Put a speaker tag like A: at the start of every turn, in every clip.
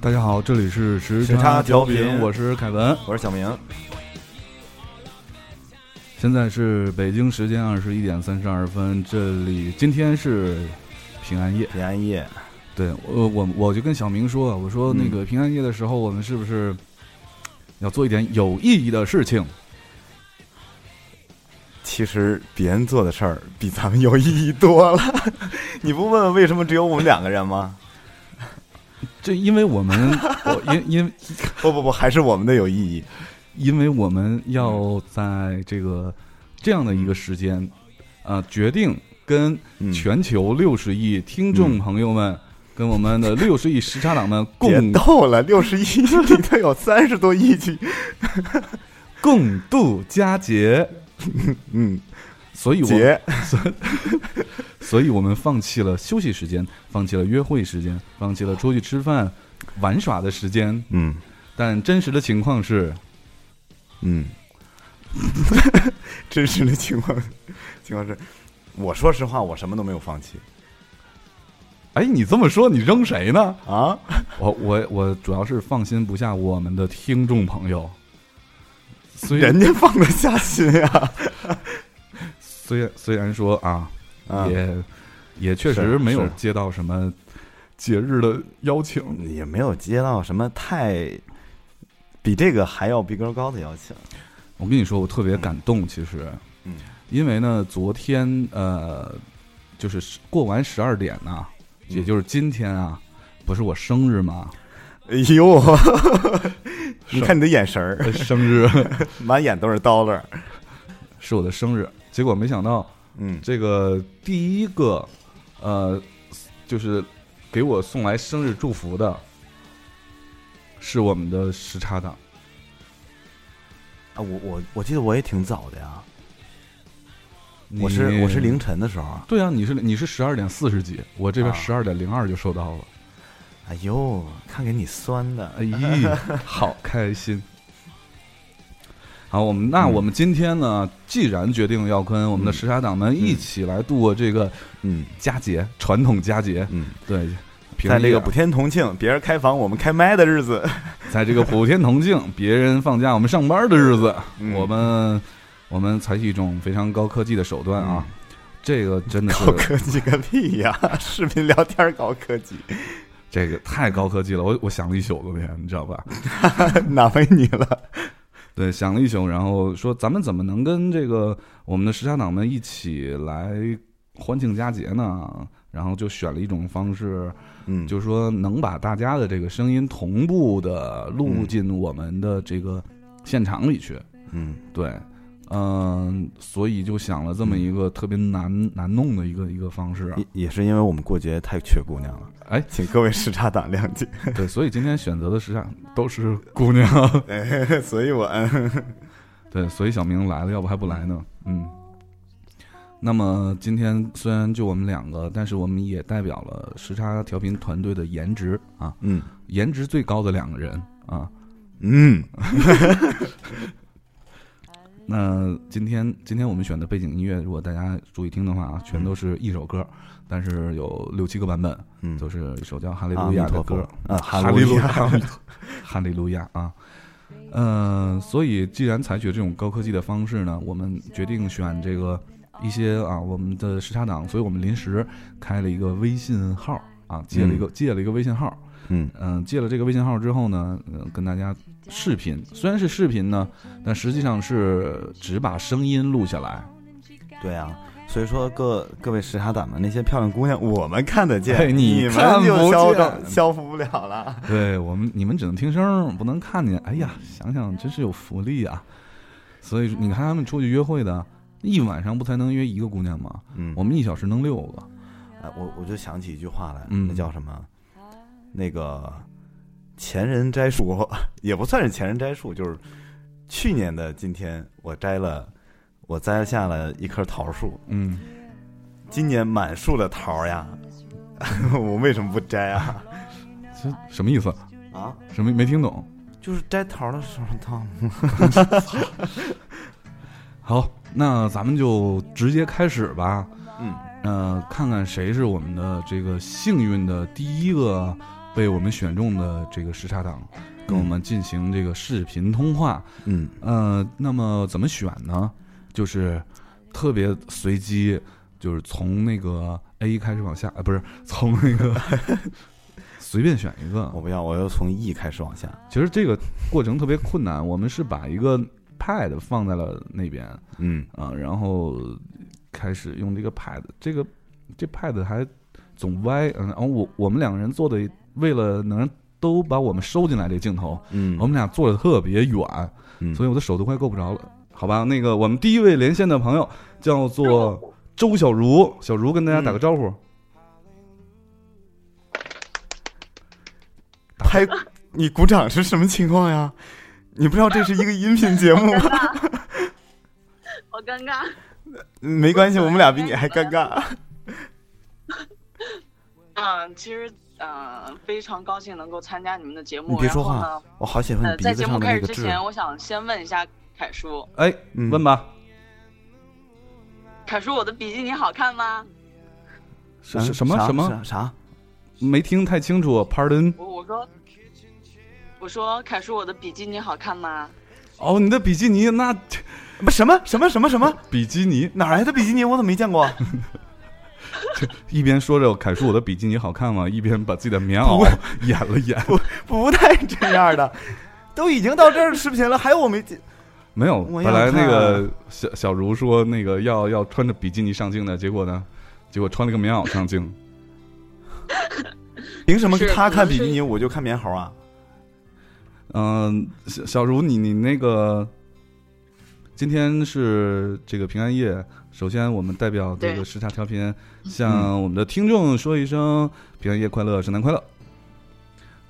A: 大家好，这里是时
B: 时差
A: 调
B: 调频
A: 我是凯文。
B: 我是小明，
A: 现在是北京时间二十一点三十二分，这里今天是平安夜。
B: 平安夜，
A: 对，我我我就跟小明说啊，我说
B: 嗯
A: 那个平安夜的时候，我们是不是要做一点有意义的事情？
B: 其实别人做的事儿比咱们有意义多了。 你不问问为什么只有我们两个 人吗？
A: 这因为我 们，我因因
B: 不不不，还是我们的有意义。
A: 因为我们要在这个这样的一个时间，呃，决定跟
B: 嗯，
A: 全球六十亿听众朋友们，跟我们的六十亿时差党们
B: 别
A: 共
B: 逗了，六十亿里头有三十多亿句。
A: 共度佳节，
B: 嗯，
A: 所以我
B: 姐，
A: 所以我们放弃了休息时间，放弃了约会时间，放弃了出去吃饭玩耍的时间，
B: 嗯
A: 但真实的情况是，
B: 嗯，真实的情况情况是，我说实话，我什么都没有放弃
A: 哎，你这么说你扔谁呢？
B: 啊。
A: 我我我主要是放心不下我们的听众朋友，虽
B: 人家放得下心啊呀、
A: 虽虽然说啊，
B: 啊，
A: 也也确实
B: 是
A: 没有
B: 是
A: 接到什么节日的邀请，
B: 也没有接到什么太比这个还要逼格高的邀请。
A: 我跟你说，我特别感动，其实，
B: 嗯，
A: 因为呢，昨天呃，就是过完十二点呐、
B: 嗯
A: 也就是今天啊，不是我生日吗？
B: 哎 呦，
A: 是
B: 你看你的眼神儿，
A: 呃生日
B: 满眼都是刀 r
A: 是我的生日，结果没想到
B: 嗯，
A: 这个第一个，呃，就是给我送来生日祝福的，是我们的时差党。
B: 啊，我我我记得我也挺早的呀，
A: 你
B: 我是我是凌晨的时候啊。
A: 对啊，你是你是十二点四十几，我这边
B: 啊
A: 十二点零二就收到了，
B: 哎呦，看给你酸的，
A: 哎 呀，好开心。好，我们那
B: 嗯
A: 我们今天呢，既然决定要跟我们的时差党们一起来度过这个
B: 嗯
A: 佳节，传统佳节，
B: 嗯，
A: 对，平
B: 在
A: 日
B: 这个
A: 啊
B: 普天同庆，别人开房我们开麦的日子，
A: 在这个普天同 庆，别人放假我们上班的日子，
B: 嗯
A: 我们我们采取一种非常高科技的手段啊，这个真的是
B: 嗯高科技个屁呀！ 视频聊天高科技，
A: 这个太高科技了，我我想了一宿昨天，你知道吧？
B: 难为你了。
A: 对，想了一宿，然后说咱们怎么能跟这个我们的时差党们一起来欢庆佳节呢？然后就选了一种方式，
B: 嗯，
A: 就是说能把大家的这个声音同步的录进我们的这个现场里去。
B: 嗯
A: 对，嗯、所以就想了这么一个特别难难弄的一个一个方式。啊
B: 也也是因为我们过节太缺姑娘了，
A: 哎，
B: 请各 位时差党谅解。
A: 对，所以今天选择的时差都是姑娘。
B: 哎，所以我
A: 对，所以小明来了，要不还不来呢？嗯。那么今天虽然就我们两个，但是我们也代表了时差调频团队的颜值啊，
B: 嗯
A: 颜值最高的两个人啊。
B: 嗯
A: 那今天今天我们选的背景音乐，如果大家注意听的话啊，全都是一首歌，但是有六七个版本，
B: 嗯
A: 都是一首叫《哈利路亚》的歌。
B: 啊，
A: 哈利路亚， 哈利路亚啊！嗯、所以既然采取这种高科技的方式呢，我们决定选这个一些啊，我们的时差党，所以我们临时开了一个微信号啊，借了一个、借了一个微信号，
B: 嗯
A: 嗯、借了这个微信号之后呢，呃跟大家视频，虽然是视频呢，但实际上是只把声音录下来，
B: 对啊，所以说各各位时差党们，那些漂亮姑娘我们看得见，
A: 哎你
B: 们
A: 看不
B: 就消
A: 见
B: 消消服不了了。
A: 对我们，你们只能听声儿，不能看见。哎呀，想想真是有福利啊！所以你看他们出去约会的，一晚上不才能约一个姑娘吗？
B: 嗯
A: 我们一小时能六个。
B: 哎我我就想起一句话来，
A: 嗯
B: 那叫什么？那个前人摘树，也不算是前人摘树，就是去年的今天，我摘了，我摘下了一棵桃树，
A: 嗯，
B: 今年满树的桃呀， 我为 什么不摘啊？
A: 这什么意思？
B: 啊，
A: 什么没听懂？
B: 就是摘桃的时候，他
A: 好，那咱们就直接开始吧。
B: 嗯
A: 呃，看看谁是我们的这个幸运的第一个被我们选中的这个时差党跟我们进行这个视频通话。
B: 嗯
A: 呃，那么怎么选呢？就是特别随机，就是从那个 A 开始往下，呃，不是从那个随便选一个
B: 我。不要，我要从 E 开始往下。
A: 其实这个过程特别困难，我们是把一个 pad 放在了那边
B: 嗯
A: 啊，然后开始用这个 pad，这个这 pad 还总歪，嗯，然后我我们两个人坐的，为了能让都把我们收进来这镜头，
B: 嗯
A: 我们俩坐的特别远，
B: 嗯
A: 所以我的手都快够不着了。好吧，那个我们第一位连线的朋友叫做周小茹，小茹跟大家
B: 嗯
A: 打个招呼。
B: 拍你鼓掌是什么情况呀？你不知道这是一个音频节目吗？
C: 好尴尬。
B: 没关系，我们俩比你还尴尬。
C: 嗯，其实嗯，非常高兴能够参加你们的节目。
B: 你别说
C: 然后
B: 话
C: 呢，
B: 我好喜欢
C: 呃，
B: 你鼻
C: 在
B: 子
C: 节
B: 上
C: 目
B: 的
C: 开
B: 那
C: 始
B: 个
C: 之
B: 痣。
C: 前，我想先问一下凯叔，
A: 哎，
B: 嗯
A: 问吧，
C: 凯叔，我的比基尼好看吗？
A: 什什什么什么
B: 啥？
A: 没听太清楚，pardon。
C: 我我说，我说凯叔，我的比基尼好看吗？
A: 哦，你的比基尼那
B: 不什么什么什么什么
A: 比基尼
B: 哪来的比基尼？我怎么没 见过？
A: 一边说着凯叔我的比基尼好看吗，一边把自己的棉袄掩了掩。
B: 不带这样的，都已经到这儿视频了，还有我没见。
A: 没有，
B: 我
A: 本
B: 要
A: 来那
B: 看
A: 个小小茹说那个要要穿着比基尼上镜的，结果呢，结果穿了个棉袄上 镜。
B: 凭什么
C: 是
B: 他
C: 可能
B: 看比基
C: 是
B: 尼我就看棉猴啊？
A: 嗯，小小茹，你你那个，今天是这个平安夜，首先我们代表这个
C: 对
A: 时差调
B: 嗯
A: 频向我们的听众说一声平安夜快乐，圣诞快乐。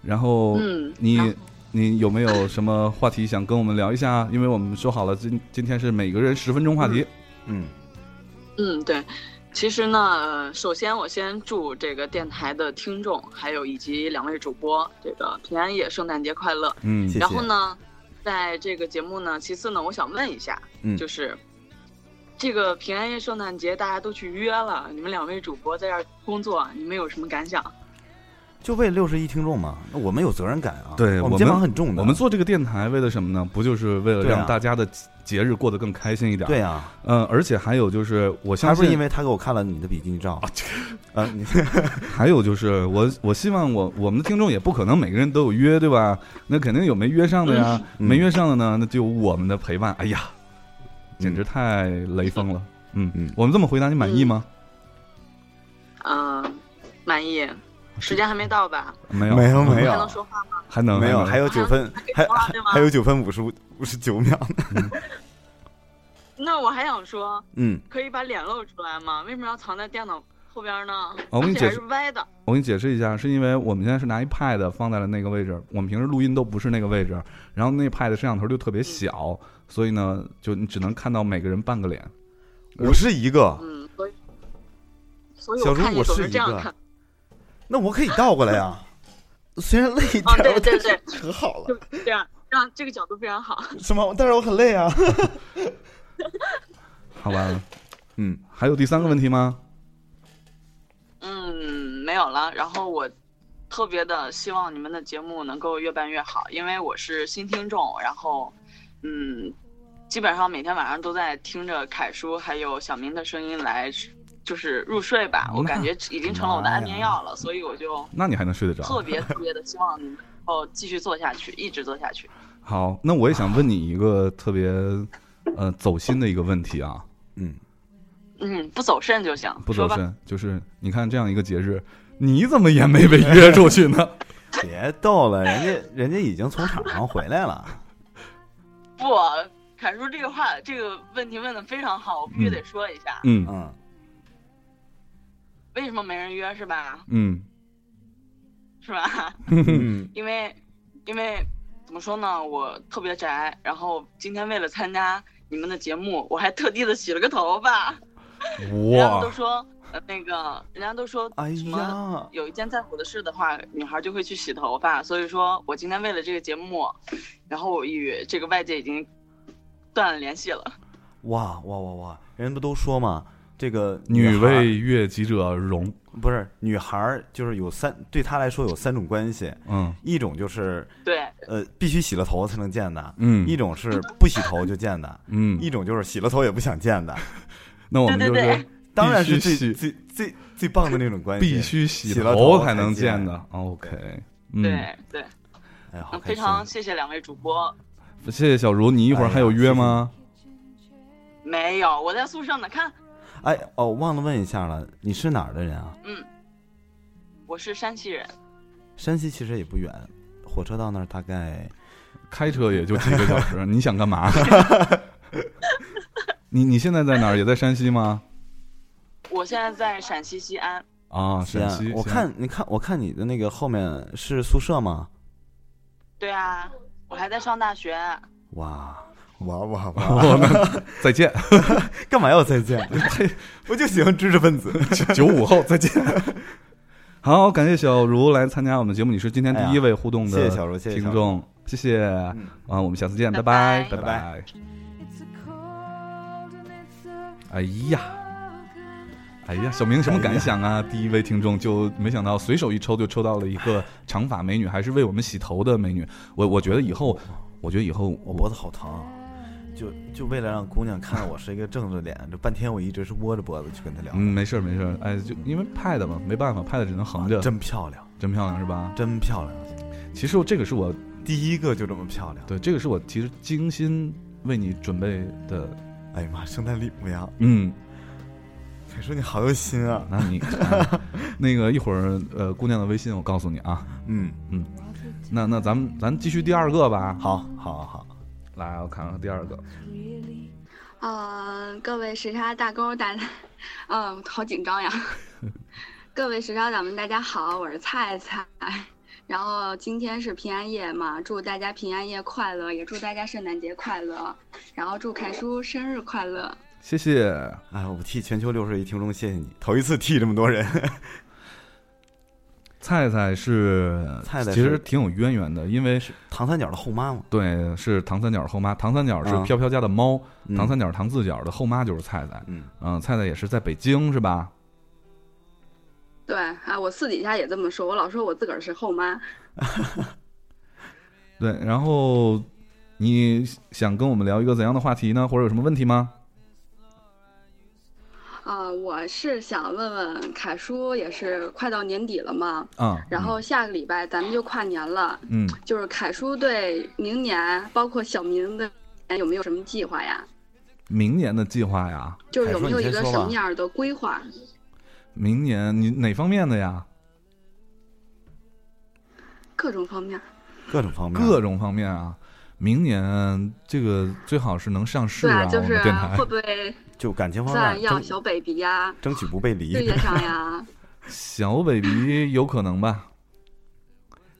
A: 然后，
C: 嗯，然后
A: 你你有没有什么话题想跟我们聊一下？因为我们说好了，今今天是每个人十分钟话题。
B: 嗯
C: 嗯，对。其实呢，呃首先我先祝这个电台的听众，还有以及两位主播，这个平安夜、圣诞节快乐。
A: 嗯
B: 谢谢
C: 然后呢，在这个节目呢，其次呢，我想问一下，
B: 嗯
C: 就是这个平安夜、圣诞节大家都去约了，你们两位主播在这儿工作，你们有什么感想？
B: 就为六十一听众嘛，那我们有责任感啊，
A: 对
B: 我
A: 我们
B: 们肩膀很重的，
A: 我们做这个电台为了什么呢？不就是为了
B: 对啊
A: 让大家的节节日过得更开心一点？
B: 对呀，
A: 嗯、而且还有就是，我
B: 还
A: 相
B: 不是
A: 信
B: 因为他给我看了你的比基尼照
A: 啊
B: 啊？你
A: 还有就是，我我希望我我们的听众也不可能每个人都有约，对吧？那肯定有没约上的呀，
B: 嗯
A: 没约上的呢，那就有我们的陪伴。哎呀，简直太雷锋了。嗯
B: 嗯
A: 我们这么回答你满意吗？
C: 嗯、满意。时间还没到吧？
A: 没有，
B: 没有
A: 嗯
B: 没有
C: 还能说话吗？
A: 还能
B: 没有，还
A: 有
B: 有九分，还
C: 还能说话对吗
B: 还有九分五十五五十九秒呢。
C: 那我还想说，
B: 嗯，
C: 可以把脸露出来吗？为什么要藏在电脑后边
B: 啊
C: 呢？
A: 我给
C: 而
A: 你
C: 且
A: 解
C: 还
A: 释
C: 是歪的。
A: 我给你解释一下，是因为我们现在是拿一 pad 放在了那个位置，我们平时录音都不是那个位置，然后那 pad 摄像头就特别小，所以呢，就你只能看到每个人半个脸。
B: 我是一个，
C: 嗯，所以所以
B: 小
C: 我
B: 猪
C: 看你
B: 我
C: 总
B: 是
C: 是这
B: 一
C: 样
B: 个
C: 看。
B: 那我可以倒过来呀。虽然累一
C: 哦，
B: 点，
C: 对
B: 我
C: 对
B: 但
C: 对
B: 是，可好了，
C: 就这样，让这个角度非常好。
B: 是吗？但是我很累啊。
A: 好吧，
B: 嗯，
A: 还有第三个问题吗？
C: 嗯，没有了。然后我特别的希望你们的节目能够越办越好，因为我是新听众，然后嗯，基本上每天晚上都在听着凯叔还有小明的声音来，就是入睡吧。我感觉已经成了我的安眠药了，所以我就
A: 那你还能睡得着？
C: 特别特别的希望你们能够继续做下去，一直做下去。
A: 好，那我也想问你一个特别，呃，走心的一个问题啊，
B: 嗯，
C: 嗯，不走肾就行。
A: 不
C: 说
A: 走
C: 吧。
A: 肾，就是你看这样一个节日，你怎么也没被约出去 呢？
B: 别逗了，人家人家已经从场上回来了。
C: 不，凯叔这个话这个问题问的非常好，我必须得说一下。
A: 嗯
B: 嗯，
C: 为什么没人约是吧？
A: 嗯
C: 是吧？
B: 嗯
C: 因为因为怎么说呢，我特别宅，然后今天为了参加你们的节目，我还特地的洗了个头发。人家
A: 哇
C: 都，说、呃、那个，人家都说
B: 哎
C: 什么
B: 呀，
C: 有一件在乎的事的话，女孩就会去洗头发。所以说我今天为了这个节目，然后我与这个外界已经断了联系了。
B: 哇哇哇哇，人不都说嘛，这个
A: 女
B: 孩
A: 为悦己
B: 呃
A: 者容，
B: 不是女孩儿，就是有三对她来说有三种关系，
A: 嗯
B: 一种就是
C: 对，
B: 呃必须洗了头才能见的，
A: 嗯
B: 一种是不洗头就见的，
A: 嗯，
B: 一种就是洗了头也不想见的，
A: 那我们
C: 对
A: 就
C: 对对
A: 是
B: 当然是
A: 必须
B: 最最最最棒的那种关系，
A: 必须洗
B: 洗了头
A: 才
B: 才
A: 能
B: 见
A: 见的。OK，嗯，
C: 对对，
B: 哎呀，好
C: 嗯
B: 开
C: 非
B: 心。
C: 常谢谢两位主播。
A: 谢谢小茹，你一会儿还有约吗？
C: 没有，我在宿舍呢。看，
B: 哎哦，忘了问一下了，你是哪儿的人啊？
C: 嗯，我是山西人，
B: 山西其实也不远，火车到那儿大概
A: 开车也
B: 哎
A: 就几个小时，你想干 嘛？你你现在在哪儿？也在山西吗？
C: 我现在在陕西西安。
A: 啊，
B: 西
A: 陕
B: 安。
A: 西。
B: 我
A: 西安
B: 看你看我看你的那个后面是宿舍吗？
C: 对啊，我还在上大学。
B: 哇哇 哇哇！
A: 我们再见，
B: 干嘛要再 见？我就喜欢知识分 子。
A: 九五后 再见。好，感谢小茹来参加我们节目，你是今天第一
B: 哎
A: 位互动
B: 谢
A: 的
B: 谢小茹谢谢小
A: 听
B: 茹嗯
A: 众，谢谢啊，我们下次见，拜
C: 拜
A: 拜
B: 拜
A: 拜。哎呀，哎呀，小明什么感想
B: 哎
A: 啊？第一位听众就没想到随手一抽就抽到了一个长发美女，还是为我们洗头的美女。我我觉得以后，我觉得以后
B: 我脖子好疼，就就为了让姑娘看到我是一个正着脸，这半天我一直是窝着脖子去跟她聊。
A: 嗯，没事儿没事儿，哎，就因为 Pad 嘛，没办法，Pad 只能横着，
B: 啊真漂亮，
A: 真漂亮是吧？
B: 真漂亮，
A: 其实这个是我
B: 第一个就这么漂亮。
A: 对，这个是我其实精心为你准备的。
B: 哎呀妈，圣诞礼物呀！
A: 嗯，
B: 凯叔你好有心啊。
A: 那你、哎那个一会儿呃，姑娘的微信我告诉你啊。
B: 嗯，
A: 那那咱们咱继续第二个吧。
B: 好，好，好。
A: 来，我看看第二个。
D: 呃，各位时差大勾大，嗯、好紧张呀！各位时差党们，大家好，我是菜菜。然后今天是平安夜嘛，祝大家平安夜快乐，也祝大家圣诞节快乐，然后祝凯叔生日快乐。
A: 谢谢。
B: 哎，我替全球六十亿听众谢谢你，头一次替这么多 人。
A: 菜菜是
B: 菜菜
A: 其实
B: 是
A: 挺有渊源的，因为
B: 唐三角的后妈嘛，
A: 对是唐三角后妈，唐三角是
B: 啊
A: 飘飘家的猫，
B: 嗯
A: 唐三角唐四角的后妈就是菜菜。
B: 嗯，
A: 嗯，菜菜也是在北京是吧？
D: 对啊，我私底下也这么说，我老说我自个儿是后妈。
A: 对，然后你想跟我们聊一个怎样的话题呢？或者有什么问题吗？
D: 啊、我是想问问凯叔，也是快到年底了嘛，
A: 啊、
E: 嗯
D: 然后下个礼拜咱们就跨年了，
A: 嗯，
D: 就是凯叔对明年，包括小明的有没有什么计划呀？
A: 明年的计划呀，
D: 就是有没有
B: 凯叔
D: 一
B: 你
D: 个
B: 先说
D: 什
B: 吧
D: 么样的规划？
A: 明年你哪方面的呀？
D: 各种方面。
B: 各种方面，
A: 各种方面啊。明年这个最好是能上市
D: 对
A: 啊，
D: 就
A: 我
D: 是
A: 们电台
D: 会不会
B: 就感情方
D: 算
B: 面，
D: 要
B: 争
D: 小 baby 呀、
B: 争取不被离
D: 事。业上 呀，
A: 小 baby 有可能吧，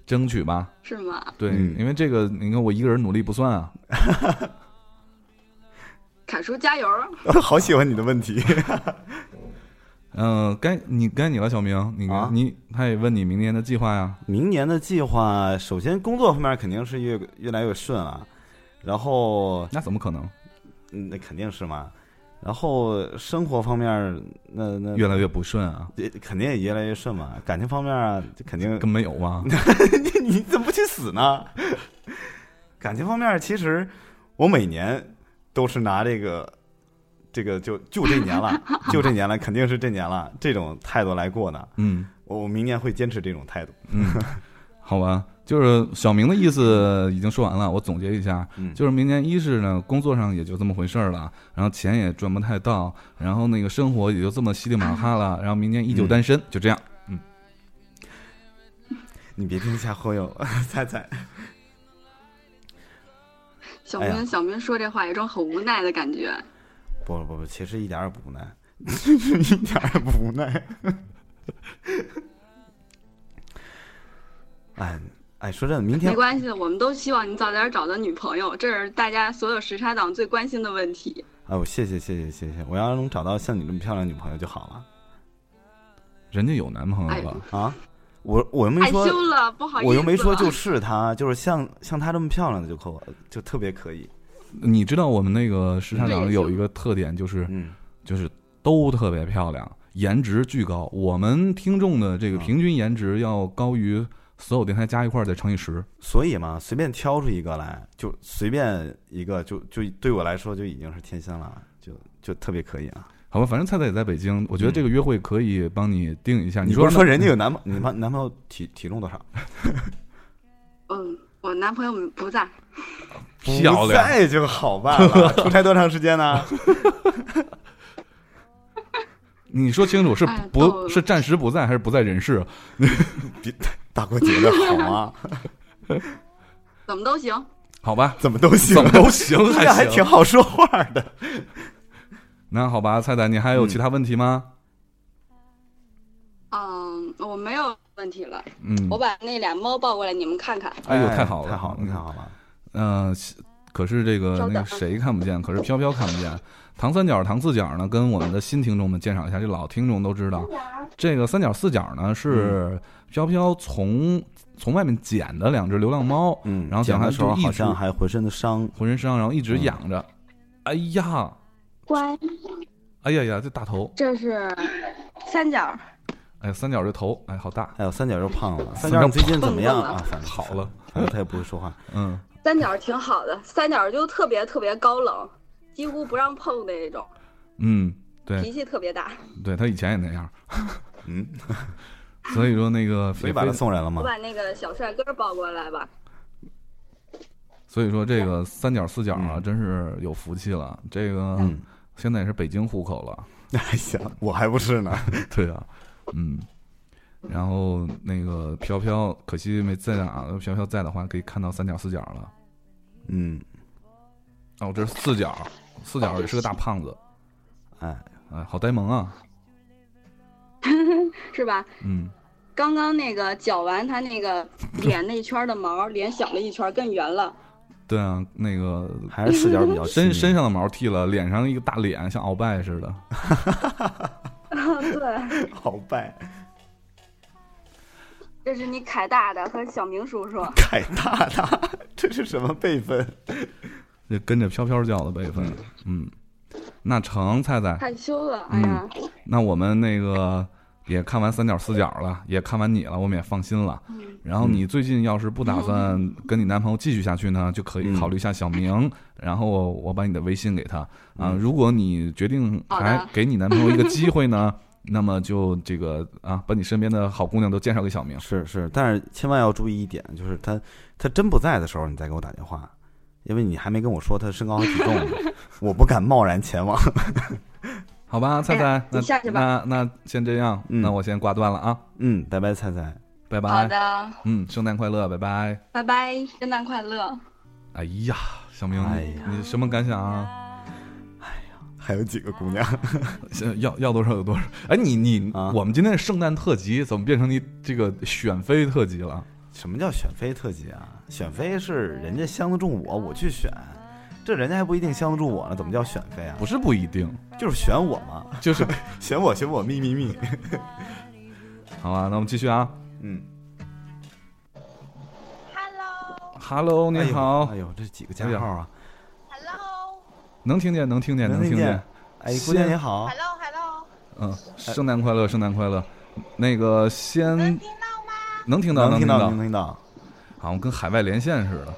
A: 争取吧。
D: 是吗？
A: 对，
B: 嗯
A: 因为这个你看我一个人努力不算啊。
D: 凯叔加油！
B: 好喜欢你的 问题。
A: 嗯、该你该你了，小明，你、
B: 啊
A: 你他也问你明年的计划呀。
B: 明年的计划，首先工作方面肯定是越越来越顺了，然后
A: 那怎么可能？
B: 嗯那肯定是嘛，然后生活方面那那
A: 越来越不顺啊，
B: 也肯定也越来越顺嘛，感情方面啊就肯定
A: 跟没有啊吗？
B: 你你怎么不去死呢？感情方面，其实我每年都是拿这个，这个就就这年了，就这年了，肯定是这年了，这种态度来过的。
A: 嗯
B: 我我明年会坚持这种态度。
A: 嗯，好吧，就是小明的意思已经说完了，我总结一下，
B: 嗯
A: 就是明年一是呢，工作上也就这么回事儿了，然后钱也赚不太到，然后那个生活也就这么稀里马哈
B: 嗯
A: 了，然后明年依旧单身，就这样。 嗯
B: 你别听瞎忽悠，猜猜。
D: 小
B: 哎
D: 明，
B: 呀
D: 小明说这话有一种很无奈的感觉。
B: 不不不，其实一点儿也不无奈， 一点儿也不无奈。哎哎，说真的，明
D: 没
B: 天
D: 关系，我们都希望你早点找到女朋友，这是大家所有时差党最关心的问题。
B: 哎，我谢谢谢谢谢谢，我要是能找到像你这么漂亮的女朋友就好了
A: 人家有男朋
D: 哎
A: 友了
D: 呦，
B: 啊！我我又没
D: 害
B: 说，
D: 羞了，不好意思。
B: 我又没说就是她，就是像像她这么漂亮的就可就特别可以。
A: 你知道我们那个时差
D: 这
A: 党
D: 也
A: 有
D: 行
A: 一个特点，就是
B: 嗯，
A: 就是都特别漂亮，颜值巨高。我们听众的这个
B: 嗯
A: 平均颜值要高于所有电台加一块儿再乘以十。
B: 所以嘛，随便挑出一个来，就随便一个，就就对我来说就已经是天仙了，就就特别可以啊。
A: 好吧，反正菜菜也在北京，我觉得这个约会可以帮你定一下。
B: 嗯你不
A: 说
B: 是说
A: 那
B: 人家有男朋你男男朋友体体重多少？
D: 嗯，我男朋友不在，
A: 漂
B: 不
A: 亮，
B: 在就好办了。 出差多长时 间呢？
A: 你说清楚是
D: 哎
A: 不、
D: 逗了
A: 是暂时不在还是不在人 世？啊
B: 大过节的好吗？
D: 怎么都行。
A: 好吧，
B: 怎么都行，
A: 怎么都行
B: 这
A: 还
B: 样还
A: 行
B: 挺好说话的。
A: 那好吧，菜菜，你还有其他问题吗？
D: 嗯，我没有问题了。
A: 嗯，
D: 我把那俩猫抱过来，你们看看。
A: 哎呦，太好了，
B: 太好了，
A: 嗯
B: 太好了！
A: 嗯，可是这个
D: 稍
A: 那个
D: 等
A: 谁看不见，可是飘飘看不见。唐三角、唐四角呢，跟我们的新听众们介绍一下，这老听众都知道，这个三角四角呢
B: 嗯
A: 是飘飘从从外面捡的两只流浪猫，
B: 嗯，
A: 然后
B: 讲
A: 讲
B: 的
A: 的
B: 时
A: 时
B: 候
A: 候
B: 好
A: 好
B: 像
A: 像
B: 还浑身的伤，嗯
A: 浑身伤，然后一直养着。哎呀，
D: 乖，
A: 哎呀呀，这大头，
D: 这是三角。
A: 哎，三角这头，哎，好大，
B: 还有三角又胖了。三
A: 三
B: 角
A: 角
B: 你最近怎么样
D: 胖
B: 啊？反正
A: 好了，
B: 反正他也不会说话。
A: 嗯，
D: 三角挺好的，三角就特别特别高冷，几乎不让碰的那种，
A: 嗯，对
D: 脾气特别大。
A: 对，他以前也那样，
B: 嗯，
A: 所以说那个，
B: 所以把他送人了
D: 我
B: 吗？
D: 把那个小帅哥抱过来吧。
A: 所以说这个三角四角啊，真是有福气了。这个
B: 嗯，
A: 现在也是北京户口了，
B: 哎呀，我还不是呢。
A: 对啊，嗯，然后那个飘飘，可惜没在啊。飘飘在的话，可以看到三角四角了。
B: 嗯，
A: 哦，这是四角，四角也是个大胖子，
B: 哎，
A: 哎，好呆萌啊，
D: 是吧？
A: 嗯，
D: 刚刚那个绞完它那个脸那一圈的毛，脸小了一圈，更圆了。
A: 对啊，那个
B: 还是视角比较细腻
A: 身身上的毛剃了，脸上一个大脸，像鳌拜 似的。
D: 对，
B: 好拜
D: 这是你凯大的和小明叔叔。
B: 凯大大， 这是什么辈分？
A: 这跟着飘飘叫的辈分，嗯，那成菜菜，
D: 害羞了，哎呀，
A: 那我们那个也看完三角四角了，也看完你了，我们也放心了。
D: 嗯
A: 然后你最近要是不打算跟你男朋友继续下去呢，就可以考虑一下小
D: 嗯
A: 明，然后我把你的微信给他
B: 嗯
A: 啊。如果你决定
D: 好的
A: 还给你男朋友一个机会 呢，那么就这个啊，把你身边的好姑娘都介绍给小明。
B: 是是，但是千万要注意一点，就是他他真不在的时候，你再给我打电话，因为你还没跟我说他身高和体重 呢，我不敢贸然 前往。
A: 好吧，菜
D: 哎
A: 菜
D: 呀，
A: 那
D: 你下去
A: 那那先这样，
B: 嗯
A: 那我先挂断了啊，
B: 嗯，拜拜，菜菜。
A: 拜
D: 好
A: 拜。
D: 的，
A: 嗯，圣诞快乐，拜拜。
D: 拜拜，圣诞快乐。
A: 哎呀，小明
B: 哎呀，哎
A: 你什么感想啊？
B: 还有几个姑 娘？
A: 是要要多少有多少。哎，你你、
B: 啊
A: 我们今天是圣诞特辑，怎么变成你这个选妃特辑了？
B: 什么叫选妃特辑啊？选妃是人家相得中我，我去选，这人家还不一定相得住我呢，怎么叫选妃啊？
A: 不是不一定，
B: 就是选我嘛，
A: 就是
B: 选我，选我，咪咪咪。
A: 好啊。那我们继续啊。
B: 嗯，
A: Hello，你
B: 哎呦
A: 好，
B: 哎呦，这几个
A: 哎
B: 加
A: 呀
B: 号啊！
A: 能听见，能听 见，
B: 能
A: 听
B: 听见
A: 见。
B: 哎，姑娘
A: 先
B: 你好，
A: 嗯，圣诞快乐，圣诞快乐。那个先能听到吗？能听到，
B: 能
A: 能听
B: 听到，
A: 到
B: 能。听到。
A: 好像跟海外连线似的。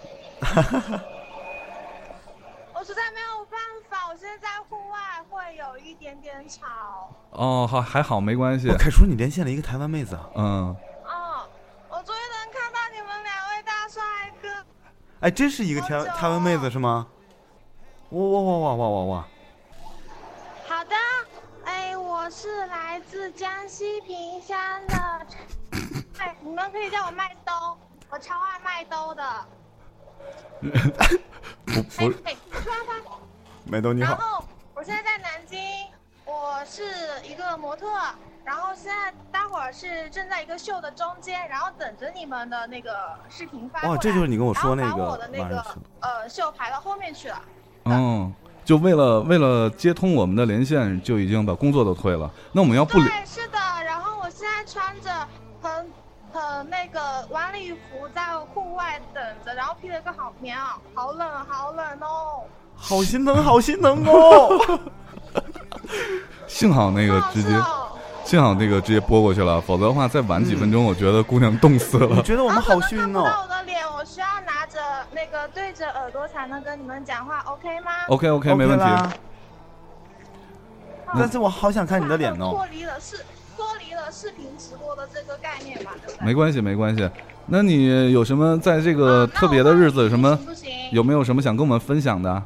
F: 我实在没有办法，我现在在户外会有一点点吵。
A: 哦，好，还好，没关系
B: 我。凯叔，你连线了一个台湾妹子啊！
A: 嗯，
F: 嗯，我终于能看到你们两位大帅哥，
B: 哎，真是一个台湾台湾妹子是吗？哇哇哇哇哇哇哇！
F: 好的，哎，我是来自江西萍乡的，哎，你们可以叫我麦兜，我超爱麦兜的。
A: 不
F: 哎
A: 不，，
F: 哎你突然发，
B: 美豆你
F: 然
B: 好，
F: 后我现在在南京，我是一个模特，然后现在待会儿是正在一个秀的中间，然后等着你们的那个视频发过
B: 哇，
F: 来。
B: 这就是你跟我
F: 然
B: 说
F: 后
B: 那
F: 把我
B: 个
F: 的那
B: 晚上
F: 个
B: 去。
F: 呃秀排到后面去了。
A: 嗯，就为了为了接通我们的连线，就已经把工作都退了。那我们要不连，
F: 对，是的。然后我现在穿着很很那个晚礼服，在户外等着，然后披了个好棉袄，好冷好冷哦。
B: 好心疼，好心疼哦！
A: 幸好那个直接，
F: 好
A: 幸好那个直接拨过去了，否则的话再晚几分钟，我觉得姑娘冻死了。
B: 我嗯觉得我们好
F: 臭
B: 逊
F: 看不到
B: 哦。
F: 我的脸，我需要拿着那个对着耳朵才能跟你们讲话，OK 吗？
A: OK OK，没问题。
B: 啦
F: 好
B: 但是我好想看你的脸
F: 脱
B: 哦。
F: 离了视，脱离了视频直播的这个概念嘛，对不对？
A: 没关系，没关系。那你有什么在这个
F: 啊那
A: 特别的日子，有什么
F: 行不行？
A: 有没有什么想跟我们分享的？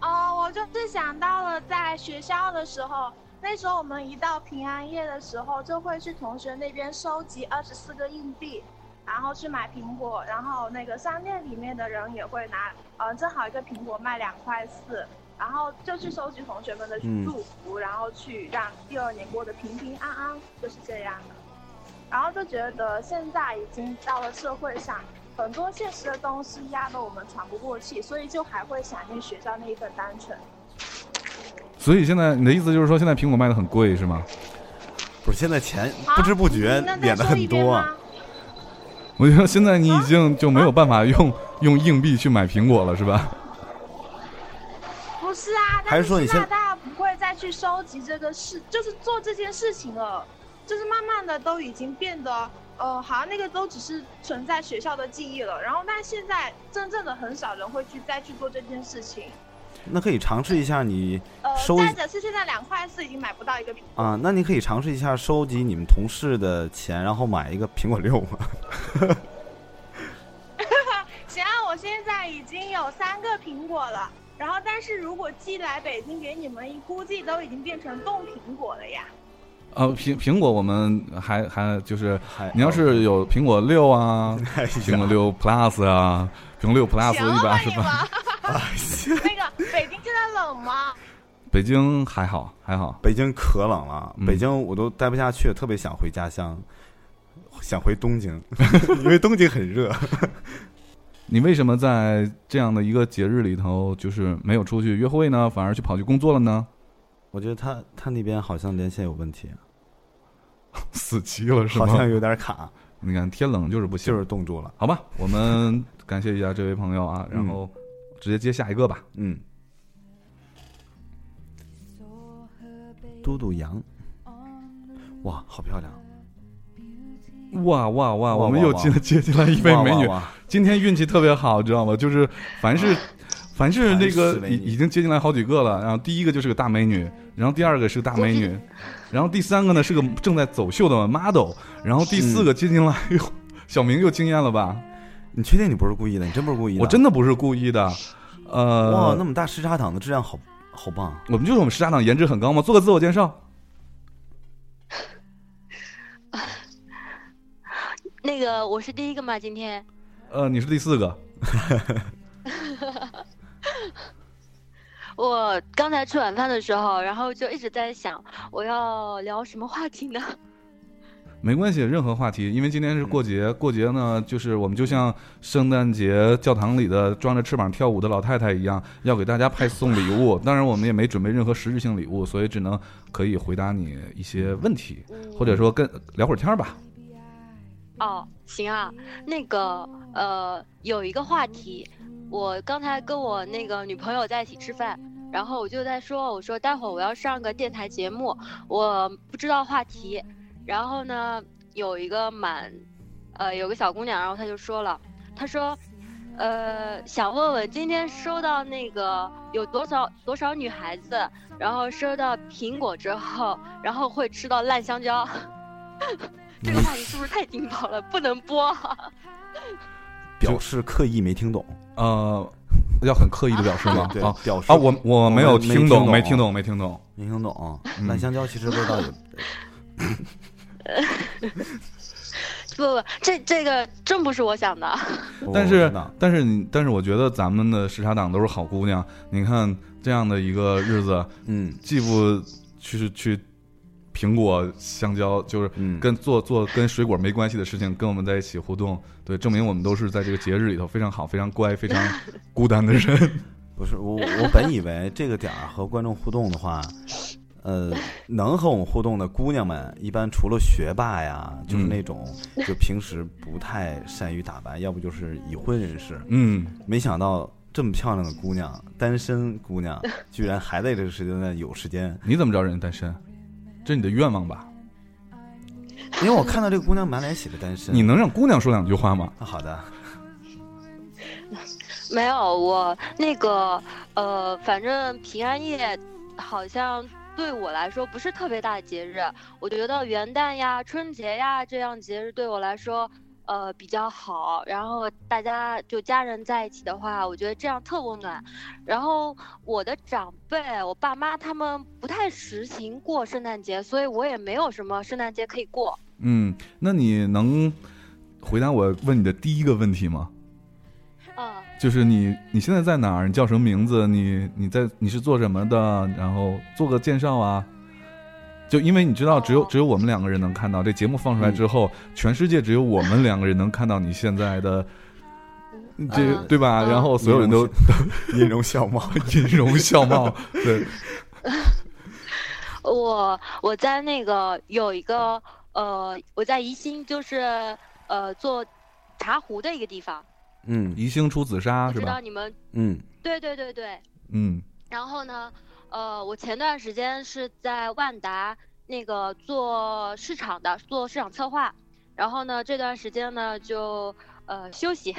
F: 哦，我就是想到了在学校的时候，那时候我们一到平安夜的时候，就会去同学那边收集二十四个硬币，然后去买苹果，然后那个商店里面的人也会拿，呃，正好一个苹果卖两块四，然后就去收集同学们的
B: 嗯
F: 祝福，然后去让第二年过得平平安安，就是这样的。然后就觉得现在已经到了社会上，很多现实的东西压得我们喘不过气，所以就还会想念学校那一份单纯。
A: 所以现在你的意思就是说，现在苹果卖的很贵是吗？
B: 不是，现在钱
F: 啊
B: 不知不觉
F: 你能再
B: 敛的
F: 说一
B: 很
F: 遍
B: 多啊
F: 吗。。
A: 我觉得现在你已经就没有办法用用硬币去买苹果了是吧？
F: 不是啊，
B: 还
F: 但
B: 是说你
F: 现在
B: 现
F: 大家不会再去收集这个事，就是做这件事情了，就是慢慢的都已经变得，呃，好像那个都只是存在学校的记忆了。然后，但现在真正的很少人会去再去做这件事情。
B: 那可以尝试一下你
F: 呃，
B: 收
F: 再者是现在两块四已经买不到一个苹果。
B: 啊，那你可以尝试一下收集你们同事的钱，然后买一个苹果六 嘛。
F: 行啊，我现在已经有三个苹果了，然后但是如果寄来北京给你们，估计都已经变成冻苹果了呀。
A: 呃，苹苹果我们还还就是
B: 还
A: 你要是有苹果六啊，
B: 哎呀
A: 苹果六 Plus 啊，苹果六 Plus
F: 行
A: 一百
F: 吧
A: 二十
F: 你
A: 八，
F: 们，
B: 哎呀
F: 那 个北京现在冷吗？
A: 北京还好还好，
B: 北京可冷了，
A: 嗯
B: 北京我都待不下去，特别想回家乡，想回东京， 因为东京很热。
A: 你为什么在这样的一个节日里头，就是没有出去约会呢，反而去跑去工作了呢？
B: 我觉得他他那边好像连线有问
A: 啊
B: 题，
A: 死机了 是
B: 好
A: 吗
B: 像？有点卡，
A: 你看天冷就是不行，
B: 就是冻住了。
A: 好吧，我们感谢一下这位朋友啊，然后直接接下一个吧。
B: 嗯，嘟嘟羊，哇，好漂亮！
A: 哇哇哇！
B: 哇
A: 我们又
B: 哇
A: 接 接进来一位
B: 哇
A: 美女，
B: 哇哇
A: 今天运气特别好，知道吗？就是凡是凡是那
B: 凡是
A: 个
B: 美
A: 已
B: 女
A: 已经接进来好几个了，然后第一个就是个大美女，然后第二个是个大美 女，然后第三个呢是个正在走秀的 model，然后第四个接进来，哎呦，小明又惊艳了吧？
B: 你确定你不是故意的？你真不是故意的？
A: 我真
B: 的
A: 的不是故意的，
B: 哇，
A: 呃
B: 那，么大时差党的质量好好棒。啊
A: 我们就是我们石大党颜值很高嘛，做个自我介绍。
G: 那个我是第一个嘛，今天
A: 呃，你是第四个，
G: 我刚才吃晚饭的时候，然后就一直在想我要聊什么话题呢？
A: 没关系，任何话题，因为今天是过节，过节呢，就是我们就像圣诞节教堂里的装着翅膀跳舞的老太太一样，要给大家派送礼物。当然，我们也没准备任何实质性礼物，所以只能可以回答你一些问题，或者说跟聊会儿天儿吧。
G: 哦，行啊，那个呃，有一个话题，我刚才跟我那个女朋友在一起吃饭，然后我就在说，我说待会儿我要上个电台节目，我不知道话题，然后呢，有一个蛮，呃，有个小姑娘，然后她就说了，她说。呃，想问问今天收到那个有多少多少女孩子，然后收到苹果之后，然后会吃到烂香蕉， 这个话题是不是太劲爆了？不能播。
B: 表示刻意没听懂，
A: 呃，要很刻意的表示吗？
B: 对
A: 啊，
B: 表示
A: 啊，我我没有听
B: 我
A: 懂，
B: 没
A: 没
B: 听
A: 听
B: 懂啊
A: 懂，没听懂。
B: 没听懂。
A: 嗯
B: 烂香蕉其实味道也，
G: 不不，这这个真不是我想的。
B: 我
A: 但
B: 我
A: 是
B: 知道
A: 但是你，但是我觉得咱们的时差党都是好姑娘。你看这样的一个日子，
B: 嗯
A: 既不去去苹果、香蕉，就是
B: 嗯
A: 跟做做跟水果没关系的事情，跟我们在一起互动，对，证明我们都是在这个节日里头非常好、非常乖、非常 孤单的人。
B: 不是我，我本以为这个点儿和观众互动的话，呃，能和我们互动的姑娘们，一般除了学霸呀，就是
A: 嗯
B: 那种就平时不太善于打扮，要不就是已婚人士。
A: 嗯，
B: 没想到这么漂亮的姑娘，单身姑娘，居然还在这个时间段有时间，
A: 你怎么知道人家单身？这是你的愿望吧？
B: 因为我看到这个姑娘满脸写着单身。
A: 你能让姑娘说两句话吗？
B: 啊好的，
G: 没有，我那个呃，反正平安夜好像对我来说不是特别大的节日。我觉得元旦呀、春节呀这样节日对我来说，呃比较好。然后大家就家人在一起的话，我觉得这样特温暖。然后我的长辈，我爸妈他们不太实行过圣诞节，所以我也没有什么圣诞节可以过。
A: 嗯，那你能回答我问你的第一个问题吗？
G: 嗯、
A: 就是你你现在在哪儿？你叫什么名字？你你在你是做什么的？然后做个介绍啊。就因为你知道，只有
G: 哦
A: 只有我们两个人能看到这节目放出来之后，
G: 嗯
A: 全世界只有我们两个人能看到你现在的这
G: 嗯
A: 对吧？
G: 嗯
A: 然后所有人都
B: 音容笑貌，
A: 音容笑貌，对，
G: 我我在那个有一个呃，我在宜兴，就是呃做茶壶的一个地方，
B: 嗯
A: 宜兴出紫砂
G: 不
A: 是
G: 知道
A: 吧？
G: 你们
B: 嗯
G: 对对对对。
A: 嗯
G: 然后呢，呃，我前段时间是在万达那个做市场的，做市场策划。然后呢，这段时间呢就呃休息，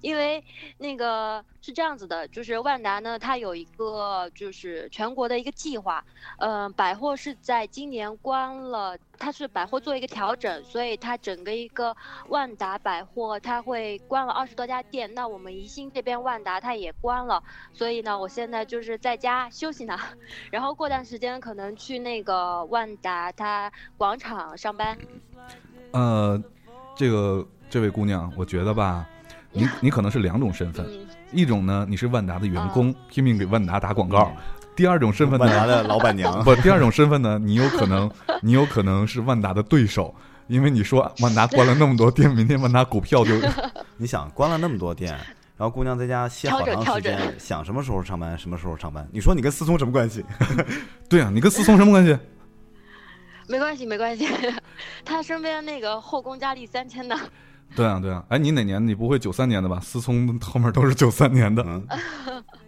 G: 因为那个是这样子的，就是万达呢，它有一个就是全国的一个计划，嗯、百货是在今年关了，它是百货做一个调整，所以它整个一个万达百货它会关了二十多家店，那我们宜兴这边万达它也关了，所以呢，我现在就是在家休息呢， 然后过段时间可能去那个万达它广场上班。
A: 呃，这个这位姑娘，我觉得吧，你你可能是两种身份，
G: 嗯，
A: 一种呢，你是万达的员工，拼命给万达打广告；第二种身份
B: 万达
A: 呢，
B: 的老板娘，
A: 不，第二种身份呢，你有可能， 你有可能是万达的对手，因为你说万达关了那么多店，明天万达股票就……
B: 你想关了那么多店，然后姑娘在家歇好
G: 挑着
B: 长
G: 挑
B: 时间，想什么时候上班什么时候上班。你说你跟思聪什么关系？
A: 对啊，你跟思聪什么关系？
G: 没关系，没关系。 他身边那个后宫佳丽三千呢，
A: 对啊，对啊，哎，你哪年？你不会九三年的吧？思聪后面都是九三年的
B: 嗯，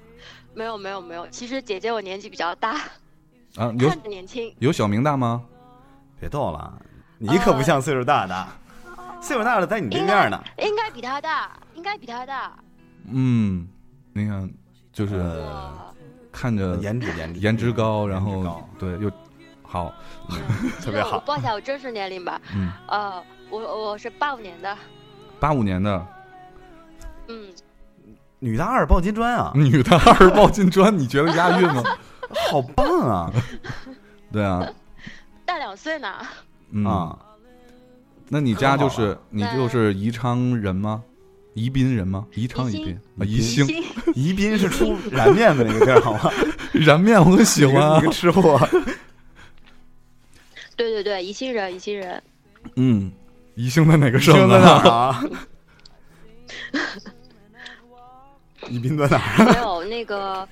G: 没有，没有，没有。其实姐姐我年纪比较大，
A: 啊，有
G: 看着年轻。
A: 有小明大吗？
B: 别逗了，你可不像岁数大的，岁数大的在你对面呢。
G: 应该比他大，应该比他大。
A: 嗯，你看，就是
B: 呃，
A: 看着
B: 颜值颜值
A: 颜值高，然
B: 颜值
A: 后
B: 高嗯
A: 对又好，
B: 特别好
G: 我报一下我真实年龄吧。
A: 嗯，
G: 呃，我我是八五年的，
A: 八五年的
G: 嗯，
B: 女大二抱金砖啊，
A: 女的二抱金砖，你觉得押韵吗？
B: 好棒啊
A: 对啊，
G: 大两岁呢。
A: 嗯，
B: 啊！
A: 那你家就
B: 可好啊
A: 是你就是宜昌人吗？宜宾人吗？宜昌、
G: 宜
A: 宜
G: 兴
A: 宾啊，宜 兴
B: 宜宾是出燃面子那 个地儿好吗？
A: 燃面我很喜欢
B: 你
A: 啊
B: 个你个。吃货，
G: 对对对，宜兴人，宜兴人。
A: 嗯，宜兴在哪个省
B: 生在哪
A: 啊？
B: 儿啊？ 宜宾在哪儿？啊
G: 没有那个，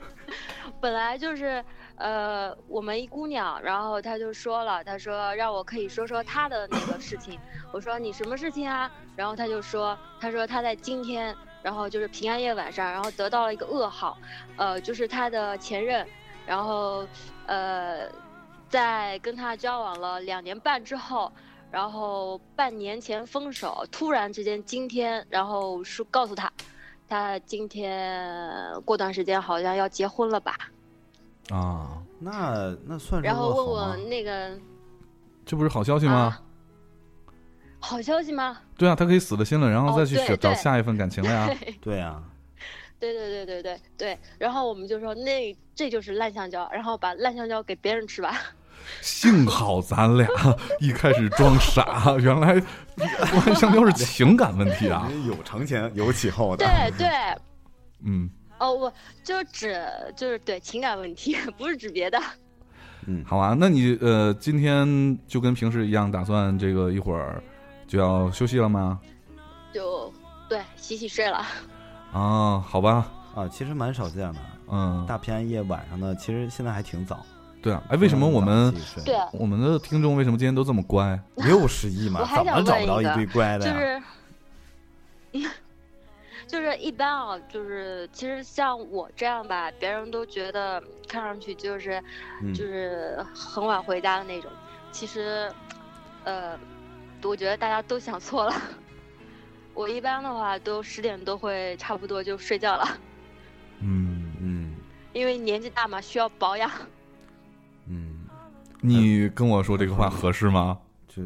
G: 本来就是呃，我们一姑娘，然后她就说了，她说让我可以说说她的那个事情。我说你什么事情啊？然后她就说，她说她在今天，然后就是平安夜晚上，然后得到了一个噩耗，呃，就是她的前任，然后呃，在跟她交往了两年半之后。然后半年前分手，突然之间今天，然后说告诉她，他今天过段时间好像要结婚了吧？
A: 啊，
B: 那那
A: 嗯
B: 算是
G: 然后
B: 恶
G: 问
B: 好
G: 我
B: 吗
G: 那个
A: 这不是好消息吗
G: 啊？，好消息吗？
A: 对啊，他可以死了心了，然后
G: 哦
A: 再去
G: 对
A: 找找
G: 对
A: 下一份感情了呀。
B: 对啊呀，
G: 对对对对对对。然后我们就说那这就是烂香蕉，然后把烂香蕉给别人吃吧。
A: 幸好 咱俩一开始装傻，原来我香蕉 是情感问题啊。
B: 人家 有承前有启后的
G: 对。对，
A: 嗯，
G: 哦，我就指就是对情感问题， 不是指别的。
B: 嗯
A: 好啊，那你呃今天就跟平时一样，打算这个一会儿就要休息了吗？
G: 就对洗洗睡了。
A: 啊，好吧，
B: 啊，其实蛮少见的。
A: 嗯，
B: 大平安夜晚上呢，其实现在还挺早。
A: 对啊，哎，为什么我们
G: 对，
A: 我们的听众为什么今天都这么乖？
B: 六十亿嘛
G: 我，还
B: 怎
G: 想
B: 么找
G: 问
B: 不
G: 一
B: 着一
G: 个
B: 堆乖的
G: 就
B: 呀？
G: 是。就是一般啊，就是其实像我这样吧，别人都觉得看上去就是
B: 嗯
G: 就是很晚回家的那种，其实，呃，我觉得大家都想错了。我一般的话都十点多会差不多就睡觉了，
A: 嗯，
B: 嗯
G: 因为年纪大嘛，需要保养。
B: 嗯，
A: 你跟我说这个话合适吗？
B: 就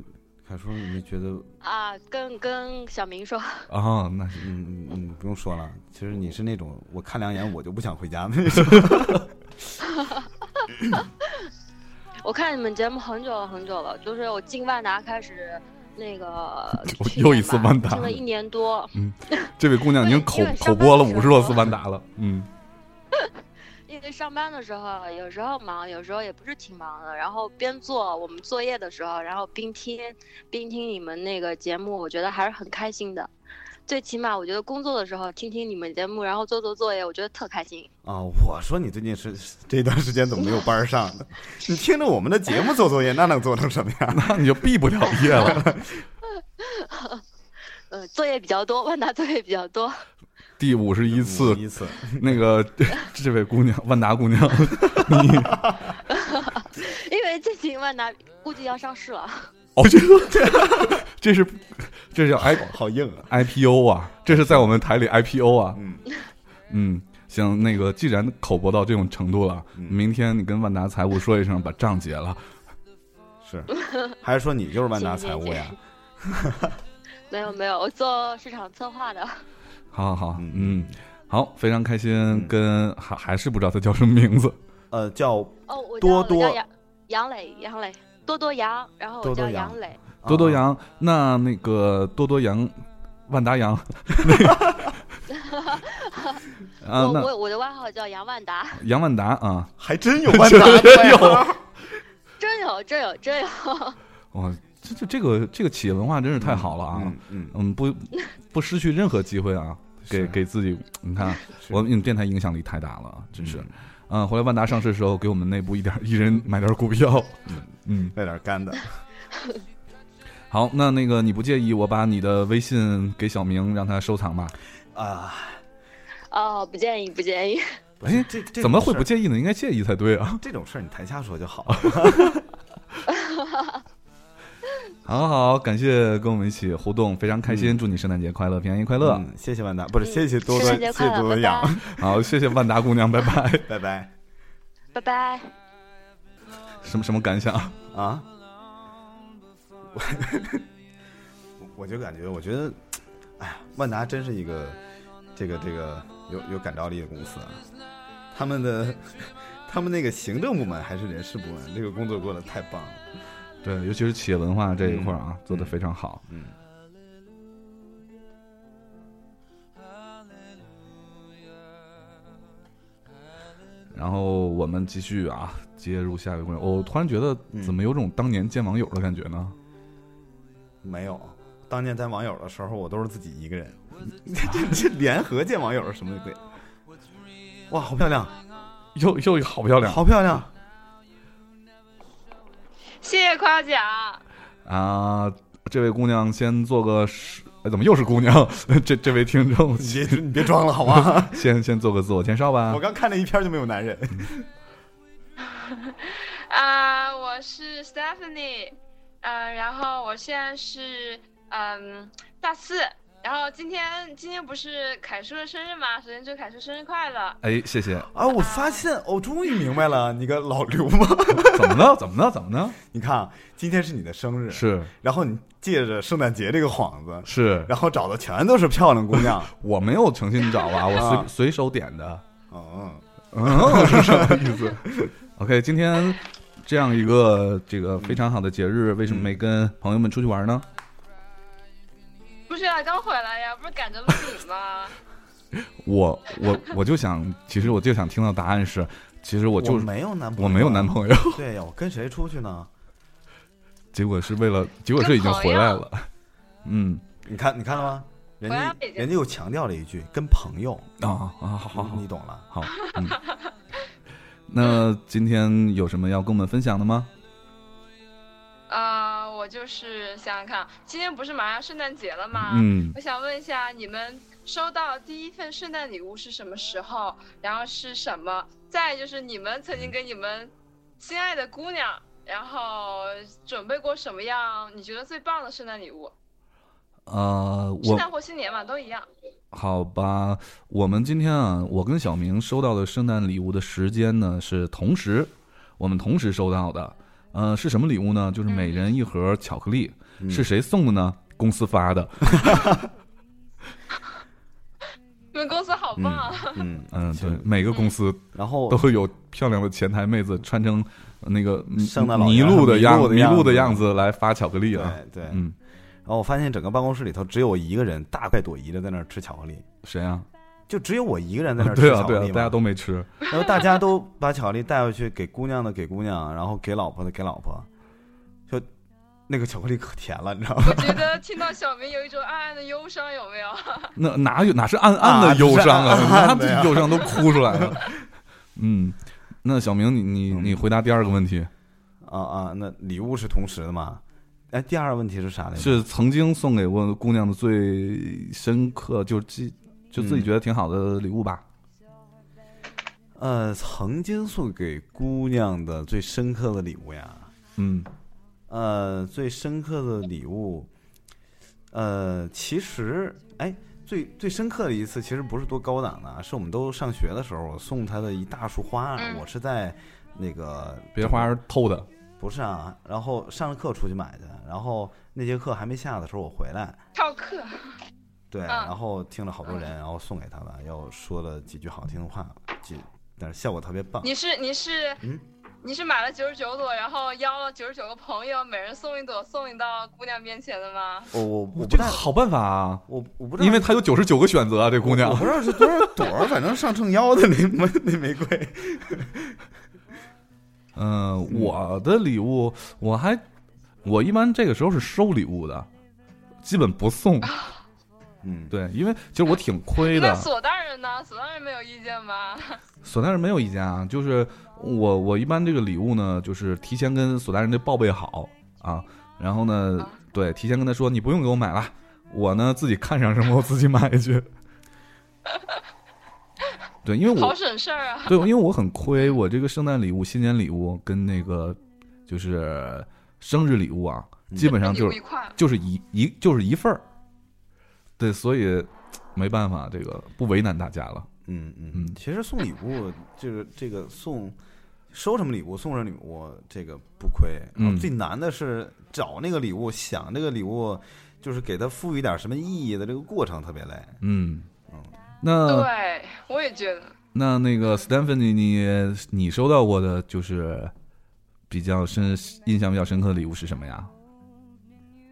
B: 凯叔，你觉得
G: 啊，跟跟小明说，
A: 啊，那是
B: 嗯嗯嗯，不用说了，其实你是那种我看两眼我就不想回家那种。
G: 我看你们节目很久了很久了，就是我进万达开始，那个
A: 又
G: 去
A: 又
G: 年
A: 一次嗯
G: 吧
A: 万达
G: 进了一年多，
A: 这位姑娘已经
G: 对
A: 口
G: 因为上
A: 口播了
G: 班的
A: 五
G: 时
A: 十
G: 候
A: 多次完达了，嗯
G: 因为上班的时候有时候忙，有时候也不是挺忙的，然后边做我们作业的时候，然后边听边听你们那个节目，我觉得还是很开心的。最起码我觉得工作的时候听听你们节目，然后做做作业，我觉得特开心。
B: 啊，我说你最近是这段时间怎么没有班儿上呢？你听着我们的节目做作业， 那能做成什么样？
A: 那你就毕不了业了。
G: 呃，作业比较多，万达作业比较多。
A: 第五十一次，
B: 一次，
A: 那个 这位姑娘，万达姑娘，
G: 因为最近万达估计要上市了，
A: 哦，这个这是这叫 I
B: 好硬啊！
A: IPO 啊，这是在我们台里 IPO 啊。
B: 嗯
A: 嗯，行，那个既然口播到这种程度了，
B: 嗯
A: 明天你跟万达财务说一声，把账结了。
B: 是，还是说你就是万达财务呀？
G: 没有没有，我做市场策划的。
A: 好好好，
B: 嗯
A: 嗯，好，非常开心，跟还还是不知道他叫什么名字，
B: 呃，叫
G: 哦，我
B: 多
G: 叫我叫
B: 多
G: 杨杨磊，杨磊，多多杨，然后
B: 多
G: 我
B: 多
G: 哦叫
B: 杨
G: 杨磊。
A: 多
B: 哦
A: 多羊。那那个多多羊，万达羊， 那个啊，
G: 我
A: 那
G: 我我的外号叫杨万 达，
A: 杨万达啊，
B: 还真 有万达的呀！
G: 真有真有真有。
A: 哇，这这这个这个企业文化真是太好了啊，
B: 嗯嗯，
A: 嗯，不 不失去任何机会啊，给
B: 是
A: 给自己，你看
B: 是
A: 我们电台影响力太大了啊，真是
B: 嗯。
A: 嗯，回来万达上市的时候，给我们内部一点一人买点股票。嗯，
B: 那点 干的，
A: 好，那那个你不介意我把你的微信给小明，让他收藏吗？
B: 啊，
G: 哦，不建议不建议。
B: 不是
A: 哎
B: 这这
A: 怎么会
B: 种事
A: 不
B: 儿
A: 介意呢？应该介意才对 啊！
B: 这种事儿你台下说就好了。
A: 好好，感谢跟我们一起互动，非常开心，祝你圣诞节快乐，平安夜快乐！
B: 嗯，谢谢万达，不是谢谢多
G: 嗯圣
B: 多，
G: 诞
B: 谢
G: 节
B: 谢
G: 快
B: 多
G: 乐，
B: 多
G: 拜
B: 养，
G: 拜
A: 好，谢谢万达姑娘，拜 拜。
B: 拜拜
G: 拜拜。
A: 什么什么感想？
B: 啊！我 我就感觉，我觉得，哎呀，万达真是一个这个这个有有感召力的公司啊，他们的。他们那个行政部门还是人事部门，这个工作做的太棒了。
A: 对，尤其是企业文化这一块儿啊，做的
B: 嗯
A: 非常好。
B: 嗯，嗯
A: 然后我们继续啊，接入下一位观众。我突然觉得，
B: 嗯
A: 怎么有种当年见网友的感觉呢？
B: 没有，当年在网友的时候，我都是自己一个人。 这这联合见网友是什么鬼？哇，好漂亮，
A: 又又好漂亮
B: 好漂亮！
F: 谢谢夸奖。
A: 啊！这位姑娘先做个是，哎，怎么又是姑娘？ 这这位听众
B: 你别你别装了好吗？
A: 先先做个自我介绍吧
B: 我。刚看了一篇就没有男人。
F: 啊、我是 Stephanie，呃，然后我现在是嗯大四，然后今天今天不是凯叔的生日吗？首先祝凯叔生日快乐！
A: 哎，谢谢。
B: 啊，我发现，我、终于明 白了，你个老流氓！
A: 怎么呢？怎么呢？怎么呢？
B: 你看，啊，今天是你的生日，，
A: 是
B: 然后你借着圣诞节这个幌子，
A: 是，
B: 然后找的全都是漂亮姑娘。
A: 我没有诚心找啊，我
B: 啊
A: 随随手 点的。
B: 嗯，
A: 嗯，是什么意思 ？OK，今天这样一个这个非常好的节日，为什么没跟朋友们出去玩呢？
F: 不是啊，刚回来呀，不是赶着录影吗？
A: 我我我就想，其实我就想听到答案是，其实我
B: 我
A: 就
B: 没有男朋友，
A: 我没有男朋友，
B: 友。对呀，我跟谁出去呢？
A: 结果是为了，结果是已经回来了。 嗯
B: 你看，你看了吗？人
F: 我要
B: 家
F: 北京
B: 人家又强调了一句，跟朋友，
A: 啊啊，好好好
B: 你懂了。
A: 好，嗯。那今天有什么要跟我们分享的吗？
H: 呃
F: 啊、我就是想想看，今天不是马上圣诞节了吗？
A: 嗯，
F: 我想问一下，你们
H: 收到第一份圣诞礼物是什么时候，然后是什么，再就是你们曾经给你们心爱的姑娘，然后准备过什么样你觉得最棒的圣诞礼物？
A: 呃，
H: 圣
A: 我
H: 诞或新年嘛，都一样。
A: 好吧，我们今天啊，我跟小明收到的圣诞礼物的时间呢是同时，我们同时收到的。呃，是什么礼物呢？就是每人一盒巧克力。
B: 嗯
A: 是谁送的呢？公司发的。
H: 你们公司好棒啊！
B: 嗯
A: 嗯， 对
B: 行，
A: 每个公司
B: 然后
A: 都会有漂亮的前台妹子穿成那个
B: 圣诞老
A: 泥
B: 人
A: 嗯路的样
B: 麋鹿的
A: 麋鹿的
B: 样
A: 样
B: 子
A: 子来发巧克力
B: 对
A: 啊。
B: 对，然
A: 嗯，
B: 后我发现整个办公室里头只有我一个人大快朵颐的在那儿吃巧克力，
A: 谁啊？
B: 就只有我一个人在那儿吃
A: 对啊，
B: 巧
A: 对
B: 克
A: 啊
B: 力，嘛
A: 大家都没吃。
B: 然后大家都把巧克力带回去给姑娘的给姑娘，然后给老婆的给老婆，就那个巧克力可甜了，你知道吗？
H: 我觉得听到小明有一种暗暗的忧伤，有没有？
A: 那哪有哪是暗暗的忧伤啊？
B: 啊
A: 他
B: 这是暗暗
A: 们
B: 的呀
A: 忧伤都哭出来了。嗯，那小明，你你
B: 嗯
A: 你回答第二个问题，
B: 啊啊，那礼物是同时的嘛？哎，第二个问题是啥来着？
A: 是曾经送给过姑娘的最深刻，就记就自己
B: 嗯
A: 觉得挺好的礼物吧？
B: 呃，曾经送给姑娘的最深刻的礼物呀，
A: 嗯
B: 呃，最深刻的礼物，呃，其实哎，最最深刻的一次其实不是多高档的啊，是我们都上学的时候，我送她的一大束花，啊
H: 嗯
B: 我是在那个
A: 别花儿偷的。
B: 不是啊，然后上了课出去买的，然后那节课还没下的时候我回来，
H: 翘课，
B: 对，
H: 嗯
B: 然后听了好多人，然后送给她的，又说了几句好听的话，几，但是效果特别棒。
H: 你是你是、
B: 嗯
H: 你是买了九十九朵，然后邀了九十九个朋友，每人送一朵，送你到姑娘面前的吗？
B: 我我我不
A: 这个
B: 太
A: 好办法啊，
B: 我我不知道，
A: 因为她有九十九个选择啊，这姑
B: 我
A: 娘
B: 不。知道是多少朵儿，反正上秤腰的那玫那玫瑰。
A: 嗯，我的礼物我还我一般这个时候是收礼物的，基本不送。
B: 嗯，
A: 对，因为其实我挺亏的
H: 那。索大人呢？索大人没有意见吧？
A: 索大人没有意见啊，就是我我一般这个礼物呢，就是提前跟索大人这报备好啊，然后呢
H: 啊，
A: 对，提前跟他说你不用给我买了，我呢自己看上什么我自己买 去。对，因为
H: 好
A: 我
H: 省事儿 啊！
A: 对，因为我很亏，我这个圣诞礼物、新年礼物跟那个就是生日礼物啊，
B: 嗯
A: 基本上
H: 礼
A: 就
H: 物
A: 是
H: 一块，
A: 就是一一就是一份儿。对，所以没办法，这个不为难大家了。
B: 嗯
A: 嗯
B: 嗯嗯，其实送礼物就是这个送收什么礼物送什么礼物，这个不亏。啊
A: 嗯
B: 然后最难的是找那个礼物，想这个礼物，就是给它赋予点什么意义的这个过程特别累。
A: 嗯
B: 嗯，
A: 那
H: 对，我也觉得。
A: 那那个 Stephanie，你你收到过的就是比较深、印象比较深刻的礼物是什么呀？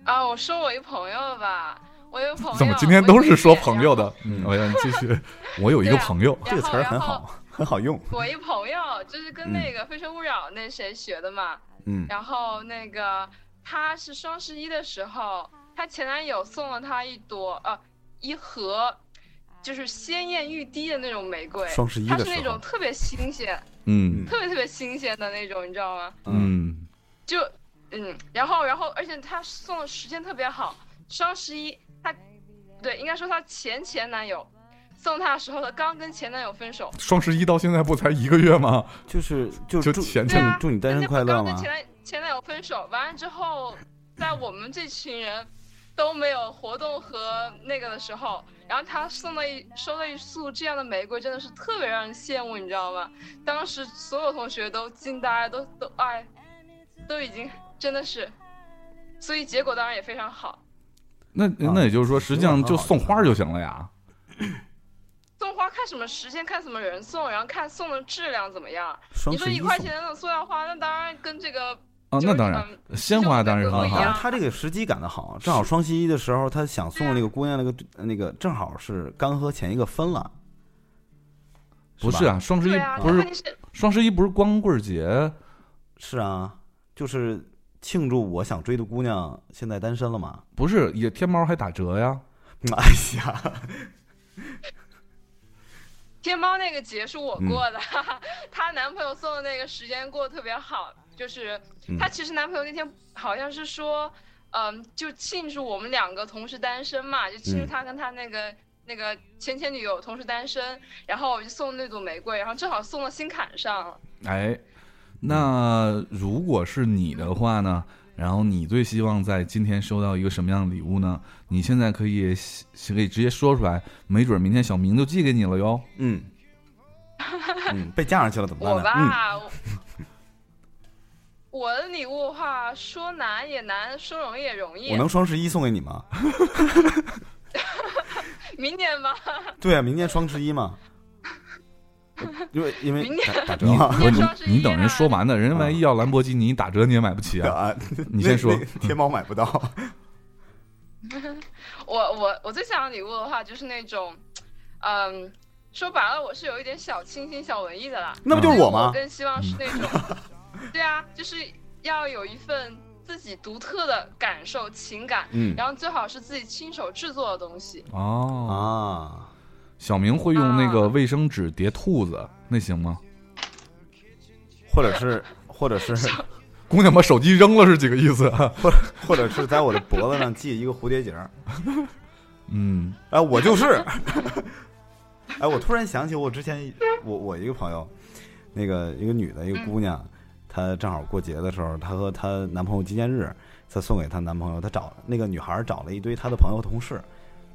H: 啊，我说我一朋友吧，我有朋友。
A: 怎么今天都是说朋友
H: 我
A: 的？嗯，我让你继 续。我有一个朋友，
B: 这个词儿
H: 啊
B: 很
H: 然
B: 好，很好用。
H: 有一个？我一朋友就是跟
A: 嗯
H: 那个《非诚勿扰》那谁学的嘛，
B: 嗯
H: 然后那个她是双十一的时候，她前男友送了她一朵呃一盒，就是鲜艳欲滴的那种玫瑰。
B: 双十一
H: 它
B: 的
H: 是
B: 时
H: 那
B: 候
H: 种特别新鲜，
A: 嗯
H: 特别特别新鲜的那种，你知道吗？
A: 嗯
H: 就嗯，然后然后，而且他送的时间特别好，双十一他，对，应该说他前前男友送他的时候，他刚跟前男友分手，
A: 双十一到现在不才一个月吗？
B: 就是就
A: 就
B: 是祝
A: 前
H: 对
A: 阵
H: 啊，
B: 祝你单身
H: 人家
B: 快乐
H: 刚跟
B: 嘛
H: 前男前男友分手，完了之后，在我们这群人都没有活动和那个的时候，然后他送了一收了一束这样的玫瑰，真的是特别让人羡慕，你知道吗？当时所有同学都惊呆，都都哎，都已经真的是，所以结果当然也非常好。
A: 那
B: 啊
A: 那也就是说，实际上就送花就行了呀。
H: 送花看什么时间，看什么人送，然后看送的质量怎么样。
B: 双
H: 你说
B: 十一
H: 一
B: 送
H: 块。钱的那种塑料花，那当然跟这个
A: 啊，那当然，鲜花当然是
H: 不
A: 很好
H: 一
B: 然
H: 样
B: 后他这个时机赶得好，啊正好双十一的时候，他想送那个姑娘那个那个，正好是刚和前一个分了，
A: 不
B: 吧
A: 是啊？双十一
H: 对啊，
A: 不
H: 但
A: 是
H: 问题是
A: 双十一不是光棍节？
B: 是啊，就是庆祝我想追的姑娘现在单身了嘛。
A: 不是也天猫还打折呀？
B: 哎呀，
H: 天猫那个节是
B: 嗯
H: 我过的，哈哈，她男朋友送的那个时间过得特别好，就是
B: 嗯
H: 她其实男朋友那天好像是说，嗯，就庆祝我们两个同时单身嘛，就庆祝
B: 嗯
H: 她跟她那个那个前前女友同时单身，然后我就送那朵玫瑰，然后正好送到心坎上了。
A: 哎，那如果是你的话呢？然后你最希望在今天收到一个什么样的礼物呢？你现在可以可以直接说出来，没准明天小明就寄给你了哟。
B: 嗯，嗯，被架上去了怎么办
H: 我
B: 呢？嗯
H: 吧，我我的礼物的话，说难也难，说容易也容
B: 嗯，
H: 易
B: 我。能双十一送给你吗？
H: 明年吧，
B: 对啊，明年双十 一嘛，因为因为
H: 明
B: 打打折
A: 你
B: 啊
A: 不是
H: 双十一
A: 你，你等人说完呢，人家
B: 啊
A: 万一要兰博基尼打折你也买不起啊。
B: 啊，
A: 你先说
B: 那，那天猫买不到，
H: 我我我最想要的礼物的话，就是那种，嗯，说白了，我是有一点小清新、小文艺的啦。
B: 那不就是我
H: 我
B: 吗？
H: 更希望是那 种，对啊，就是要有一份自己独特的感受、情感，
B: 嗯
H: 然后最好是自己亲手制作的东西。
A: 哦，
B: 啊，
A: 小明会用那
H: 啊
A: 个卫生纸叠兔子，那行吗？
B: 或者是或者是
A: 姑娘把手机扔了是几个意思？啊
B: 或者或者是在我的脖子上系一个蝴蝶结儿，
A: 嗯，
B: 哎，我就是。哎，我突然想起我之前我我一个朋友，那个一个女的，一个姑娘，她正好过节的时候，她和她男朋友纪念日，她送给她男朋友，她找那个女孩找了一堆她的朋友同事，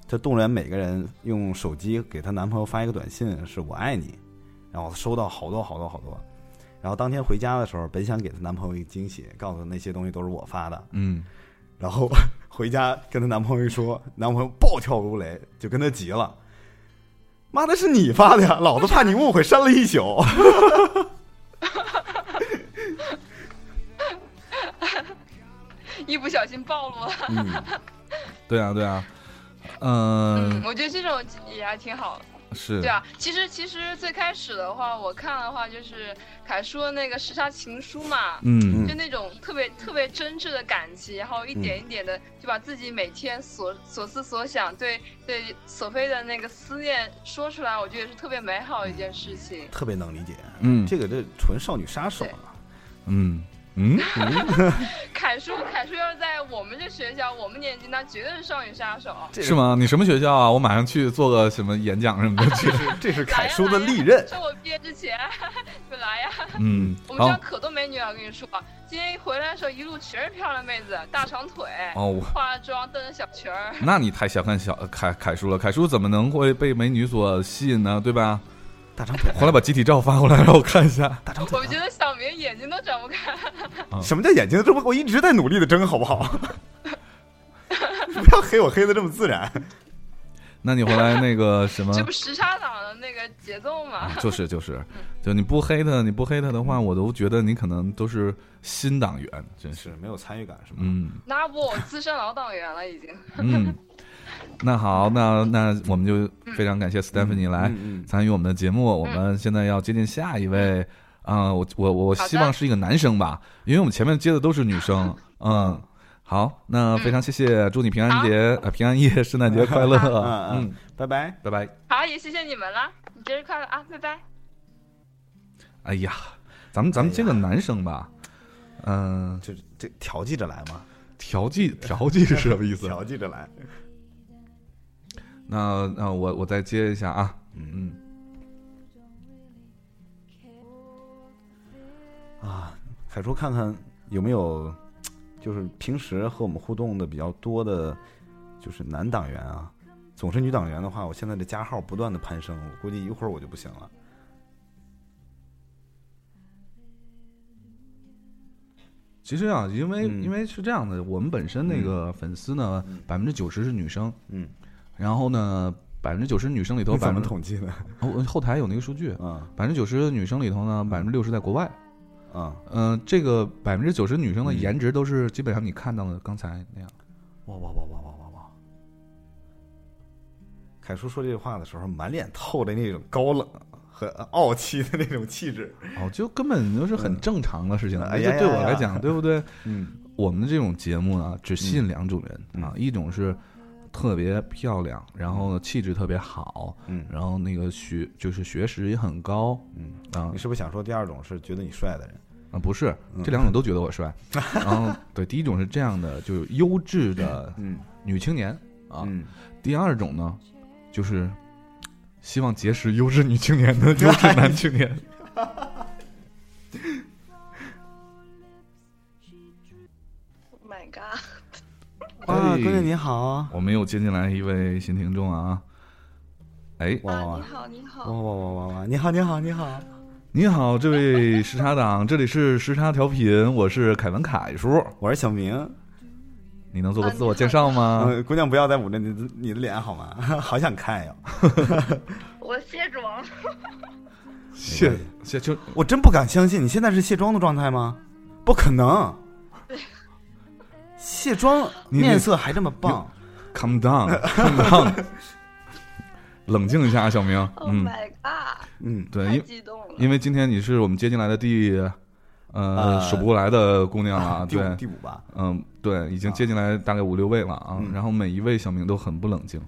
B: 她动员每个人用手机给她男朋友发一个短信，是我爱你，然后收到好多好多好多。然后当天回家的时候，本想给她男朋友一个惊喜，告诉她那些东西都是我发的，
A: 嗯，
B: 然后 回家跟她男朋友一说，男朋友暴跳如雷，就跟她急了：“妈的，是你发的呀！老子怕你误会，删了一宿。
H: 一不小心暴露了，”
B: 嗯，
A: 对啊，对啊，嗯
H: 嗯，， 我觉得这种也还挺好的。
A: 是
H: 对，啊，其实其实最开始的话，我看的话就是凯叔的那个《时差情书》嘛，
A: 嗯
H: 就那种特别特别真挚的感情，然后一点一点的就把自己每天所所思所想，对对索菲的那个思念说出来，我觉得也是特别美好的一件事情。
B: 特别能理解。
A: 嗯
B: 这个这纯少女杀手啊！
A: 嗯 嗯，
H: 凯叔凯叔要是在我们这学校，我们年级那绝对是少女杀手。
B: 这
A: 是？吗？你什么学校啊？我马上去做个什么演讲什么的去
B: 这。啊是这是
H: 来
B: 凯
H: 呀
B: 叔的
H: 来呀
B: 利 刃。
H: 趁我毕业之前，你们来呀！
A: 嗯，
H: 我们学校
A: 好
H: 可多美女了，我跟你说，今天一回来的时候，一路全是漂亮妹子，大长腿。
A: 哦，我
H: 化了妆，蹬着小裙儿，
A: 那你太小看小呃凯凯叔了。凯叔怎么能会被美女所吸引呢？对吧？
B: 大长腿，
A: 后来把集体照发过来让我看一下。
B: 大长腿
H: 我。觉得小明眼睛都睁不开。？
A: 啊
B: 什么叫眼睛？这不我一直在努力的争，好不好？ 不要黑我黑的这么自然。
A: 那你回来那个什么
H: 这不时差党的那个节奏吗？
A: 啊就是就是，就你不黑他，你不黑他的话，我都觉得你可能都是新党员，真是。
B: 是没有参与感是吗？
A: 嗯
H: 那不，我资深老党员了已经。
A: 嗯，那好，那那我们就非常感谢 Stephanie 来
B: 嗯嗯
A: 参与我们的节目。我们现在要接近下一位，啊、我我我
H: 好的
A: 希望是一个男生吧，因为我们前面接的都是女 生。嗯，好，那非常谢谢，祝你平安节、呃、平安夜、圣诞节快乐。
B: 嗯
A: 嗯
B: 嗯，，拜拜。
A: 拜拜。
H: 好，也谢谢你们了，你节日快乐啊，拜拜。
A: 哎呀，咱们咱们接个男生吧。嗯、
B: 这这调剂着来嘛，
A: 调剂调剂是什么意思？
B: 调剂着来。
A: 那那我我再接一下啊，嗯
B: 啊，海叔，看看有没有，就是平时和我们互动的比较多的，就是男党员啊。总是女党员的话，我现在的加号不断的攀升，我估计一会儿我就不行了。
A: 其实啊，因为、
B: 嗯
A: 因为是这样的，我们本身那个粉丝呢，百分之九十是女生，
B: 嗯，
A: 然后呢，百分之九十女生里头，
B: 你
A: 百
B: 怎么
A: 分之
B: 统计的？
A: 哦后台有那个数据，
B: 啊
A: 百分之九十女生里头呢，百分之六十在国外。
B: 啊！
A: 嗯、这个百分之九十女生的
B: 嗯
A: 颜值都是基本上你看到的刚才 那样。
B: 哇哇哇哇哇哇哇！凯叔说这话的时候，满脸透着那种高冷和傲气的那种气质。
A: 哦，就根本就是很正常的事情，
B: 嗯哎
A: 这
B: 呀呀
A: 对我
B: 呀
A: 来 讲，对不对？
B: 嗯
A: 我们的这种节目呢，只吸引两种人、
B: 嗯
A: 啊，一种是特别漂亮，然后呢气质特别好，
B: 嗯
A: 然后那个学就是学识也很高
B: 嗯，
A: 啊
B: 你是不是想说第二种是觉得你帅的人？
A: 啊，不是
B: 嗯
A: 这两种都觉得我 帅，然后对，第一种是这样的，就是优质的
B: 嗯
A: 女青年啊，
B: 嗯
A: 第二种呢就是希望结识优质女青年 的优质男青年。
F: Oh my god！
B: 啊，姑娘你
A: 好，
B: 好，
A: 我们又接进来一位新听众啊，哎，
B: 哇
F: 啊，
B: 哇
F: 你好，你
B: 哇
F: 好
B: 哇，哇哇哇，啊你好你好你好，
A: 你好，这位时差党，这里是时差调频，我是凯文凯叔，
B: 我是小明。
A: 你能做个
F: 啊
A: 自我介绍吗？
B: 嗯，姑娘不要再捂着你的 你的脸好吗？好想看呀，
F: 我卸妆。
A: 谢谢，就
B: 我真不敢相信你现在是卸妆的状态吗？不可能，卸妆
A: 你
B: 面色还这么棒，
A: calm down，calm down，冷静一下，啊，小明，
F: Oh
A: 嗯，
F: my god！
B: 嗯，
A: 对，
F: 太
A: 因
F: 激动了。
A: 因为今天你是我们接进来的第，呃，
B: 呃啊
A: 数不过来的姑娘了，
B: 第五
A: 对，
B: 第五吧，
A: 嗯，对，已经接进来大概五六位了啊，
B: 嗯
A: 然后每一位小明都很不冷静，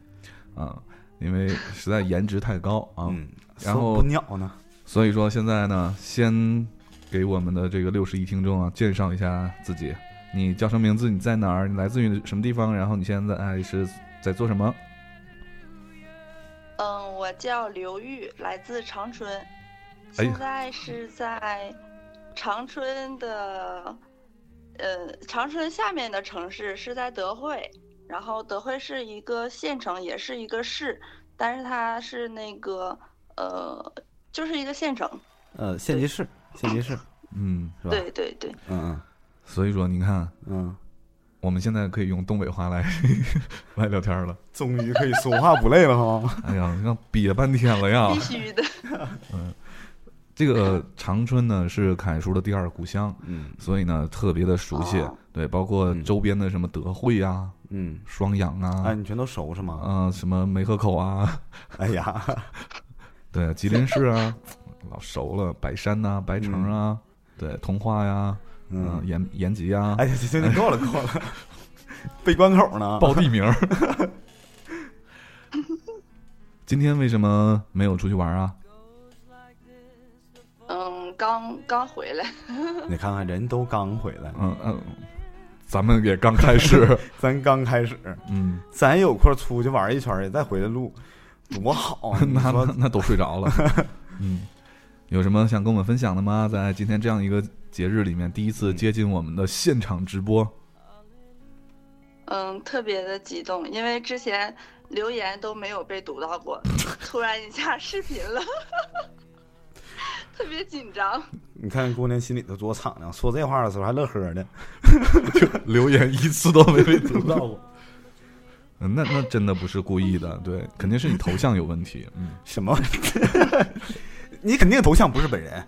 A: 啊，因为实在颜值太高啊，
B: 嗯，
A: 然后
B: 说不尿呢，
A: 所以说现在呢，先给我们的这个六十一听众啊，介绍一下自己，你叫什么名字？你在哪儿？你来自于什么地方？然后你现在哎是在做什么？
F: 嗯，我叫刘玉，来自长春，现在是在长春的，呃，长春下面的城市是在德惠，然后德惠是一个县城，也是一个市，但是它是那个呃，就是一个县城。
B: 呃，县级市，县级市，
A: 嗯，
B: 是吧？
F: 对对对，
B: 嗯
A: 所以说你看，
B: 嗯嗯，
A: 我们现在可以用东北话来 来聊天了。
B: 终于可以说话不累 了哈，
A: 哎呀，你看憋半天了呀
F: 必。须的。
A: 这个长春呢是凯叔的第二故乡，
B: 嗯
A: 所以呢特别的熟悉。
F: 哦
A: 对，包括
B: 嗯
A: 周边的什么德惠啊、
B: 嗯，
A: 双阳
B: 哎，
A: 啊、
B: 你全都熟是吗？
A: 嗯、什么梅河口啊，
B: 哎呀，
A: 对，吉林市啊， 老熟了，白山呐、白城啊，对，通化呀、嗯、
B: 嗯，
A: 延延吉呀、
B: 哎呀，行行，行够了够了， 被关口呢，
A: 报地名儿。 今天为什么没有出去玩啊？
F: 嗯，刚刚回来，
B: 你看看人都刚回来，
A: 嗯嗯，咱们也刚开始，
B: 咱刚开始，
A: 嗯，
B: 咱有空出去玩一圈儿，也再回来录，多好啊！你
A: 那
B: 说
A: 那那都睡着 了，嗯，有什么想跟我们分享的吗？在今天这样一个节日里面，第一
B: 嗯
A: 次接近我们的现场直播，
F: 嗯，特别的激动，因为之前留言都没有被读到过， 突然一下视频了， 特别紧张。
B: 你看姑娘心里头多敞亮，说这话的时候还乐呵 的。
A: 留言一次都没被读到过。嗯，那那真的不是故意的，对，肯定是你头像有问题。嗯，
B: 什么？你肯定头像不是本人，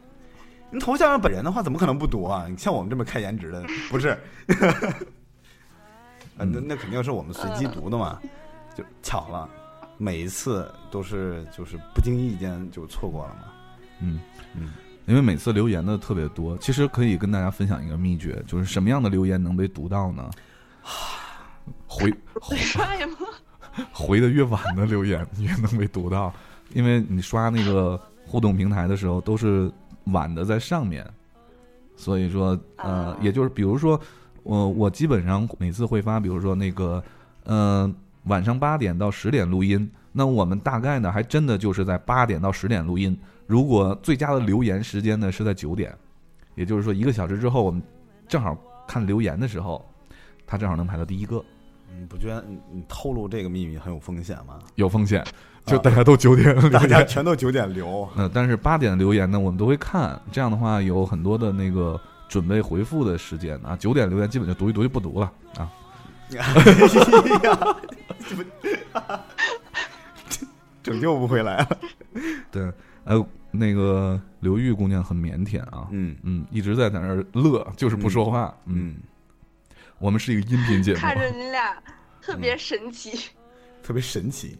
B: 你头像是本人的话，怎么可能不多啊？你像我们这么看颜值的，不是？ 啊，那那肯定是我们随机读的嘛，就巧了，每一次都是就是不经意间就错过了嘛。
A: 嗯
B: 嗯，
A: 因为每次留言的特别多，其实可以跟大家分享一个秘诀，就是什么样的留言能被读到呢？回
F: 很帅吗？
A: 回的越晚的留言越能被读到，因为你刷那个互动平台的时候都是晚的在上面，所以说呃
F: 啊，
A: 也就是比如说我我基本上每次会发，比如说那个嗯晚上八点到十点录音，那我们大概呢还真的就是在八点到十点录音，如果最佳的留言时间呢是在九点，也就是说一个小时之后我们正好看留言的时候，他正好能排到第一个。
B: 你不觉得你你透露这个秘密很有风险吗？
A: 有风险，就
B: 啊
A: 大家都九点留
B: 大家
A: 言。
B: 全都九点留，
A: 呃，但是八点的留言呢，我们都会看。这样的话，有很多的那个准备回复的时间啊。九点留言基本就读一读就不读了 啊。
B: 哎呀，这不拯救不回来了。
A: 对，呃，那个刘玉姑娘很腼腆啊，
B: 嗯
A: 嗯，一直在在那儿乐，就是不说话。嗯，
B: 嗯，
A: 我们是一个音频节目。
F: 看着你俩特
B: 嗯
F: 别神奇，
B: 特别神奇。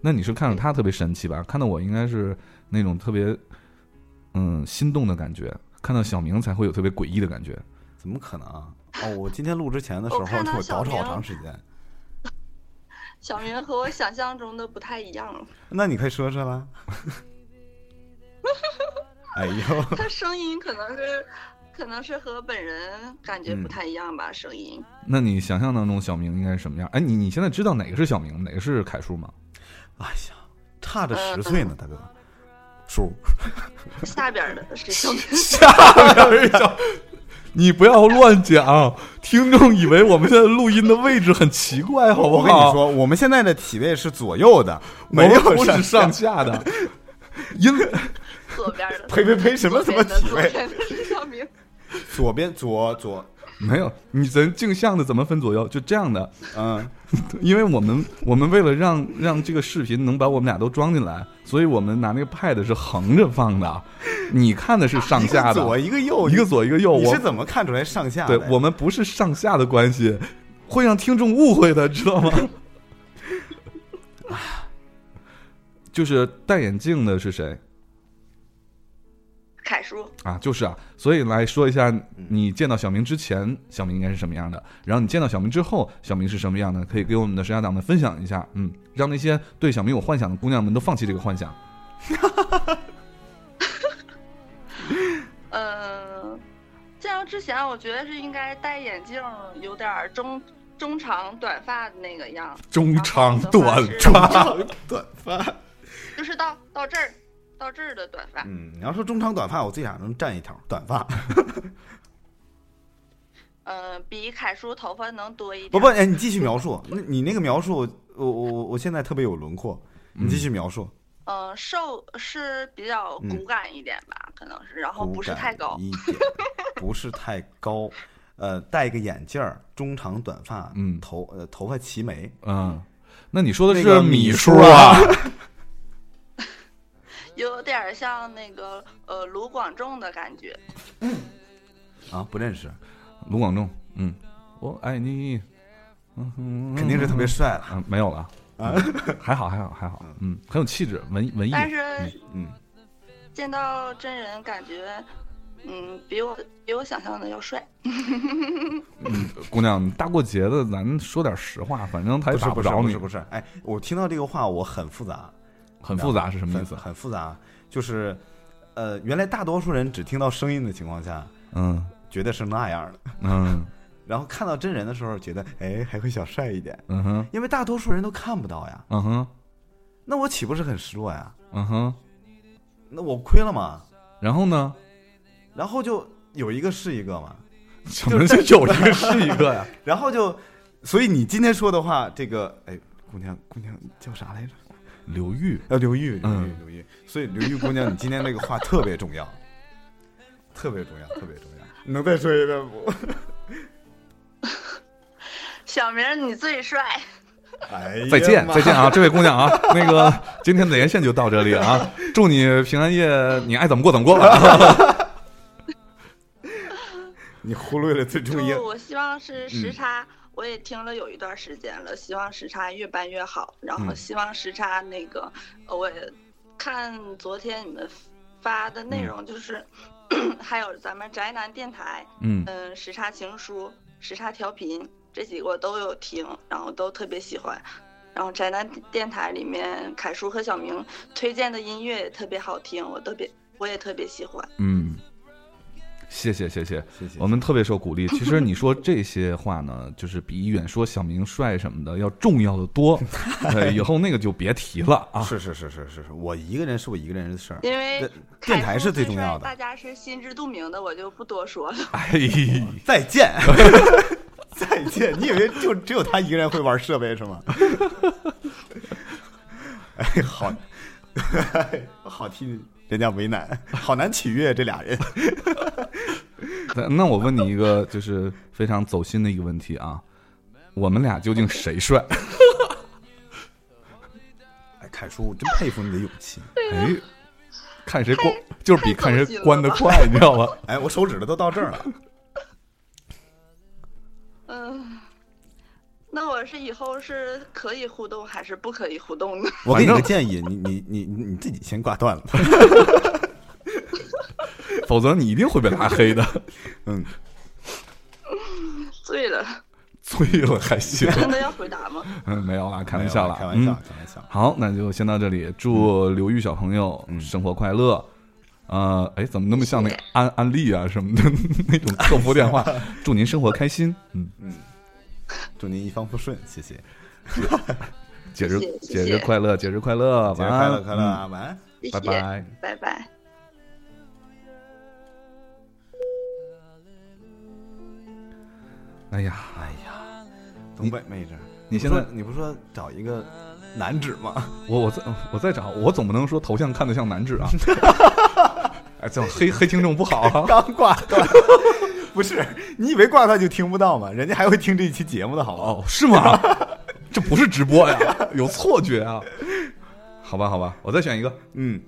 A: 那你是看着他特别神奇吧？看到我应该是那种特别嗯心动的感觉，看到小明才会有特别诡异的感觉。
B: 怎么可能啊？ 哦，我今天录之前的时候，
F: 我
B: 我
F: 看到
B: 我
F: 小
B: 倒饬好
F: 明
B: 长时间。
F: 小明和我想象中的不太一样。
B: 那你快说说啦。哎呦，
F: 他声音可能是，可能是和本人感觉
A: 嗯
F: 不太一样吧，声音。
A: 那你想象当中小明应该是什么样？哎，你你现在知道哪个是小明，哪个是凯叔吗？
B: 哎呀，差着十岁呢，大哥，叔，
C: 下边的是小
A: 你不要乱讲，啊听众以为我们现在录音的位置很奇怪，好不
B: 我
A: 好？
B: 跟你，说，我们现在的体位是左右的，没有
A: 不是
B: 上
A: 上。下 的，因
C: 左边的，
B: 呸呸呸！ 什么什么体
C: 左
A: 哎
B: 位？
C: 边的是小明，
B: 左边左左，
A: 没有你咱镜像的怎么分左右？就这样的，
B: 嗯，
A: 因为我们我们为了让让这个视频能把我们俩都装进来，所以我们拿那个 pad 是横着放的，你看的是上下
B: 一个左
A: 的，
B: 一个右，
A: 一个左一个右，
B: 你
A: 我
B: 是怎么看出来上下的
A: 对
B: 呀？
A: 我们不是上下的关系，会让听众误会的，知道 吗？就是戴眼镜的是谁
C: 凯叔，
A: 啊？就是啊，所以来说一下，
B: 嗯
A: 你见到小明之前，小明应该是什么样的？然后你见到小明之后，小明是什么样的？可以给我们的时家党们分享一下，嗯，让那些对小明有幻想的姑娘们都放弃这个幻想。
I: 呃，见到之前我觉得是应该戴眼镜，有点儿中中长短发的那个样，
A: 中
B: 啊
I: 长短
A: 发，
B: 短发。
I: 就是到到这儿到这儿的短发。
B: 嗯，你要说中长短发，我最想能占一条短发。
I: 呃，比凯叔头发能多一点。
B: 不不，哎，你继续描述，那你那个描述，我我我我现在特别有轮廓，你继续描述。
I: 呃，瘦是比较骨感一点吧，可能是，然后
B: 嗯骨
I: 不是
B: 感
I: 太高。
B: 一点，不是太高，呃，戴个眼镜儿，中长短发，
A: 嗯
B: 头呃头发齐眉，
A: 嗯，那你说的
B: 那个
A: 是
B: 米
A: 叔
B: 叔
A: 啊
B: 啊？
I: 有点儿像那个呃卢广仲的感觉，
B: 啊，不认识，
A: 卢广仲，嗯，我爱你，嗯
B: 肯定是特别帅了。
A: 嗯，没有了。啊，还好，还好，还好，嗯，很有气质，文文艺，
I: 但是
B: 嗯，
I: 见到真人感觉，嗯，比我比我想象的要帅。
A: 嗯姑娘，大过节的，咱说点实话，反正他
B: 不
A: 也
B: 是
A: 打
B: 不是
A: 着
B: 不
A: 你
B: 是，不是，哎，我听到这个话我很复杂，
A: 很复杂是什么
B: 很
A: 意思？
B: 很复杂，就是呃，原来大多数人只听到声音的情况下，
A: 嗯
B: 觉得是那样的，
A: 嗯
B: 然后看到真人的时候，觉得哎还会小帅一点，
A: 嗯哼
B: 因为大多数人都看不到呀，
A: 嗯哼
B: 那我岂不是很失落呀？
A: 嗯哼，
B: 那我亏了嘛，
A: 然后呢？
B: 然后就有一个是一个嘛，
A: 什么就有一个是一个呀？
B: 然后就，所以你今天说的话，这个哎，姑娘姑娘叫啥来着？
A: 刘玉，
B: 呃，刘玉，刘玉
A: 嗯，
B: 刘玉。所以刘玉姑娘，你今天那个话特别重要，特别重要，特别重要。你能再说一遍不？
I: 小明儿，你最帅。
B: 哎呀，
A: 再见
B: 妈
A: 再见！啊，这位姑娘啊，那个今天的连线就到这里啊，祝你平安夜，你爱怎么过怎么过吧。
B: 你忽略了最重
I: 就
B: 要。
I: 我希望是时
B: 嗯
I: 差，我也听了有一段时间了，希望时差越办越好。然后
B: 嗯
I: 希望时差那个，呃我也看昨天你们发的
B: 嗯
I: 内容，就是、 还有咱们宅男电台，
A: 嗯
I: 嗯，时差情书、时差调频这几个我都有听，然后都特别喜欢。然后宅男电台里面，凯叔和小明推荐的音乐也特别好听，我特别我也特别喜欢。
A: 嗯，谢谢谢谢，
B: 谢谢
A: 我们特别受鼓 励。其实你说这些话呢，就是比远说小明帅什么的要重要的 多。呃，以后那个就别提了啊。
B: 是是是是是是，我一个人是我一个人的事儿。
I: 因为
B: 电
I: 凯
B: 台
I: 叔
B: 是最重
I: 帅
B: 要的
I: 大家是心知肚明的，我就不多说了。
A: 哎，
B: 再 见，再见。你以为就只有他一个人会玩设备 是吗？哎，好， 好替人家为难，好难取悦这俩人。
A: 那那我问你一个，就是非常走心的一个问题啊，我们俩究竟谁帅？
B: 哎，凯叔，我真佩服你的勇气。
A: 哎，看谁关，就是比看谁关得快，你知道吗？
B: 哎，我手指头都到这儿了。
I: 嗯，那我是以后是可以互动还是不可以互动呢？
B: 我给你个
A: 反正
B: 建议，你你你你你自己先挂断了。
A: 否则你一定会被拉黑的。
B: 嗯，
I: 醉了，
A: 醉了还行？
I: 真的要回答吗？
A: 嗯，没有啊，开玩笑啦，
B: 开玩笑
A: 嗯，
B: 开玩笑。
A: 好，那就先到这里。祝刘玉小朋友
B: 嗯
A: 生活快乐。呃，哎，怎么那么像那个安安利啊什么的 那种客服电 话？祝您生活开心。嗯，
B: 祝您一帆风顺，谢谢。
A: 节日
J: 谢谢
A: 节
J: 谢
A: 日
J: 谢
A: 快乐，节日快乐，
B: 节日
A: 晚
B: 快
A: 安，
B: 乐，快乐啊，
A: 嗯，
B: 晚安。
J: 谢
A: 拜
J: 谢，
A: 拜。
J: 拜拜。
A: 哎呀，
B: 哎呀，东北妹子，
A: 你
B: 不
A: 现
B: 说
A: 在
B: 你不说找一个男纸吗？
A: 我我再我再找，我总不能说头像看得像男制 啊。哎，这样黑黑听众不好啊。
B: 刚挂断， 不是？你以为挂断就听不到吗？人家还会听这一期节目的，好不好？
A: 哦，是吗？这不是直播呀， 有错觉啊。好吧，好吧，我再选一个。
B: 嗯，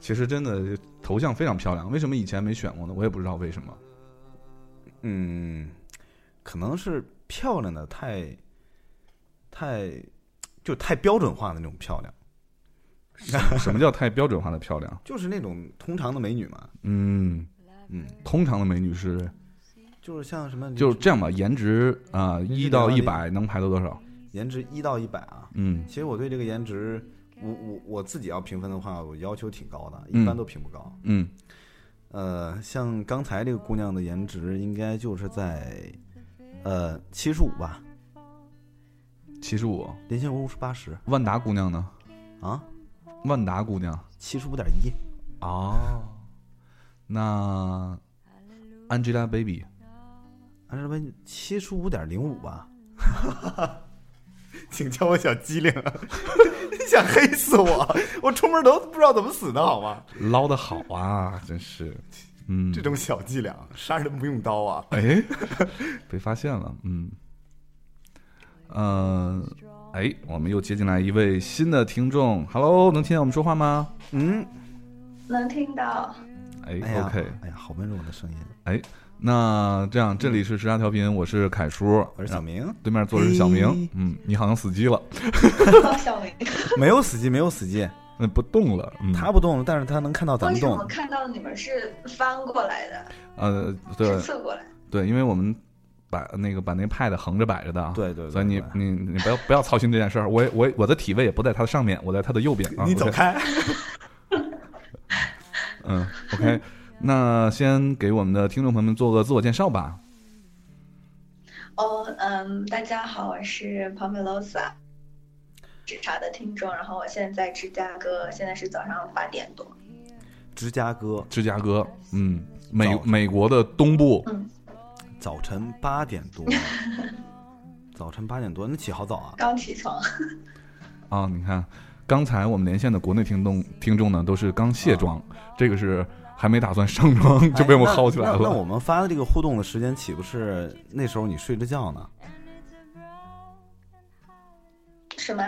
A: 其实真的头像非常漂亮，为什么以前没选过呢？我也不知道为什么。
B: 嗯，可能是 漂亮的太，太就太标准化的那种漂亮，
A: 什么叫太标准化的漂亮？
B: 就是那种通常的美女嘛。
A: 嗯，
B: 嗯，
A: 通常的美女是
B: 就是像什么，
A: 就是这样吧，颜值啊一到一百能排到多少？
B: 颜值一到一百啊。
A: 嗯
B: 其实我对这个颜值，我我我自己要评分的话，我要求挺高的，
A: 嗯
B: 一般都评不高。
A: 嗯，
B: 呃，像刚才这个姑娘的颜值，应该就是在呃七十五吧，
A: 七十五。
B: 林心如是八十
A: 万达姑娘呢？
B: 啊，
A: 万达姑娘
B: 七十五点一。
A: 哦，那 Angelababy
B: 安什么七十五点零五吧？请叫我小机灵，啊 你想黑死我？我出门都不知道怎么死的好吗？
A: 捞的好啊， 真是，嗯，
B: 这种小伎俩，杀人不用刀啊！
A: 哎， 被发现了，嗯，呃，哎，我们又接进来一位新的听众，Hello，能听见我们说话吗？
B: 嗯，
J: 能听到，
A: 哎
B: 哎呀
A: o k
B: 哎呀，好温柔的声音，
A: 哎那这样，这里是时差调频，我是凯叔，
B: 我是小明，
A: 对面坐的是小明
B: 哎，
A: 嗯，你好像死机了，
J: 小明，
B: 没有死机，没有死机，
A: 那不动了，嗯，
B: 他不动，但是他能看到哦咱
J: 为
B: 们
J: 什么
B: 动。
J: 看到你们是翻过来的，
A: 呃，对
J: 是，侧过来？
A: 对，因为我们把那个把那 pad 横着摆着的啊。
B: 对对对
A: 所以你
B: 对
A: 你你不要不要操心这件事儿，我也我也我的体位也不在它的上面，我在它的右边啊。
B: 你
A: 我
B: 走
A: 在。
B: 开，
A: 嗯，OK，那先给我们的听众朋友们做个自我介绍吧。
J: 哦，嗯，大家好，我是 Pomelosa，时差的听众，然后我现在在芝加哥，现在是早上八点多。
B: 芝加哥
A: 芝加哥，嗯，美
B: 早
A: 美国的东部，
J: 嗯
B: 早晨八点 多，早晨八点多，那起好早啊！
J: 刚起床，
A: 啊，你看，刚才我们连线的国内听众听众呢，都是刚卸妆，这个是还没打算上妆 就被我
B: 啊哎那
A: 薅起来
B: 那那
A: 了。
B: 我们发的这个互动的时间，岂不是那时候你睡着觉呢？
J: 是吗？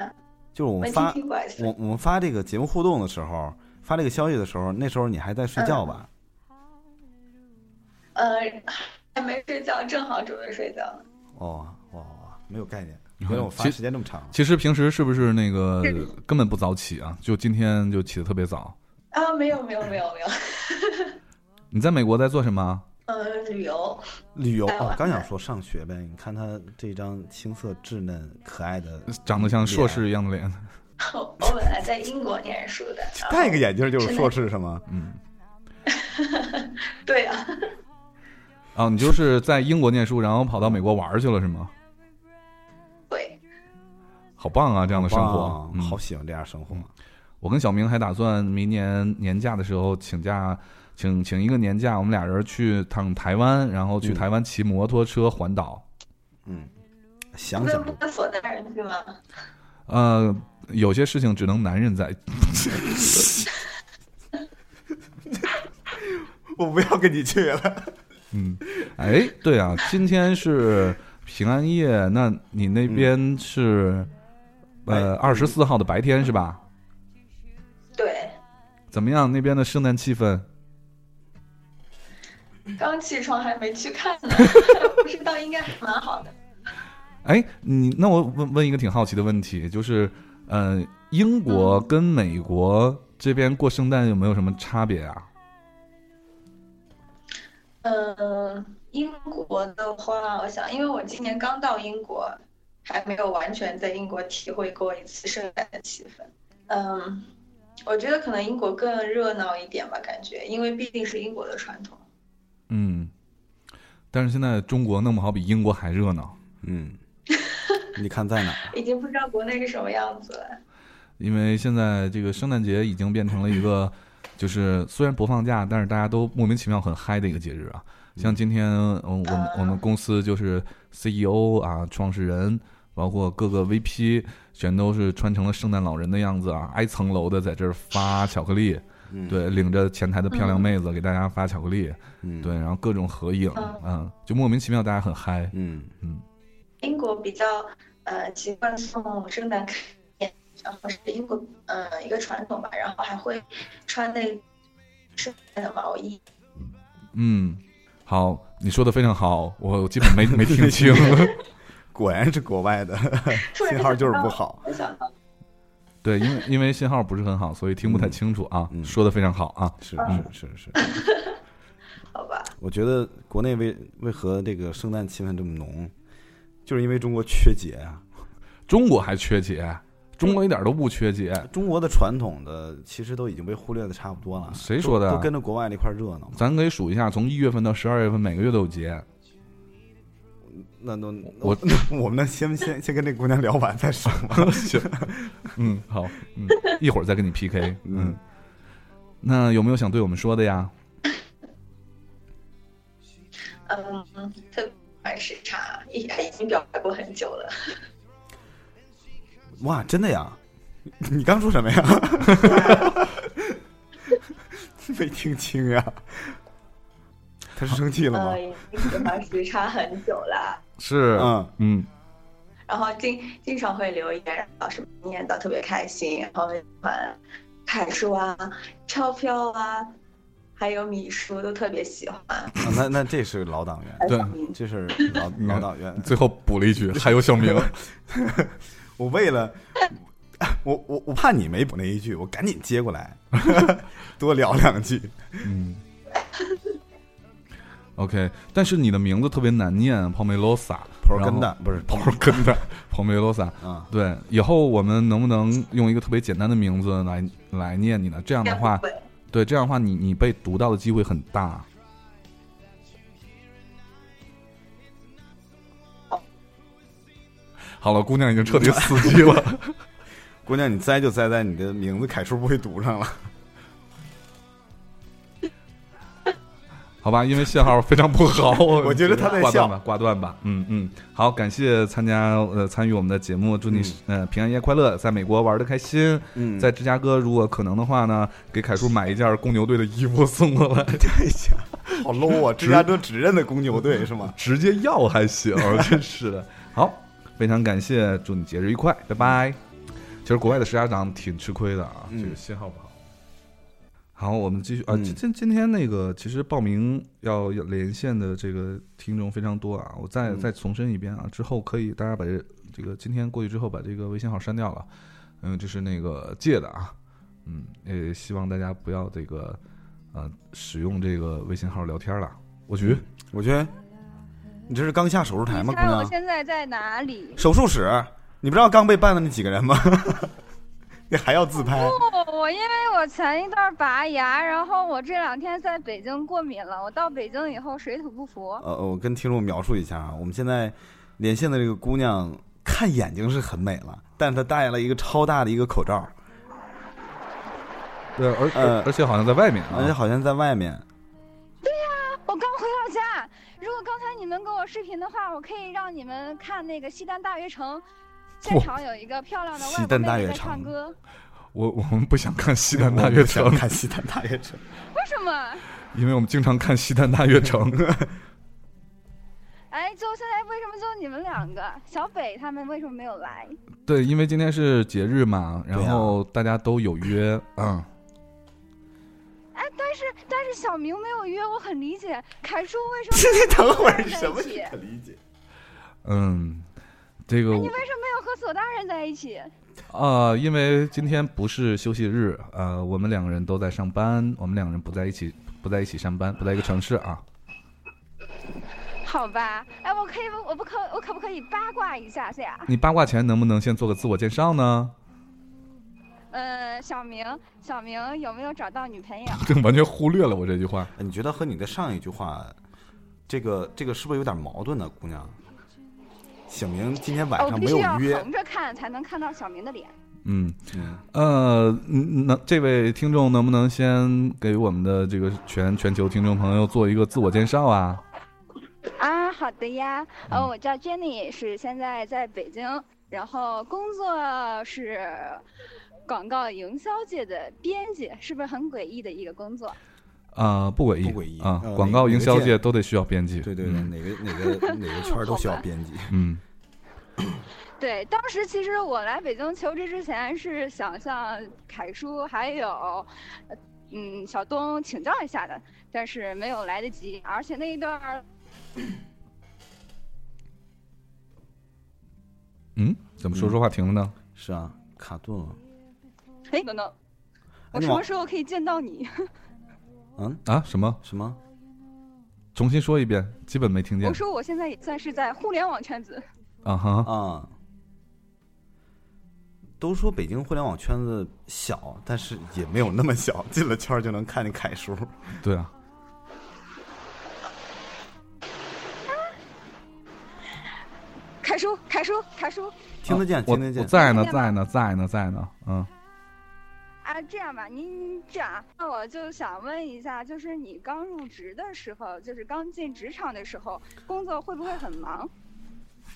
B: 就是我
J: 没
B: 们
J: 听
B: 发
J: 听过还是
B: 我我们发这个节目互动的时候，发这个消息的时候，那时候你还在睡觉吧？
J: 呃，还没睡觉，正好准备睡觉呢。
B: 哦，哇哇哇，没有概念，
A: 嗯
B: 原来我发时间这么长。
A: 其实平时是不是那个根本不早起啊？就今天就起得特别早。
J: 啊，没有没有没有 没有，
A: 你在美国在做什么啊？
J: 呃，旅游，
B: 旅游
J: 哎我
B: 哦，刚想说上学呗，你看他这张青涩稚嫩可爱的，
A: 呃长得像硕
B: 脸，
A: 士一样的脸。
J: 我我本来在英国念书的。然 后
B: 戴个眼镜就是硕士是吗？
A: 嗯，
J: 对啊，
A: 啊，你就是在英国念书，然后跑到美国玩儿去了是吗？
J: 对，
A: 好棒啊，这样的生活
B: 哇，
A: 嗯
B: 好喜欢这样生活。
A: 我跟小明还打算明年年假的时候请假，请请一个年假，我们俩人去趟台湾，然后去
B: 嗯
A: 台湾骑摩托车环岛。
B: 嗯，想
J: 跟
B: 想
J: 不是所在人去吗？
A: 呃，有些事情只能男人在。
B: 我不要跟你 去了。
A: 嗯，哎，对啊，今天是平安夜，那你那
B: 嗯
A: 边是、呃二十四号的白天是吧？
J: 对，
A: 怎么样？那边的圣诞气氛？
J: 刚起床还没去看呢， 不知道应该还蛮好的。
A: 哎，你那我问问一个挺好奇的问题，就是，呃，英国跟美国这边过圣诞有没有什么差别啊？
J: 嗯，英国的话，我想，因为我今年刚到英国，还没有完全在英国体会过一次圣诞的气氛。嗯，我觉得可能英国更热闹一点吧，感觉，因为毕竟是英国的传统。
A: 嗯，但是现在中国弄不好比英国还热闹。
B: 嗯，你看在哪儿？
J: 已经不知道国内是什么样子了。
A: 因为现在这个圣诞节已经变成了一 个，就是虽然不放假，但是大家都莫名其妙很嗨的一个节日啊。像今天，嗯，我们我们公司就是 CEO 啊，创始人，包括各个 VP，全都是穿成了圣诞老人的样子啊，挨层楼的在这儿发巧克力，
B: 嗯
A: 对，领着前台的漂亮妹子给大家发巧克力，
B: 嗯
A: 对，然后各种合影，
J: 嗯
A: 嗯，就莫名其妙大家很嗨，
B: 嗯
A: 嗯，
J: 英国比较呃习惯送圣诞卡片，然后是英国呃一个传统吧，然后还会穿那个圣诞的毛衣。
A: 嗯，好，你说的非常好，我基 本没没听清。
B: 果然是国外的
J: 突然
B: 信号就是不好。
J: 没想到，
A: 对，因为因为信号不是很好，所以听不太清楚啊。
B: 嗯嗯
A: 说的非常好啊，
B: 是是是是，
J: 好吧，
B: 我觉得国内为为何这个圣诞气氛这么浓，就是因为中国缺节啊。
A: 中国还缺节，中国一点都不缺节。
B: 中国的传统的其实都已经被忽略的差不多了。
A: 谁说的啊
B: 都都跟着国外那块热闹嘛。
A: 咱可以数一下，从一月份到十二月份，每个月都有节。
B: 那都
A: 我
B: 我们先先先跟这姑娘聊完再说 吧。行，
A: 嗯， 好，嗯，一会儿再跟你 PK。嗯
B: 嗯，
A: 那有没有想对我们说的呀？
J: 嗯，特别欢时差，已已经表白过很久了。
B: 哇，真的呀？ 你刚说什么呀？ 没听清呀？他是生气了吗
J: 呃，？已经喜欢时差很久了，
A: 是
B: 嗯
A: 嗯，
J: 然后经经常会留言，然后什么念叨特别开心，然后喜欢凯叔啊、钞票啊，还有米叔都特别喜欢。
B: 啊那那这是老党员，
A: 对
J: 嗯
B: 这是老老党员。
A: 最后补了一句，还有小明。
B: 我为了我我我怕你没补那一句，我赶紧接过来， 多聊两句。
A: 嗯。OK，但是你的名字特别难念，泡梅罗萨，
B: 普尔根的不 是
A: 泡梅根 的，泡梅罗萨，
B: 啊，
A: 对，以后我们能不能用一个特别简单的名字来来念你呢？这样的话，
J: 会
A: 对，这样的话你你被读到的机会很大。好了，姑娘已经彻底死机了。
B: 姑娘，你栽就栽在你的名字凯叔不会读上了。
A: 好吧，因为信号非常不 好，我
B: 觉得他在
A: 挂
B: 笑
A: 断吧，挂断吧。嗯嗯，好，感谢参加呃参与我们的节目，祝你、呃平安夜快乐，在美国玩的开心。
B: 嗯
A: 在芝加哥如果可能的话呢，给凯叔买一件公牛队的衣服送过 来，
B: 好 low 啊！芝加哥只认的公牛队是吗？
A: 直接要还 行，真是的。好，非常感谢，祝你节日愉快，拜拜。其实国外的石家庄挺吃亏的啊，
B: 嗯
A: 这个信号不好。好，我们继续啊，
B: 嗯
A: 今今今天那个其实报名要连线的这个听众非常多啊，我再
B: 嗯
A: 再重申一遍啊，之后可以大家把这这个今天过去之后把这个微信号删掉了，嗯，这是那个借的啊，嗯，也希望大家不要这个呃使用这个微信号聊天了。我去，
B: 嗯我觉得你这是刚下手术台吗？姑
F: 你猜哎我
B: 娘，
F: 现在在哪里？
B: 啊手术室，你不知道刚被办的那几个人吗？ 你还要自拍？
F: 不，哦我因为我前一段拔牙，然后我这两天在北京过敏了。我到北京以后水土不服。
B: 呃，我跟听众描述一下啊，我们现在连线的这个姑娘，看眼睛是很美了，但是她戴了一个超大的一个口罩，
A: 对，而
B: 呃
A: 而且好像在外面
B: 而且
A: 啊，
B: 好像在外面。
F: 我刚回到家。如果刚才你们跟我视频的话，我可以让你们看那个西单大悦城，现
A: 哇
F: 场有一个漂亮的
B: 西
F: 外国
B: 单大
F: 妹
B: 悦
F: 妹在
B: 城
F: 唱歌。
A: 我我们不想看西单大悦
B: 我
A: 城
B: 不想，看西单大 悦城。
F: 为什么？
A: 因为我们经常看西单大悦 城。
F: 哎，就现在为什么就你们两个？小北他们为什么没有来？
A: 对，因为今天是节日嘛，然
B: 对啊
A: 后大家都有约，嗯，
F: 哎，但是但是小明没有约，我很理解。凯叔为什么
B: 你 等会儿
F: 跟
B: 什么
F: 在一起
B: 可理解？
A: 嗯，这个
F: 你
B: 嗯
F: 为什么没有和索大人在一起？
A: 啊、因为今天不是休息日，呃，我们两个人都在上班，我们两个人不在一起，不在一起上班，不在一个城市啊。
F: 好吧，哎，我可以，我不可，我可不可以八卦一下下？
A: 你八卦前能不能先做个自我介绍呢？
F: 呃，小明，小明有没有找到女朋友？
A: 这完全忽略了我这句话。
B: 哎你觉得和你的上一句话，这个这个是不是有点矛盾呢，姑娘？小明今天晚
K: 哦，
B: 上
K: 必
B: 没
K: 须
B: 有
K: 要
B: 约，
K: 横着看才能看到小明的脸。
A: 嗯，
B: 嗯
A: 呃，嗯能这位听众能不能先给我们的这个全全球听众朋友做一个自我介绍啊？
K: 啊，好的呀，呃，
B: 嗯
K: 我叫 Jenny，是现在在北京，然后工作是广告营销界的编辑，是不是很诡异的一个工作？
A: 啊，不诡异，
B: 不诡异
A: 啊
B: 呃，
A: 广
B: 哪
A: 告
B: 哪
A: 营
B: 个
A: 销
B: 界
A: 界都得需要编辑，
B: 对对对，
A: 嗯
B: 哪个哪个哪个圈儿都需要编辑，
A: 嗯
K: 对，当时其实我来北京求职之前是想向凯叔还有，呃嗯，小东请教一下的，但是没有来得及，而且那一段儿
A: 嗯，怎么说
B: 嗯
A: 说话停了呢？
B: 是啊，卡顿了，
K: 哎，等等，我
B: 你
K: 什
B: 往
K: 么时候可以见到你？
B: 嗯，
A: 啊，什么？
B: 什么？
A: 重新说一遍，基本没听见
K: 我。说我现在也算是在互联网圈子，
A: 啊哈，
B: 啊、都说北京互联网圈子小，但是也没有那么小，进了圈儿就能看见凯叔。
A: 对啊，
K: 凯叔，凯叔，凯叔
B: 听得见，
A: 我
B: 听得
A: 啊我
B: 见。
A: 在呢，
K: 听得见
A: 在呢，在呢，在呢，嗯
K: 啊，这样吧，您这样，啊那我就想问一下，就是你刚入职的时候，就是刚进职场的时候，工作会不会很忙？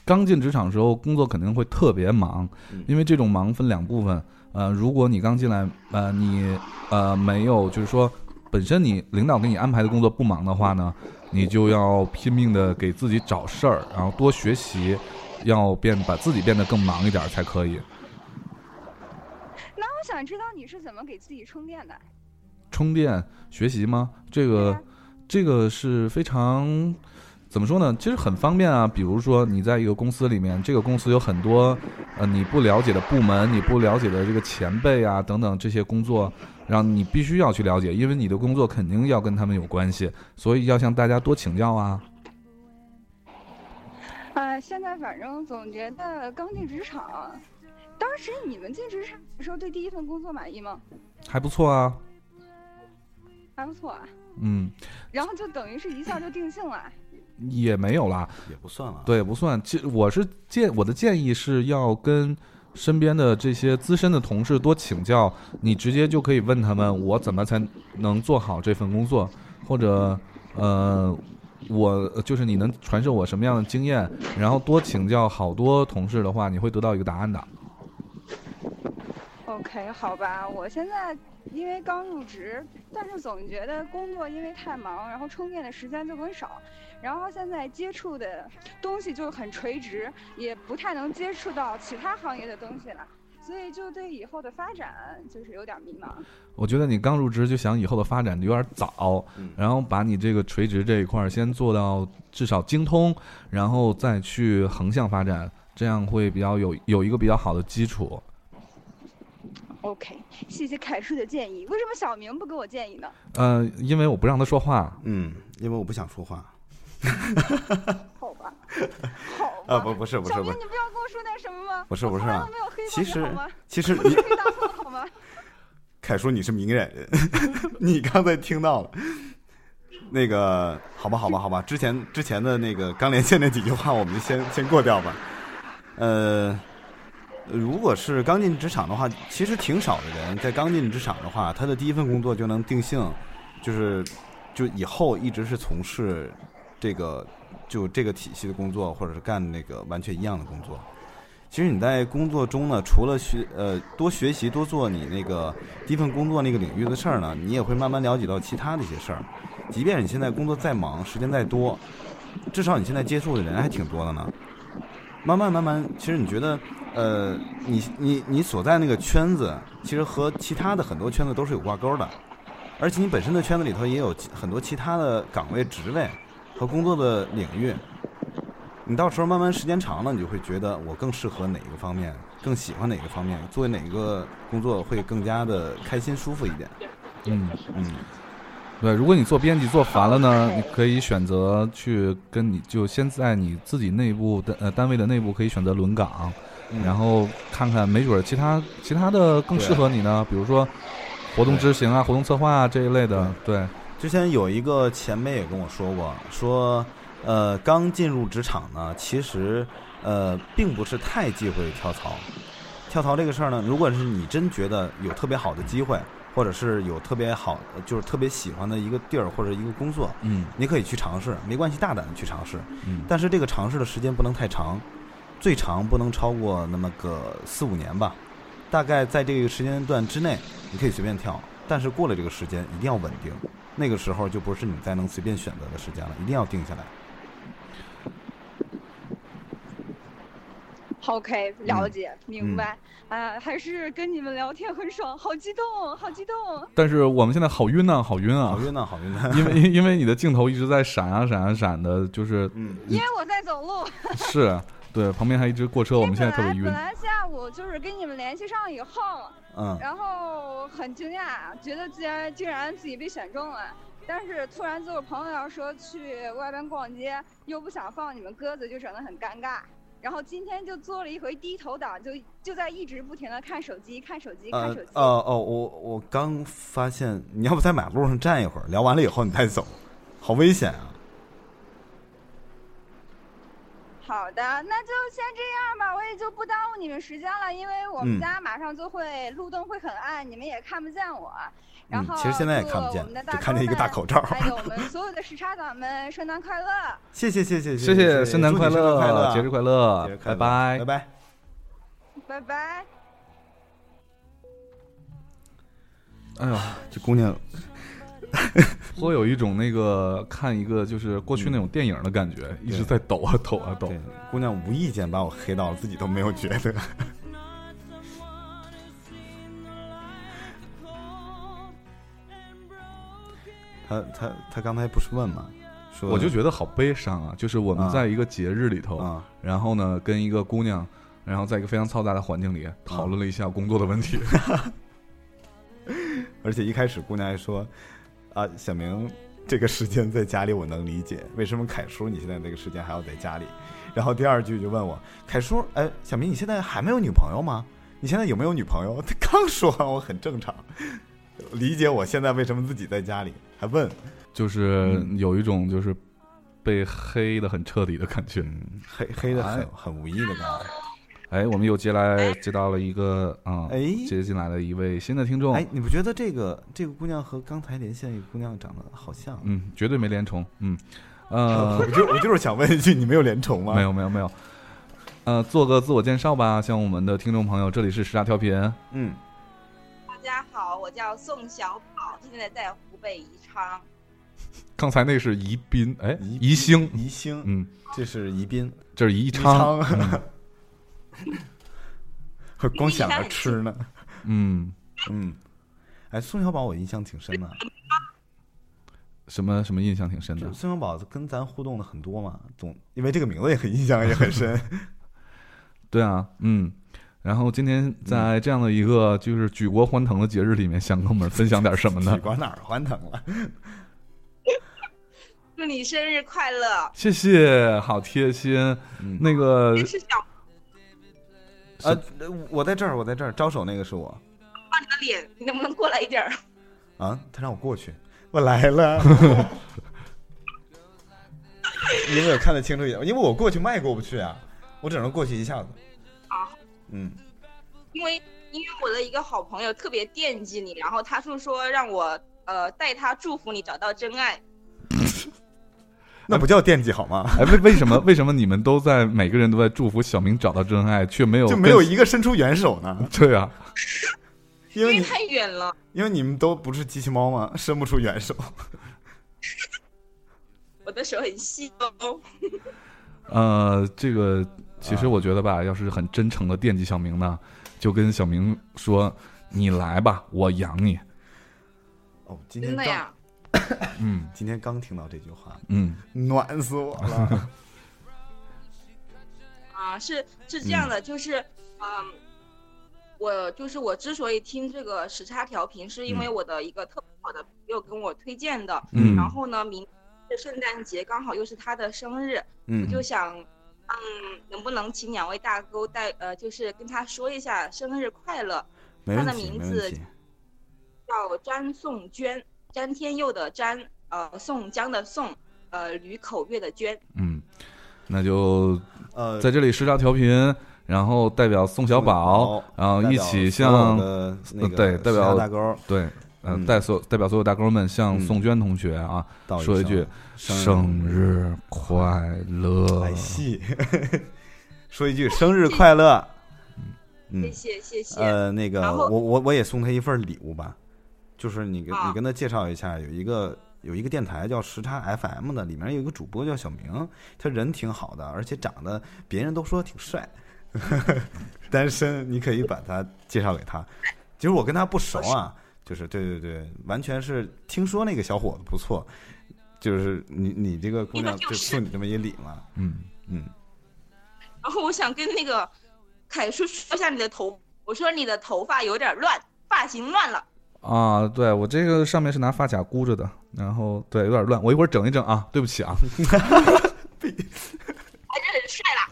A: 刚进职场的时候，工作肯定会特别忙，因为这种忙分两部分。呃，如果你刚进来，呃，你呃没有，就是说本身你领导给你安排的工作不忙的话呢，你就要拼命的给自己找事儿，然后多学习，要变把自己变得更忙一点儿才可以。
K: 那我想知道你是怎么给自己充电的？
A: 充电学习吗？这
K: 对
A: 个
K: 啊，
A: 这个是非常怎么说呢？其实很方便啊。比如说你在一个公司里面，这个公司有很多呃你不了解的部门，你不了解的这个前辈啊等等这些工作，然后你必须要去了解，因为你的工作肯定要跟他们有关系，所以要向大家多请教啊。
K: 呃，现在反正总觉得刚进职场，当时你们进职场的时候对第一份工作满意吗？
A: 还不错啊，
K: 还不错啊，
A: 嗯，
K: 然后就等于是一下就定性了。
A: 也没有啦。
B: 也不算了。，啊
A: 对，不算。其实我是建我的建议是要跟身边的这些资深的同事多请教，你直接就可以问他们，我怎么才能做好这份工作，或者呃，我就是你能传授我什么样的经验，然后多请教好多同事的话，你会得到一个答案的。
K: OK，好吧，我现在因为刚入职，但是总觉得工作因为太忙，然后充电的时间就很少，然后现在接触的东西就很垂直，也不太能接触到其他行业的东西了，所以就对以后的发展就是有点迷茫。
A: 我觉得你刚入职就想以后的发展有点早，
B: 嗯
A: 然后把你这个垂直这一块儿先做到至少精通，然后再去横向发展，这样会比较有有一个比较好的基础。
K: OK，谢谢凯叔的建议，为什么小明不给我建议呢？
A: 呃，因为我不让他说话，
B: 嗯，因为我不想说话。
K: 好吧，好吧，
B: 啊，不，不是，不
K: 小
B: 是，不
K: 明
B: 是，
K: 你不要跟我说那什么吗？
B: 不是，不是
K: 我从来
B: 啊
K: 都没有黑过。
B: 其
K: 你好
B: 实
K: 吗？，
B: 其实你
K: 黑大错好吗？
B: 凯叔，你是明眼人， 你刚才听到了。那个，好吧，好吧，好吧，之前之前的那个刚连线那几句话，我们就先先过掉吧。呃，如果是刚进职场的话，其实挺少的人在刚进职场的话，他的第一份工作就能定性，就是就以后一直是从事这个就这个体系的工作，或者是干那个完全一样的工作。其实你在工作中呢，除了学呃多学习多做你那个呃第一份工作那个领域的事儿呢，你也会慢慢了解到其他的一些事儿。即便你现在工作再忙，时间再多，至少你现在接触的人还挺多的呢。慢慢慢慢，其实你觉得，呃，你你你所在那个圈子，其实和其他的很多圈子都是有挂钩的，而且你本身的圈子里头也有其很多其他的岗位、职位和工作的领域。你到时候慢慢时间长了，你就会觉得我更适合哪个方面，更喜欢哪个方面，做哪个工作会更加的开心舒服一点。
A: 嗯，
B: 嗯，
A: 对，如果你做编辑做烦了呢，你可以选择去跟你就先在你自己内部的呃单位的内部可以选择轮岗，
B: 嗯
A: 然后看看没准儿其他其他的更适合你
B: 啊
A: 呢，比如说活动执行啊、活动策划啊这一类的，对，
B: 之前有一个前辈也跟我说过，说呃，刚进入职场呢，其实呃，并不是太忌讳跳槽。跳槽这个事儿呢，如果是你真觉得有特别好的机会，或者是有特别好，就是特别喜欢的一个地儿或者一个工作，
A: 嗯
B: 你可以去尝试，没关系，大胆的去尝试。
A: 嗯
B: 但是这个尝试的时间不能太长，最长不能超过那么个四五年吧。大概在这个时间段之内，你可以随便跳，但是过了这个时间一定要稳定，那个时候就不是你再能随便选择的时间了，一定要定下来。
K: OK，了解，明白。啊，还是跟你们聊天很爽，好激动，好激动。
A: 但是我们现在好晕呐、好晕啊，
B: 好晕呐、好晕呐、
A: 因为因因为你的镜头一直在闪啊闪啊闪的，就是
B: 嗯，
K: 因为我在走路。
A: 是啊对，旁边还一直过车，我们现在特别
K: 本
A: 晕。
K: 来下午就是跟你们联系上以后，
B: 嗯
K: 然后很惊讶，觉得竟然竟然自己被选中了。但是突然就是朋友要说去外边逛街，又不想放你们鸽子，就整得很尴尬。然后今天就做了一回低头党，就就在一直不停的看手机，看手机，看
B: 呃
K: 手机。
B: 呃哦，我我刚发现，你要不在马路上站一会儿，聊完了以后你再走，好危险啊！
K: 好的，那就先这样吧，我也就不耽误你们时间了，因为我们
B: 嗯
K: 家马上就会路灯会很暗，你们也看不见我。然
B: 嗯
K: 后，
B: 其实现在也
K: 祝
B: 看不见
K: 我们的，
B: 只
K: 大
B: 看见一个大
K: 哥
B: 口罩。
K: 们还有我们所有的时差党们，圣诞快乐！
B: 谢谢谢谢
A: 谢
B: 谢，
A: 圣诞
B: 祝你
A: 快
B: 生日快
A: 乐，
B: 乐，
A: 节日快乐
B: 节日，快
A: 拜拜
B: 乐拜。拜。
K: 拜拜。
A: 哎呦，
B: 这姑娘
A: 颇有一种那个看一个就是过去那种电影的感觉，一直在抖啊抖啊抖
B: 对。，姑娘无意间把我黑到了，自己都没有觉得。 他他他刚才不是问吗？说
A: 我就觉得好悲伤啊！就是我们
B: 啊
A: 在一个节日里头，
B: 啊
A: 然后呢，跟一个姑娘，然后在一个非常嘈杂的环境里讨论了一下工作的问 题。
B: 而且一开始姑娘还说：“啊，小明，这个时间在家里我能理解，为什么凯叔你现在这个时间还要在家里？”然后第二句就问我：“凯叔，哎，小明，你现在还没有女朋友吗？你现在有没有女朋友？”他刚说完，我很正常，理解我现在为什么自己在家里，还问
A: 就是有一种就是被黑的很彻底的感觉。
B: 黑黑的很
A: 哎
B: 很无意的感觉。
A: 哎，我们又接来接到了一个啊，
B: 哎
A: 接进来了一位新的听众，
B: 哎，你不觉得这个这个姑娘和刚才连线那个姑娘长得好像？
A: 嗯，绝对没连虫，嗯，呃
B: 我，就我就是想问一句，你没有连虫吗？
A: 没有没有没有，呃，做个自我介绍吧，向我们的听众朋友，这里是时大调频，
B: 嗯，
L: 大家好，我叫宋小宝，现在在湖北宜昌。
A: 刚才那是宜宾，哎，
B: 宜
A: 宜兴，
B: 宜兴，
A: 嗯，
B: 这是宜宾，
A: 这是宜
B: 宜
A: 昌，
B: 昌嗯光想着吃呢。
A: 嗯，
B: 嗯，哎，宋小宝我印象挺 深的，
A: 什么什么印象挺深的
B: 就。宋小宝跟咱互动的很多嘛，总因为这个名字也很印象也很 深。啊
A: 对啊，嗯。然后今天
B: 嗯
A: 在这样的一个就是举国欢腾的节日里面，想跟我们分享点什么呢
B: 你？管哪儿欢腾了？
L: 祝你生日快乐！
A: 谢谢，好贴心。
B: 嗯
A: 那个
L: 这是小
B: 啊，我在这儿，我在这儿，招手那个是我
L: 胖你的脸，你能不能过来一点儿？
B: 啊，他让我过去，我来 了。你们有看得清楚一点，因为我过去麦过不去啊，我只能过去一下子。
L: 啊，
B: 嗯，
L: 因为因为我的一个好朋友特别惦记你，然后他就说让我呃带他祝福你找到真爱。
B: 那不叫惦记好吗？
A: 哎，为为什么为什么你们都在每个人都在祝福小明找到真爱，却没有
B: 就没有
A: 跟
B: 一个伸出援手呢？
A: 对啊？
B: 因为
L: 因为
B: 你
L: 太远了，
B: 因为你们都不是机器猫吗？伸不出援手。
L: 我的手很细哦。
A: 呃，这个其实我觉得吧，
B: 啊
A: 要是很真诚的惦记小明呢，就跟小明说：“你来吧，我养你。
B: 哦，今天
L: 真的
B: 刚
L: 呀？
A: 嗯”
B: 今天刚听到这句话，
A: 嗯
B: 暖死我 了。
L: 啊，是是这样的，就是嗯。我就是我之所以听这个时差调频，是因为
B: 嗯
L: 我的一个特别好的朋友跟我推荐的。
A: 嗯
L: 然后呢，明天圣诞节刚好又是他的生日，
B: 嗯
L: 我就想，嗯，能不能请两位大哥带呃，就是跟他说一下生日快乐，
B: 没
L: 他
B: 问
L: 的
B: 题，没
L: 名
B: 问
L: 字
B: 题。
L: 叫詹颂娟，詹天佑的詹，呃，宋江的宋，呃吕口月的娟。
A: 嗯，那就
B: 呃
A: 在这里时差调频，然后代表宋小宝，然后一起向
B: 代表所有的那
A: 呃
B: 个
A: 对代
B: 时
A: 表
B: 差大钩
A: 对。呃
B: 嗯
A: 代所代表所有大哥们向
B: 嗯
A: 宋娟同学啊，
B: 道一
A: 说一
B: 声
A: 句
B: 生
A: 生日快乐！
L: 嗯
B: 哎戏，说一句生日快乐。嗯
L: 谢，谢谢谢。
B: 呃，那个
L: 然后
B: 我我我也送他一份礼物吧，就是你跟
L: 啊
B: 你跟他介绍一下，有一个有一个电台叫时差 FM 的，里面有一个主播叫小明，他人挺好的，而且长得别人都说挺帅， 单身，你可以把他介绍给他。其实我跟他不熟啊，就是对对对，完全是听说那个小伙子不错，就是你你这个姑娘就送你这么一礼嘛，
A: 嗯
B: 嗯，
L: 然后我想跟那个凯叔说一下你的头，我说你的头发有点乱，发型乱了。
A: 啊，对我这个上面是拿发卡箍着的，然后对有点乱，我一会儿整一整啊，对不起 啊，
L: 还是很帅啦。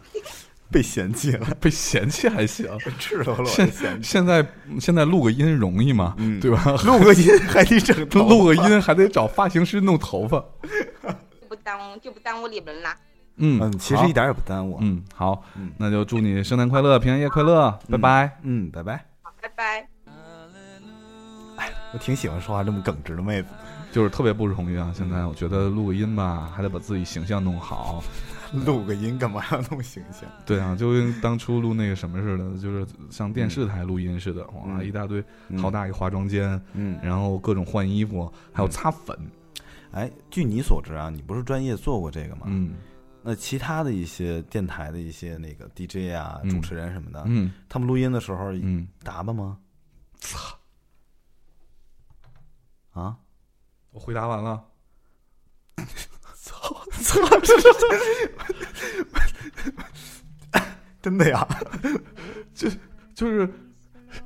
B: 被嫌弃了，
A: 被嫌弃还行，
B: 赤裸裸的
A: 现
B: 嫌弃。嗯
A: 现在现在录个音容易吗？对吧？
B: 录个音还得整头发
A: 录个音还得找发型师弄头发。
L: 就不耽误就不耽误你们啦。
A: 嗯
B: 嗯，其实一点也不耽误。
A: 嗯，好，那就祝你圣诞快乐，平安夜快乐，拜拜。
B: 嗯，拜拜。哎
L: 拜拜。
B: 我挺喜欢说话这么耿直的妹子，
A: 就是特别不容易啊！现在我觉得录个音吧，还得把自己形象弄好。
B: 录个音干嘛要弄形象？
A: 对啊，就跟当初录那个什么似的，就是像电视台录音似的，哇，
B: 嗯
A: 一大堆，好大一个化妆间，
B: 嗯
A: 然后各种换衣服，还有擦粉，
B: 哎，据你所知啊，你不是专业做过这个吗？
A: 嗯，
B: 那其他的一些电台的一些那个 DJ 啊、
A: 嗯
B: 主持人什么的，
A: 嗯，
B: 他们录音的时候，
A: 嗯，
B: 打扮吗？操！啊！
A: 我回答完 了。
B: 操操！ 这这这，真的呀？
A: 就 就是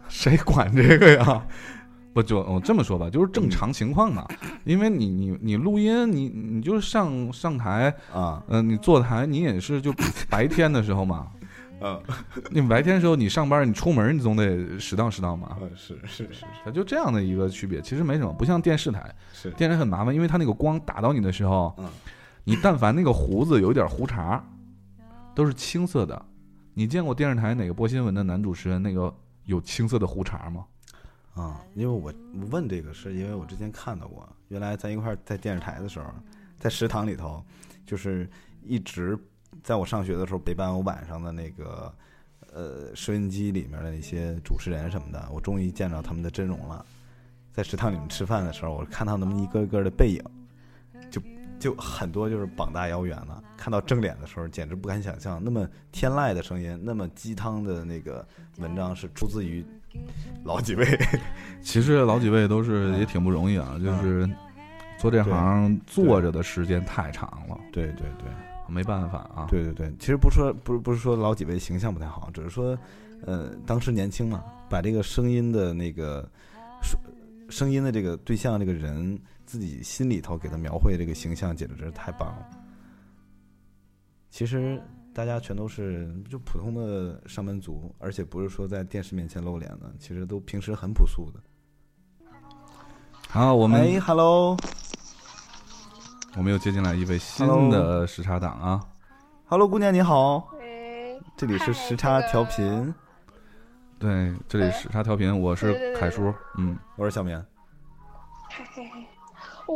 A: 谁管这个呀？ 不就我这么说吧，就是
B: 嗯
A: 正常情况嘛。因为你你你录音，你你就上上台
B: 啊，
A: 嗯、你坐台你也是就白天的时候嘛。
B: 嗯，
A: 你白天的时候你上班你出门你总得拾到拾到嘛。
B: 嗯，是是是，
A: 它就这样的一个区别，其实没什么，不像电视台，
B: 是
A: 电视台很麻烦，因为它那个光打到你的时候，
B: 嗯，
A: 你但凡那个胡子有一点胡茬，都是青色的。你见过电视台哪个播新闻的男主持人那个有青色的胡茬吗？
B: 啊，因为我我问这个是因为我之前看到过，原来咱一块儿在电视台的时候，在食堂里头，就是一直在我上学的时候，北半球晚上的那个呃收音机里面的那些主持人什么的，我终于见到他们的真容了。在食堂里面吃饭的时候，我看到他们一个个的背影，就就很多就是膀大腰圆了。看到正脸的时候，简直不敢想象，那么天籁的声音，那么鸡汤的那个文章是出自于老几位。
A: 其实老几位都是也挺不容易啊，
B: 嗯
M: 嗯
A: 就是做这行坐着的时间太长了，
B: 对对对，
A: 没办法啊。
B: 对对对，其实不说不是不是说老几位形象不太好，只是说，呃，当时年轻嘛，把这个声音的那个说声音的这个对象这个人自己心里头给他描绘这个形象，简直是太棒了。其实大家全都是就普通的上班族，而且不是说在电视面前露脸的，其实都平时很朴素的。
A: 好，我们、
B: 哎，hello
A: 我们又接进来一位新
B: Hello
A: 的时差党啊，
B: hello，姑娘你好，
M: 喂，
B: 这里是
M: 嗨
B: 时差
M: 这个
B: 调频，
A: 对，这里时差调频，我
M: 对对
A: 是
M: 对
A: 凯叔，嗯，
B: 我是小明。
M: 嘿嘿嘿，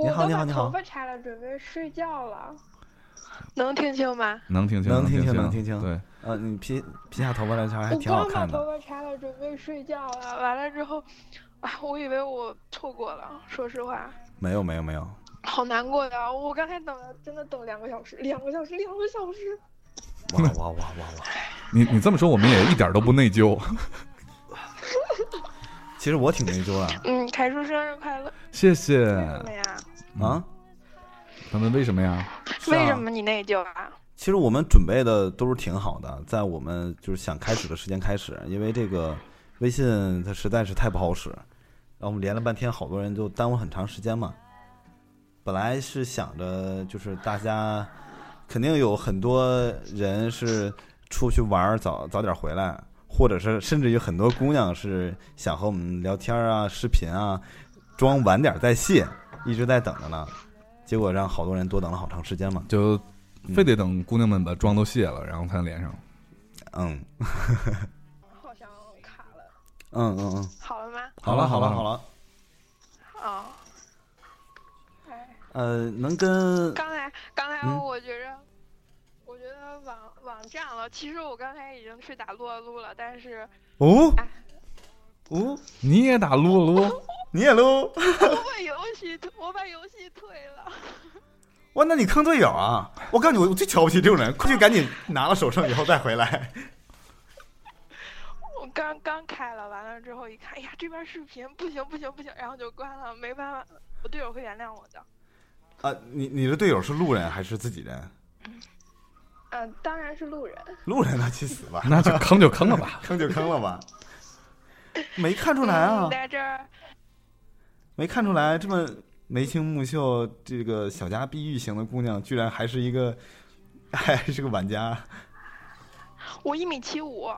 B: 你
M: 我
B: 好
M: 都
B: 你好
M: 把
B: 你好
M: 头发插了，准备睡觉了，能听清吗？
A: 能听清，
B: 能
A: 听
B: 听清，能
A: 听
B: 听清。
A: 对，
B: 呃，你披披下头发来啥还
M: 我
B: 挺好
M: 刚把
B: 看
M: 头
B: 的。
M: 发插了，准备睡觉了，完了之后，啊，我以为我错过了，说实话，
B: 没有，没有，没有。
M: 好难过呀！我刚才等了，真的等两个小时，两个小时，两个小时。
B: 哇哇哇哇哇！
A: 你你这么说，我们也一点都不内疚。
B: 其实我挺内疚啊的
M: 嗯，凯叔生日快乐！
A: 谢谢
M: 为什么呀？
B: 啊。
A: 他们为什么呀？
B: 是
M: 为什
B: 啊，
M: 么你内疚啊？
B: 其实我们准备的都是挺好的，在我们就是想开始的时间开始，因为这个微信它实在是太不好使，然后我们连了半天，好多人就耽误很长时间嘛。本来是想着就是大家肯定有很多人是出去玩儿早早点回来，或者是甚至有很多姑娘是想和我们聊天啊、视频啊，装晚点再卸，一直在等着呢。结果让好多人多等了好长时间嘛。
A: 就非得等姑娘们把妆都卸了，然后才连上。
B: 嗯，
M: 好像卡了。
B: 嗯嗯嗯，
M: 好了吗？
B: 好了好了好了，
M: 哦，
B: 呃，能跟
M: 刚才刚才
B: 嗯
M: 我觉着，我觉得网网站了。其实我刚才已经去打撸啊撸了，但是
A: 哦
M: 哎
B: 哦，
A: 你也打撸啊撸，
B: 你也撸，
M: 我把游戏我把游戏退了。
B: 哇，那你坑队友啊！我告诉你，我最瞧不起这种人，快去赶紧拿了首胜以后再回来。
M: 我刚刚开了，完了之后一看，哎呀，这边视频不行不行不行，然后就关了。没办法，我队友会原谅我的。
B: 啊，你你的队友是路人还是自己人？
M: 嗯、当然是路人。
B: 路人那去死吧，
A: 那就坑就坑了吧，
B: 坑就坑了吧。没看出来啊
M: 嗯，在这儿，
B: 没看出来这么眉清目秀，这个小家碧玉型的姑娘，居然还是一个， 还是个玩家。
M: 我一米七五，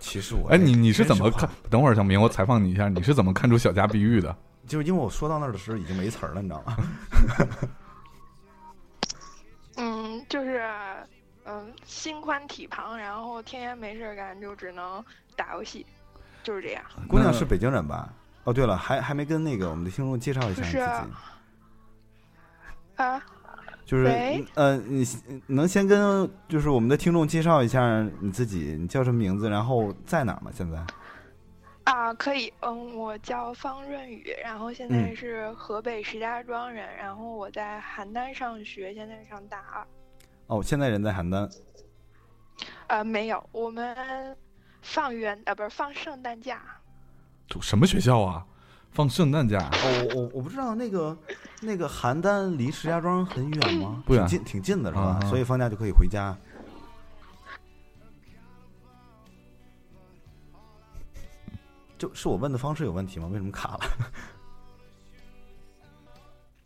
B: 其实 我
A: 哎，你你是
B: 真
A: 怎么看？等会儿小明，我采访你一下，你是怎么看出小家碧玉的？
B: 就是因为我说到那儿的时候已经没词儿了，你知道 吗？
M: 嗯，就是嗯，心宽体胖，然后天天没事儿干，就只能打游戏，就是这样。
B: 姑娘是北京人吧？哦，对了，还还没跟那个我们的听众介绍一下
M: 不
B: 你
M: 是
B: 自己，
M: 啊，
B: 就是
M: 喂
B: 呃，你能先跟就是我们的听众介绍一下你自己，你叫什么名字，然后在哪儿吗？现在？
M: 啊，可以，嗯，我叫方润宇，然后现在
B: 嗯
M: 是河北石家庄人，然后我在邯郸上学，现在上大二。
B: 哦，现在人在邯郸。
M: 呃，没有，我们放元呃不是放圣诞假，
A: 读什么学校啊？放圣诞假？
B: 哦，我我我不知道那个那个邯郸离石家庄很远吗？
A: 不远
B: 挺近挺近的是吧？
A: 啊啊
B: 所以放假就可以回家。就是我问的方式有问题吗？为什么卡了？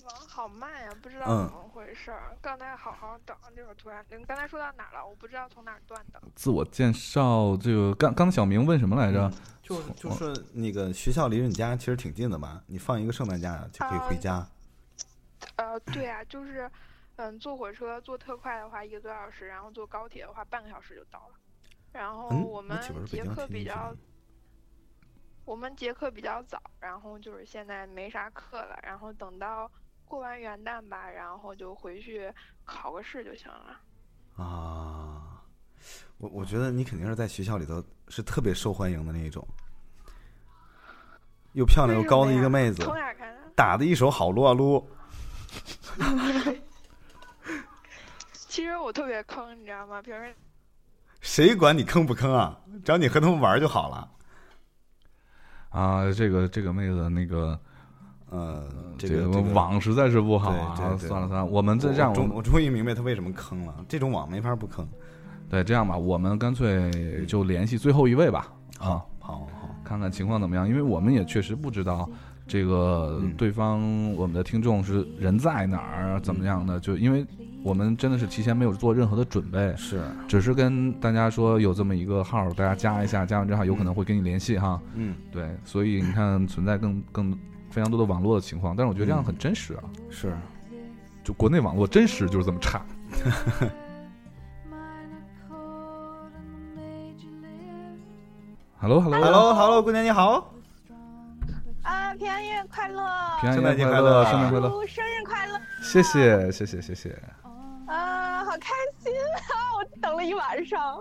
M: 网好慢呀、不知道
B: 嗯
M: 怎么回事儿。刚才好好等，这会儿突然，你刚才说到哪儿了？我不知道从哪儿断的。
A: 自我介绍，这个刚刚才小明问什么来
B: 嗯
A: 着？
B: 就是就是那个学校离你家其实挺近的吧？你放一个圣诞假就可以回家。
M: 呃，对啊，就是，嗯，坐火车坐特快的话一个多小时，然后坐高铁的话半个小时就到了。然后
B: 嗯
M: 我
B: 我
M: 们
B: 岂不是北
M: 结
B: 京
M: 课
B: 天
M: 比
B: 津
M: 较，我们结课比较早，然后就是现在没啥课了，然后等到过完元旦吧，然后就回去考个试就行 了。
B: 啊，我我觉得你肯定是在学校里头是特别受欢迎的那一种，又漂亮又高的一个妹子
M: 从，哪儿看的？
B: 打的一手好撸啊撸。
M: 其实我特别坑，你知道吗？平 时
B: 谁管你坑不坑啊？只要你和他们玩儿就好了。
A: 啊，这个这个妹子，那个，
B: 呃，
A: 这
B: 个这个
A: 网实在是不好啊。
B: 对对对，
A: 算了算了，我们这样，
B: 终我终于明白他为什么坑了。这种网 没法不坑。嗯
A: 对这样吧，我们干脆就联系最后一位吧。啊，
B: 好好，
A: 看看情况怎么样，因为我们也确实不知道这个
B: 嗯
A: 对方我们的听众是人在哪儿啊怎
B: 嗯
A: 么样的，就因为我们真的是提前没有做任何的准备，
B: 是，
A: 只是跟大家说有这么一个号，大家加一下，加完之后有可能会跟你联系哈。
B: 嗯，
A: 对，所以你 看存在更更非常多的网络的情况，但是我觉得这样很真实啊。
B: 嗯是，
A: 就国内网络真实就是这么 差。Hello Hello
B: Hello Hello，姑娘你好，
F: 啊，平安夜快乐！
A: 平安夜
B: 圣诞节
A: 快
B: 快乐
A: 乐，圣诞快乐，
F: 祝生日快乐！
A: 谢谢谢谢谢谢。
F: 啊，好开心啊！ 我等了一晚上。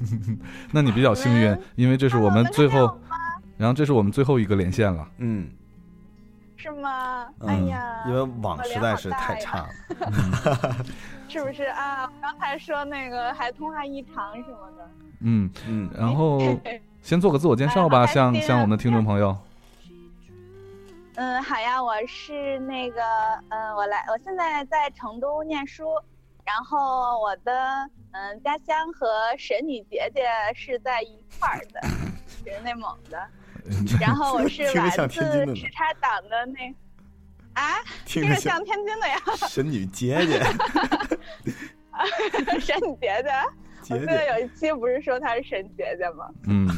A: 那你比较幸运，因为这是我们最后，然后这是我们最后一个连线了。
B: 嗯，
F: 是吗？
A: 嗯
F: 哎呀，
A: 因为网
F: 我脸
A: 实在
F: 好
A: 是
F: 大
A: 太
F: 呀
A: 差了
F: 是不是啊？刚才说那个还通话异常什么的，
A: 嗯
B: 嗯，
A: 然后先做个自我介绍吧，向向我们的听众朋友。
F: 嗯，好呀，我是那个，嗯，我来，我现在在成都念书，然后我的嗯家乡和神女姐姐是在一块儿 的，是内蒙的， 然后我是
B: 听着
F: 来
B: 像天津的
F: 自
B: 呢
F: 时差党的那，啊，
B: 听着
F: 着
B: 像
F: 像天津的呀，
B: 神女姐姐，
F: 神女姐姐，
B: 姐
N: 记
B: 姐，
N: 得有一期不是说她是沈姐姐吗？
A: 嗯，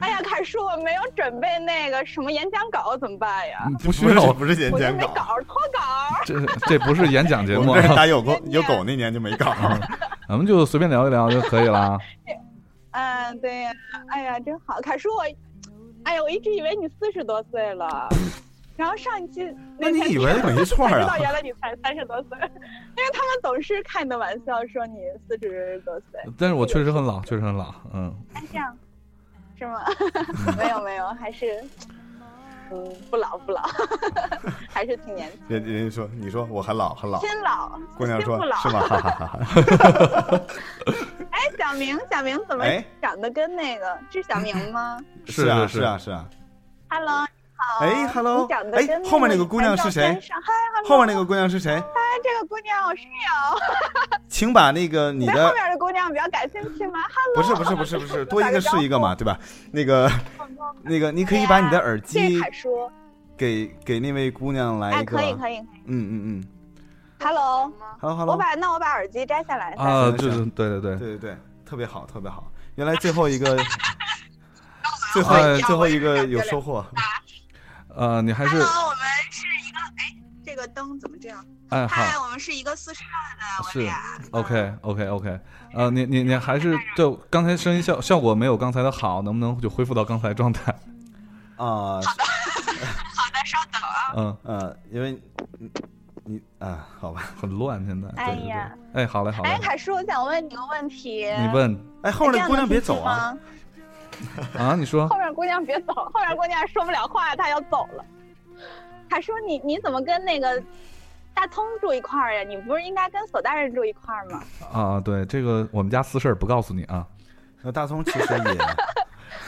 N: 哎呀，凯叔，我没有准备那个什么演讲稿，怎么办呀？
A: 不需要
B: 嗯不是演
N: 我就
B: 讲
N: 没
B: 稿，
N: 稿，脱稿。
A: 这这不是 演讲节
B: 我
A: 目
B: 们
A: 啊，
B: 这是打有狗有狗那年就没稿。
A: 咱们就随便聊一聊就可以了啊。
N: 嗯，对呀、哎呀，真好，凯叔，我，哎呀，我一直以为你四十多岁 了，然后上一期
B: 那你
N: 才
B: 以为没错
N: 才知
B: 啊
N: 道原来你才三十多岁， 因为他们总是开你的玩笑说你四十多岁，
A: 但是我确实很老，确实很老，嗯，
N: 哎这样是吗？ 没有没有，还是嗯不老不老， 还是挺年轻，
B: 人人家说，你说我很老很老，
N: 真老，
B: 姑娘说
N: 真不老
B: 是吗？ 哈哈哈哈。
N: 哎，小明，小明怎么
B: 哎
N: 长得跟那个是小明吗
B: 是啊
A: 是
B: 是啊是啊，
N: ？Hello，你好。
B: 哎，hello，
N: 你长得
B: 哎
N: 跟
B: 后面那个姑娘是谁
N: 张先生嗨，hello，
B: 后面那个姑娘是谁？
N: 哎，这个姑娘我室友。
B: 请把那个你
N: 对后
B: 的
N: 面的姑娘比较感兴趣吗
B: 不
N: ？Hello，
B: 是不是不是不是，多一个是一个嘛，对吧？那个那个，你可以把你的耳
N: 这
B: 机
N: 凯叔，
B: 给给那位姑娘来
N: 哎，
B: 一个，
N: 可以可以可以
B: 嗯嗯
N: ，Hello，
B: 嗯，hello
N: 我
B: hello，
N: 把那我把耳机摘下来。
A: 啊，对对对
B: 行
A: 对对
B: 嗯对对对，特别好特别好，原来最后一个最后
A: 哎
B: 最后一个有收获，
A: 呃，你还是
L: 我们是一个，哎，这个灯怎么这样？
A: 哎好
L: 嗨，我们是一个四十二的，我
A: 是
L: 俩。
A: OK OK OK，呃，你你你还是就刚才声音效效果没有刚才的好，能不能就恢复到刚才状态？
B: 啊，
N: 好的，稍等啊。
A: 嗯
B: 呃，因为你你啊，好吧，
A: 很乱现在，
N: 哎呀，
A: 哎，好嘞好嘞
N: 哎，，凯叔，我想问你个问题。
A: 你问
B: 哎，后面的姑娘别走啊
N: 这样能出
A: 啊，你
N: 去吗！
A: 说
N: 后面姑娘别走，后面姑娘说不了话，她要走了。凯叔，你你怎么跟那个大葱住一块儿呀？你不是应该跟索大人住一块儿吗？
A: 啊，对这个我们家私事儿不告诉你啊，
B: 那大葱其实也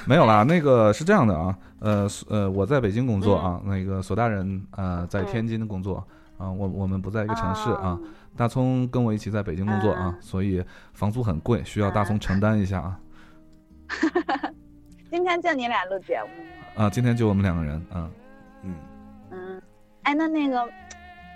A: 没有啦，那个是这样的啊，呃索呃，我在北京工作
N: 嗯
A: 啊，那个索大人呃在天津工作啊，我我们不在一个城市
N: 哦
A: 啊。大葱跟我一起在北京工作
N: 嗯
A: 啊，所以房租很贵，需要大葱承担一下啊。
N: 今天就你俩录节目，
A: 啊，今天就我们两个人，嗯
B: 嗯，
N: 嗯，哎，那那个，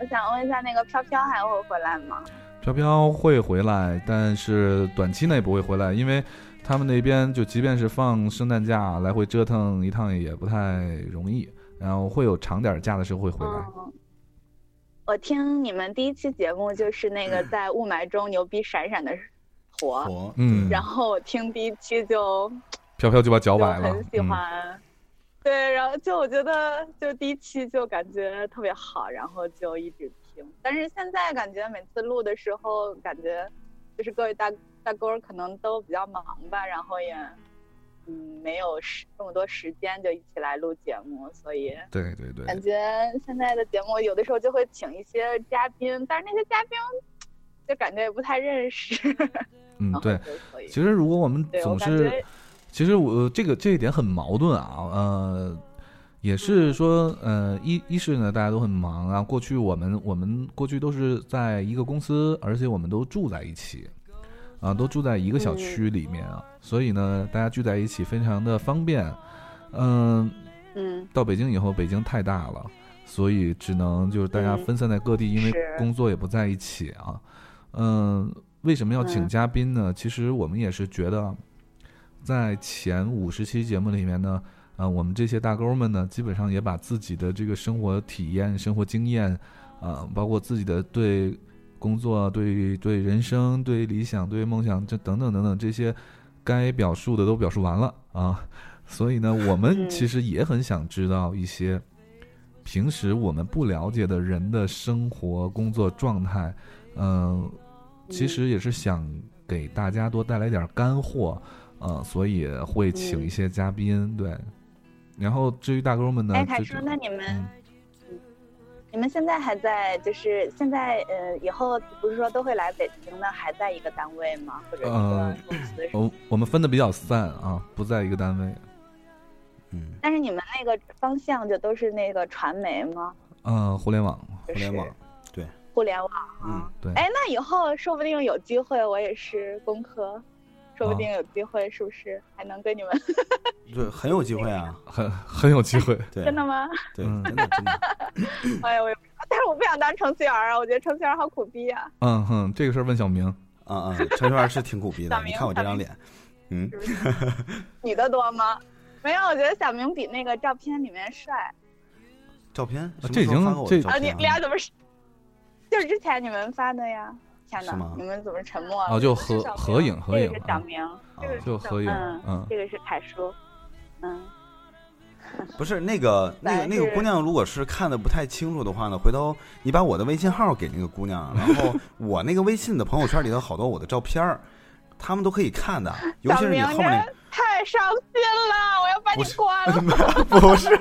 N: 我想问一下，那个飘飘还会回来吗？
A: 飘飘会回来，但是短期内不会回来，因为他们那边就即便是放圣诞假，来回折腾一趟也不太容易。然后会有长点儿假的时候会回来。
N: 嗯，我听你们第一期节目就是那个在雾霾中牛逼闪闪的活，
B: 活
A: 嗯
N: 然后我听第一期就
A: 飘飘就把脚崴了嗯
N: 很，喜欢，对，然后就我觉得就第一期就感觉特别好，然后就一直听，但是现在感觉每次录的时候，感觉就是各位大大哥儿可能都比较忙吧，然后也嗯没有时这么多时间就一起来录节目，所以
A: 对对对，
N: 感觉现在的节目有的时候就会请一些嘉宾，但是那些嘉宾就感觉也不太认识。
A: 嗯
N: 然后
A: 对
N: 就所以。
A: 其实如果我们
N: 对我
A: 总
N: 感
A: 是
N: 觉，
A: 其实我这个这一点很矛盾啊，呃，也
N: 嗯
A: 是说，呃，一一是呢，大家都很忙啊。过去我们我们过去都是在一个公司，而且我们都住在一起，啊，都住在一个小区里面啊，所以呢，大家聚在一起非常的方便，嗯、
N: 嗯，
A: 到北京以后，北京太大了，所以只能就是大家分散在各地，因为
N: 嗯是
A: 工作也不在一起啊。嗯，为什么要请
N: 嗯
A: 嘉宾呢？其实我们也是觉得，在前五十期节目里面呢，呃，我们这些大哥们呢，基本上也把自己的这个生活体验、生活经验，啊、包括自己的对工作、对对人生、对理想、对梦想这等等等等这些该表述的都表述完了啊，所以呢，我们其实也很想知道一些平时我们不了解的人的生活、工作状态，嗯，其实也是想给大家多带来点干货，呃，所以会
N: 嗯
A: 请一些嘉宾，对。然后至于大哥们呢
N: 哎，，凯
A: 这
N: 叔，
A: 种
N: 那你们、
B: 嗯
N: 你们现在还在就是现在呃，以后不是说都会来北京的，还在一个单位吗？或者一个
A: 呃
N: 公司什么？
A: 我我们分的比较散啊，不在一个单位。
N: 但是你们那个方向就都是那个传媒吗？
A: 呃，互联网，
N: 互联网，
B: 对，
N: 互联网。
B: 嗯，
A: 对。
N: 哎，那以后说不定有机会，我也是工科，说不
B: 啊
N: 定有机会，是不是还能跟你们？
B: 对，很有机会啊，
A: 很很有机会，
B: 对，
N: 真的吗？
B: 对，
A: 嗯
B: 真的 真的，
N: 哎呀，我也不知道，但是我不想当程序员啊，我觉得程序员好苦逼啊。
A: 嗯哼，这个事儿问小明。
B: 嗯嗯，陈川是挺苦逼的
N: 小，明
B: 你看我这张脸，嗯，
N: 女的多吗？没有，我觉得小明比那个照片里面帅。
B: 照片
A: 啊这已经这
N: 啊，你俩怎么是？就是之前你们发的呀？天
A: 是吗
N: 哪，你们怎么沉默了？
A: 哦就
N: 这是
A: 合
N: 小明
A: 合影合影
N: 这个是
A: 啊
N: 小明，这个是
A: 就合影嗯
N: 嗯，这个是凯叔，嗯，
B: 不是那个那个
N: 反正
B: 那个
N: 是
B: 姑娘，如果是看的不太清楚的话呢，回头你把我的微信号给那个姑 娘，然后我那个微信的朋友圈里头好多我的照片儿，他们都可以看 的，尤其是你
N: 小
B: 后
N: 明
B: 面那
N: 真太伤心 了，我要把你关了。
B: 不是，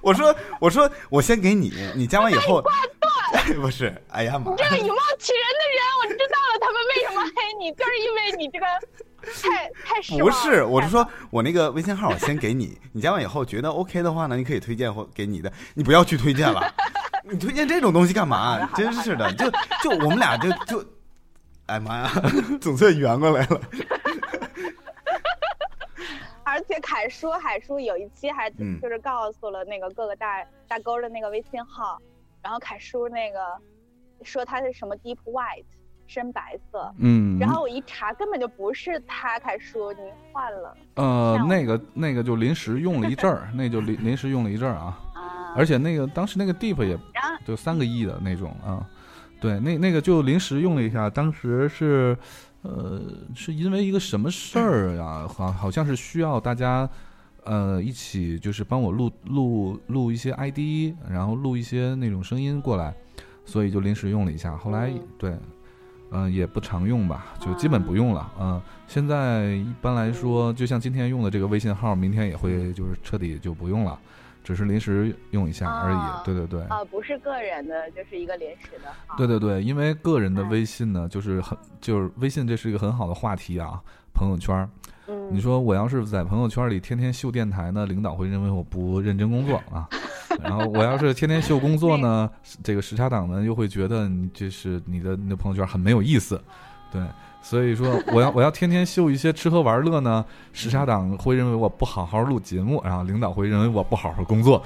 B: 我说我说我先给你，你加完以后， 不是，哎呀妈
N: 你，这个以貌取人的人，我知道了，他们为什么黑你，就是因为你这个太太失望
B: 不
N: 了
B: 是，我是说我那个微信号我先给 你，你加完以后觉得 OK 的话呢，你可以推荐或给你的，你不要去推 荐了，你推荐这种东西干嘛？真是的，就就我们俩就就，哎妈呀， 总算圆过来了，
N: 而且凯叔，凯叔有一期还
B: 嗯
N: 就是告诉了那个各个大大勾的那个微信号，然后凯叔那个说他是什么 deep white 深白色，
A: 嗯
N: 然后我一查根本就不是他，凯叔你换了，
A: 呃，那个那个就临时用了一阵儿，那就临临时用了一阵儿啊。而且那个当时那个 Deep 也就三个亿的那种啊，对，那那个就临时用了一下，当时是呃是因为一个什么事儿呀？好好像是需要大家呃一起就是帮我录录录一些 ID，然后录一些那种声音过来，所以就临时用了一下。后来对，嗯、也不常用吧，
N: 啊
A: 就基本不用了。嗯、现在一般来说，就像今天用的这个微信号，明天也会就是彻底就不用了，只是临时用一下而已。对对对，
N: 啊、不是个人的，就是一个临时的号，
A: 对对对，因为个人的微信呢，就是很就是微信，这是一个很好的话题啊，朋友圈儿。
N: 嗯
A: 你说我要是在朋友圈里天天秀电台呢，领导会认为我不认真工作啊。然后我要是天天秀工作呢，这个时差党们又会觉得你这是你的你的朋友圈很没有意思，对。所以说，我要我要天天秀一些吃喝玩乐呢，时差党会认为我不好好录节目，然后领导会认为我不好好工作，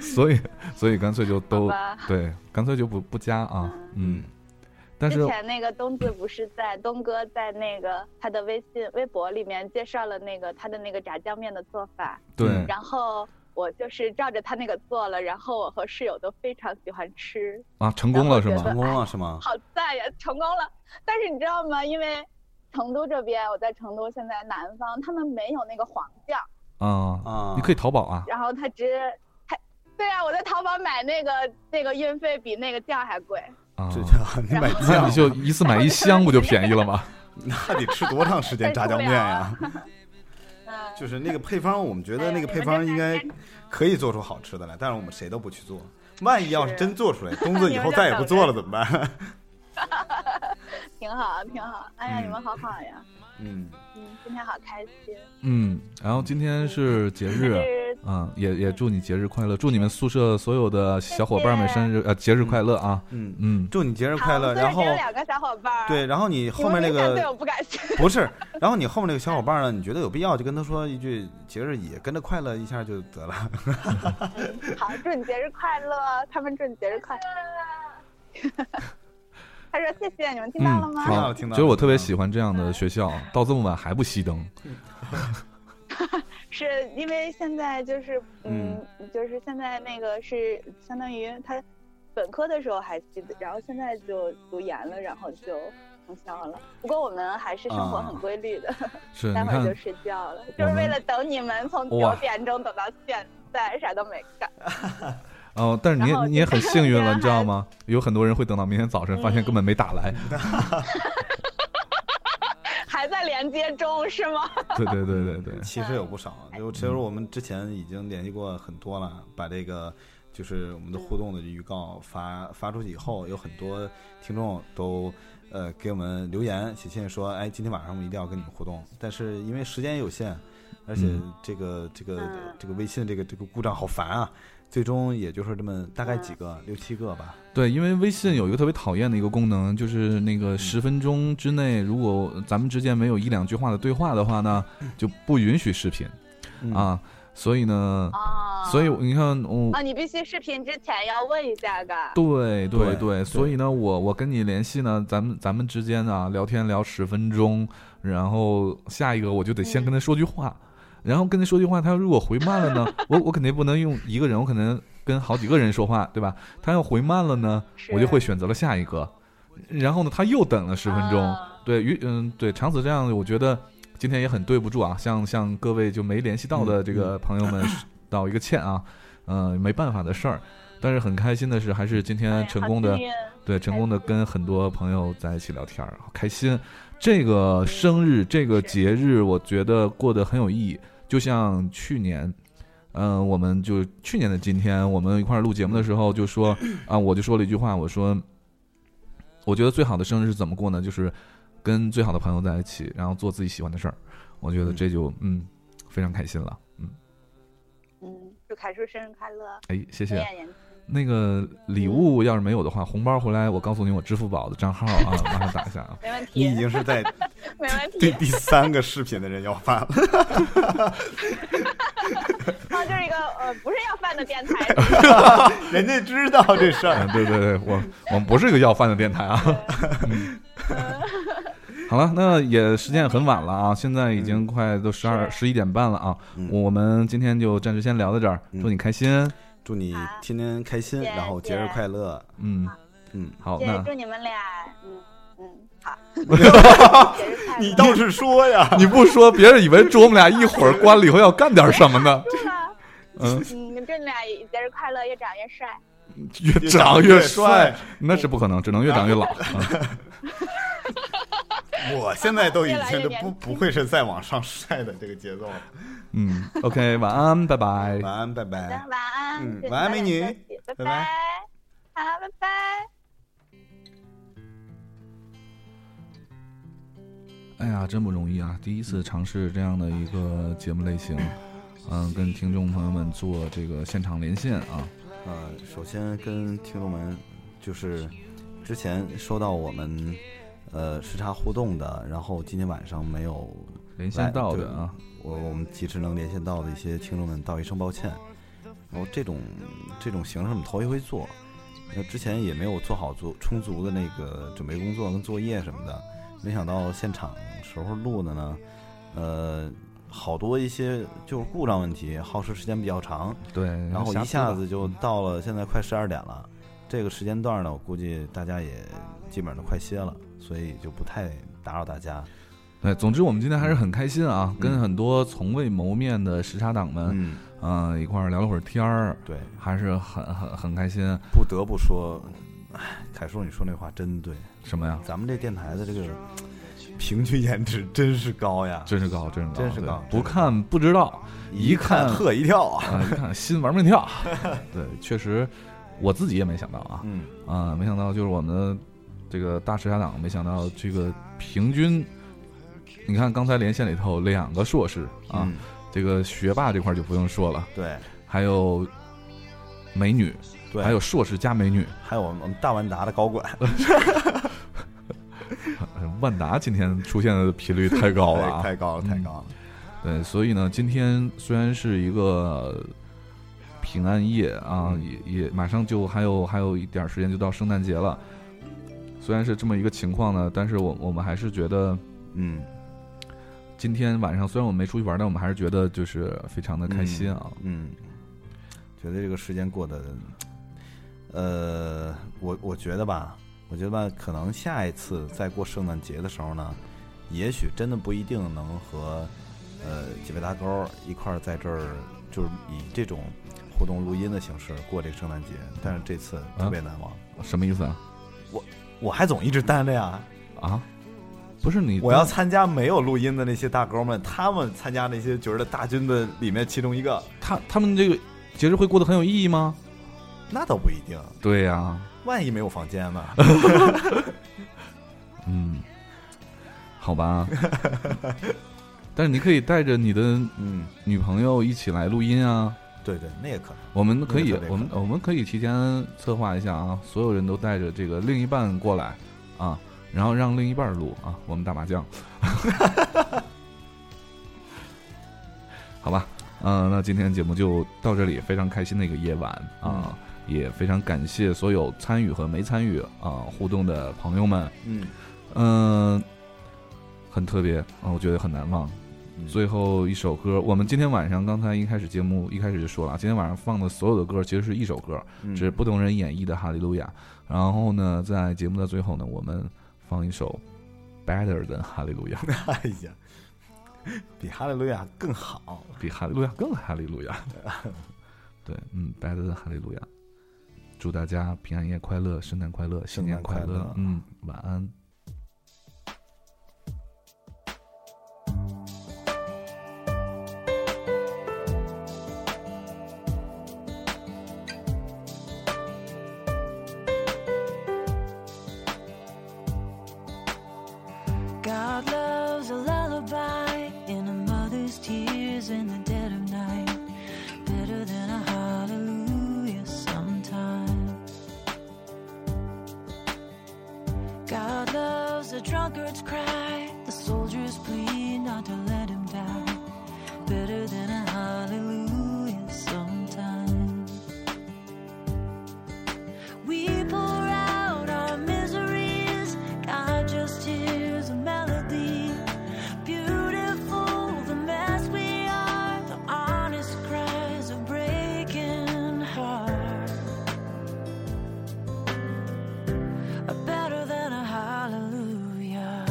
A: 所以所以干脆就都
N: 好吧
A: 对，干脆就不不加啊，嗯。但是
N: 之前那个东子不是在东哥在那个他的微信、微博里面介绍了那个他的那个炸酱面的做法，
A: 对
N: 然后我就是照着他那个做了，然后我和室友都非常喜欢吃，
A: 啊，成功了是吗？
N: 成
B: 功了是吗
N: 哎好赞呀，成功了！但是你知道吗？因为成都这边，我在成都现在南方，他们没有那个黄酱，
A: 啊你可以淘宝啊，
N: 然后他直他，对啊，我在淘宝买那个那个运费比那个酱还贵。
A: 啊，
B: 你买
A: 那
B: 酱
A: 你就一次买一箱不就便宜了吗？
B: 那得吃多长时 间炸酱面呀？就是那个配方，我们觉得那个配方应 该可以做出好吃的来，但是我们谁都不去做。万一要是真做出来，东子以后再也不做了怎么 办？
N: 挺好，挺好。哎呀，
A: 嗯
N: 你们好好呀，
B: 嗯
N: 嗯，今天好开心。
A: 嗯，然后今天是节日
N: 是，
A: 嗯，也也祝你节日快乐，祝你们宿舍所有的小伙伴们生日呃节日快乐啊，
B: 嗯
A: 嗯，
B: 祝你节日快乐，
N: 虽然
B: 然
N: 只
B: 后
N: 有两个小伙伴儿，
B: 对，然后你后面那
N: 你们明显对我
B: 个
N: 不感兴趣。
B: 不是，然后你后面那个小伙伴呢？你觉得有必要就跟他说一句节日也跟着快乐一下就得了。
N: 好，祝你节日快乐，他们祝你节日快乐。 他说谢谢，你们听到了
A: 嗯，
N: 吗？
A: 好，
B: 听到了
A: 其实我特别喜欢这样的学校，到这么晚还不熄灯，
N: 是因为现在就是
A: 嗯
N: 嗯，就是现在那个是相当于他本科的时候还记得，然后现在就读研了，然后就通宵了。不过我们还是生活
A: 啊
N: 很规律的，
A: 是
N: 待
A: 你
N: 会儿
A: 看
N: 就睡觉了，就是
A: 我
N: 为
A: 们
N: 了等你们从
A: 哇
N: 九点钟等到现在，啥都没 干。
A: 哦，但是你
N: 然后
A: 也
N: 就
A: 你也很
N: 看
A: 幸运
N: 别人嗯
A: 了，你知道吗？有很多人会等到明天早晨，发现根本没打来，
N: 还在连接中是吗？
A: 对对对对对，
B: 其实有不少，就其实我们之前已经联系过很多了，把这个就是我们的互动的预告发发出去以后，有很多听众都呃给我们留言写信说，哎，今天晚上我们一定要跟你们互动，但是因为时间有限，而且
A: 嗯
B: 这个这个这个微信这个这个故障好烦啊，最终也就是这么大概几个六七个吧，
A: 对，因为微信有一个特别讨厌的一个功能，就是那个十分钟之内，如果咱们之间没有一
N: 哦
A: 两句话的对话的话呢，就不允许视频，啊，所以呢，所以你看，我
N: 啊，你必须视频之前要问一下嘎。
A: 对对
B: 对
A: 对，所以呢，我我跟你联系呢，咱们咱们之间啊聊天聊十分钟，然后下一个我就得先跟他说句话，然后跟他说句话，他如果回慢了呢，我我肯定不能用一个人，我可能跟好几个人说话，对吧？他要回慢了呢，我就会选择了下一个，然后呢，他又等了十分钟，对于嗯对，长此这样，我觉得今天也很对不住啊，向向各位就没联系到的这个朋友们道一个歉啊，嗯、没办法的事儿。但是很开心的是，还是今天成功的
N: 好幸运，
A: 对，成功的跟很多朋友在一起聊天儿，好开心。这个生日，这个节日，我觉得过得很有意义。就像去年，嗯、我们就去年的今天，我们一块儿录节目的时候，就说啊，我就说了一句话，我说，我觉得最好的生日是怎么过呢？就是跟最好的朋友在一起，然后做自己喜欢的事儿。我觉得这就嗯，非常开心了。嗯，
N: 嗯，祝凯叔生日快乐！
A: 哎，谢谢
N: 永远年轻
A: 那个礼物要是没有的话，红包回来我告诉你我支付宝的账号啊，马上打一下啊。
N: 没问题。
B: 你已经是在
N: 没问题。
B: 对第三个视频的人要饭了。
N: 啊，就是一个呃不是要饭的电台。
B: 人家知道这 事儿。
A: 啊对对对，我我们不是一个要饭的电台啊。 嗯好了，那也时间也很晚了啊，现在已经快都十二十一点半了啊。我们今天就暂时先聊到这儿，祝你开心，
B: 祝你天天开心，然后节日快乐。
A: 嗯
B: 嗯，
A: 好，
N: 对，
A: 那。
N: 祝你们俩，嗯嗯，好节日快乐
B: 你 倒是说呀，
A: 你不说，别人以为祝我们俩一会儿关了以后要干点什么 呢。嗯
N: 嗯，祝你俩节日快乐，越长越帅。
B: 嗯
A: 越长越帅，那是不可能，只能越长越 老。嗯
B: 嗯我现在都已经都不不会是再往上晒的这个节奏了。
A: 嗯，OK，晚安，拜拜，
B: 晚安，拜拜。
N: 晚安，
B: 嗯
N: 祝你
B: 晚安
N: 早
B: 美
N: 点
B: 女
N: 休息拜
B: 拜
N: 拜
B: 拜，
N: 好，拜
A: 哎
N: 拜。
A: 呀，真不容易啊！第一
B: 嗯
A: 次尝试这样的一个节目类型，嗯，跟听众朋友们做这个现场连线啊。
B: 呃，首先跟听众们，就是之前收到我们呃时差互动的，然后今天晚上没有
A: 连线
B: 来
A: 到的
B: 对
A: 啊
B: 我我们及时能连线到的一些听众们道一声抱歉。然后这种这种形式我们头一回做，那之前也没有做好足充足的那个准备工作跟作业什么的，没想到现场时候录的呢，呃，好多一些就是故障问题，耗时时间比较长，
A: 对，
B: 然后
A: 瑕疵
B: 一下
A: 吧嗯
B: 子就到了现在快十二点了，这个时间段呢，我估计大家也基本上都快歇了，所以就不太打扰大家。
A: 对，哎总之我们今天还是很开心啊，跟很多从未谋面的时差党们，
B: 嗯，
A: 呃，一块儿聊了会儿天儿，
B: 对，
A: 还是很很很开心。
B: 不得不说，哎，凯叔，你说那话真对。
A: 什么呀？
B: 咱们这电台的这个平均颜值真是高呀，
A: 真是高，真是高，
B: 真是高
A: 对不看不知道，
B: 一
A: 看
B: 看吓一跳
A: 啊、一看心玩命 跳。对，确实，我自己也没想到啊，
B: 嗯
A: 啊、没想到就是我们的这个大时家党，没想到这个平均，你看刚才连线里头两个硕士啊，
B: 嗯
A: 这个学霸这块就不用说了，
B: 对，
A: 还有美女，
B: 对
A: 还有硕士加美女，
B: 还有我们我们大万达的 高管，
A: 万达今天出现的频率太高了、啊，
B: 太太高了太高了
A: 嗯。对，所以呢，今天虽然是一个平安夜啊，
B: 嗯
A: 也也马上就还有还有一点儿时间就到圣诞节了。虽然是这么一个情况呢，但是我我们还是觉得，
B: 嗯，
A: 今天晚上虽然我们没出去玩，但我们还是觉得就是非常的开心啊。
B: 嗯，觉得这个时间过得，呃，我我觉得吧，我觉得吧，可能下一次再过圣诞节的时候呢，也许真的不一定能和呃几位大高儿一块儿在这儿，就是以这种互动录音的形式过这个圣诞节，但是这次
A: 啊
B: 嗯特别难忘。
A: 什么意思啊？
B: 我我还总一直单着呀。
A: 啊，不是 你，
B: 我要参加没有录音的那些大哥们，他们参加那些角儿的大军的里面其中一个，
A: 他他们这个节日会过得很有意义吗？
B: 那倒不一定，
A: 对呀、
B: 万一没有房 间呢？
A: 嗯，好吧。 但是你可以带着你的
B: 嗯
A: 女朋友一起来录音啊。
B: 对对，那也可能。
A: 我们可以
B: 那个特别，
A: 我们
B: 可
A: 我们可以提前策划一下啊，所有人都带着这个另一半过来啊，然后让另一半录啊， 我们打麻将，好吧？嗯、那今天节目就到这里，非常开心的一个夜晚
B: 嗯
A: 啊、也非常感谢所有参与和没参与啊、互动的朋友们，
B: 嗯
A: 嗯、很特别啊、我觉得很难忘。
B: 嗯
A: 最后一首歌，我们今天晚上刚才一开始节目一开始就说了啊，今天晚上放的所有的歌其实是一首歌，
B: 嗯
A: 只是不同人演绎的《哈利路亚》。然后呢，在节目的最后呢，我们放一首《Better Than 哈利路亚》，
B: 哎呀，比哈利路亚更好。
A: 比哈利路亚更哈利 路亚。对，嗯，《Better Than 哈利路亚》，祝大家平安夜快乐，圣诞快乐，新年快乐，
B: 圣诞快乐
A: 嗯，晚安。
E: God loves a lullaby in a mother's tears in the dead of night. Better than a hallelujah sometimes. God loves a drunkard's cry, the soldier's plea not to let him die. Better than a hallelujah sometimes. We pour out our miseries, God just hears a melody. Beautiful, the mess we are, the honest cries of breaking hearts are better than a hallelujah.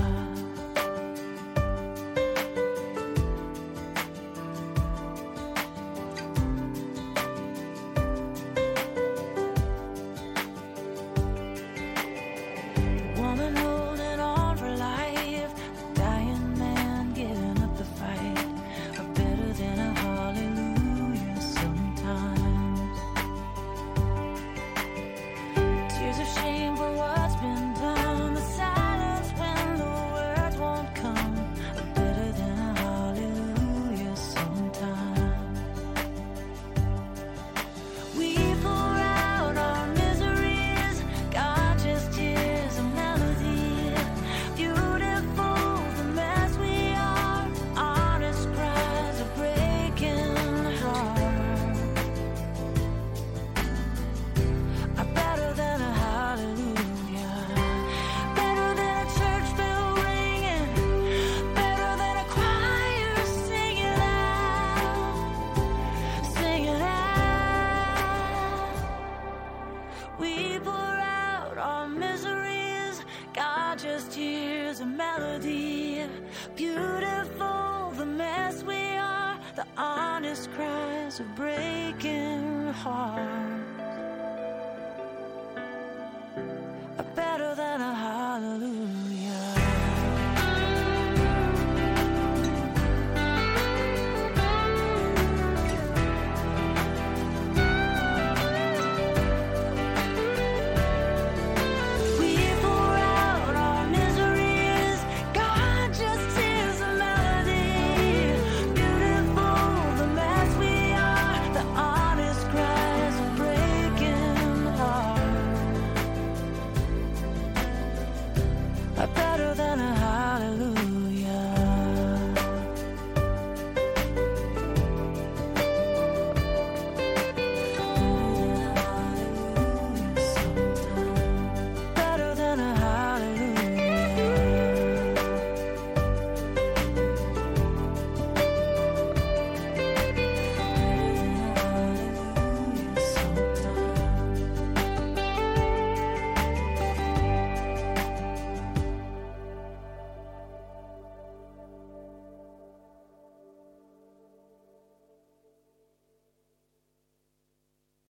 E: Woman holding on for life, the dying man giving up the fight are better than a hallelujah sometimes. Tears of shame for what's been done, the silence when the words won't come are better than a hallelujah sometimes. We pour out our miseries, God just hears a melody. Beautiful, the mess we are, honest cries of breaking hearts are better than a hallelujah, better than a church bell ringing, better than a choir singing out, singing out. We pour out our miseries. God just hears a melody. Beautiful, the mess we are. The honest cries of breaking hearts are better than a hallelujah. We pour out our miseries. God just hears a melody. Beautiful, the mess we are, the honest cries of breaking hearts are better than a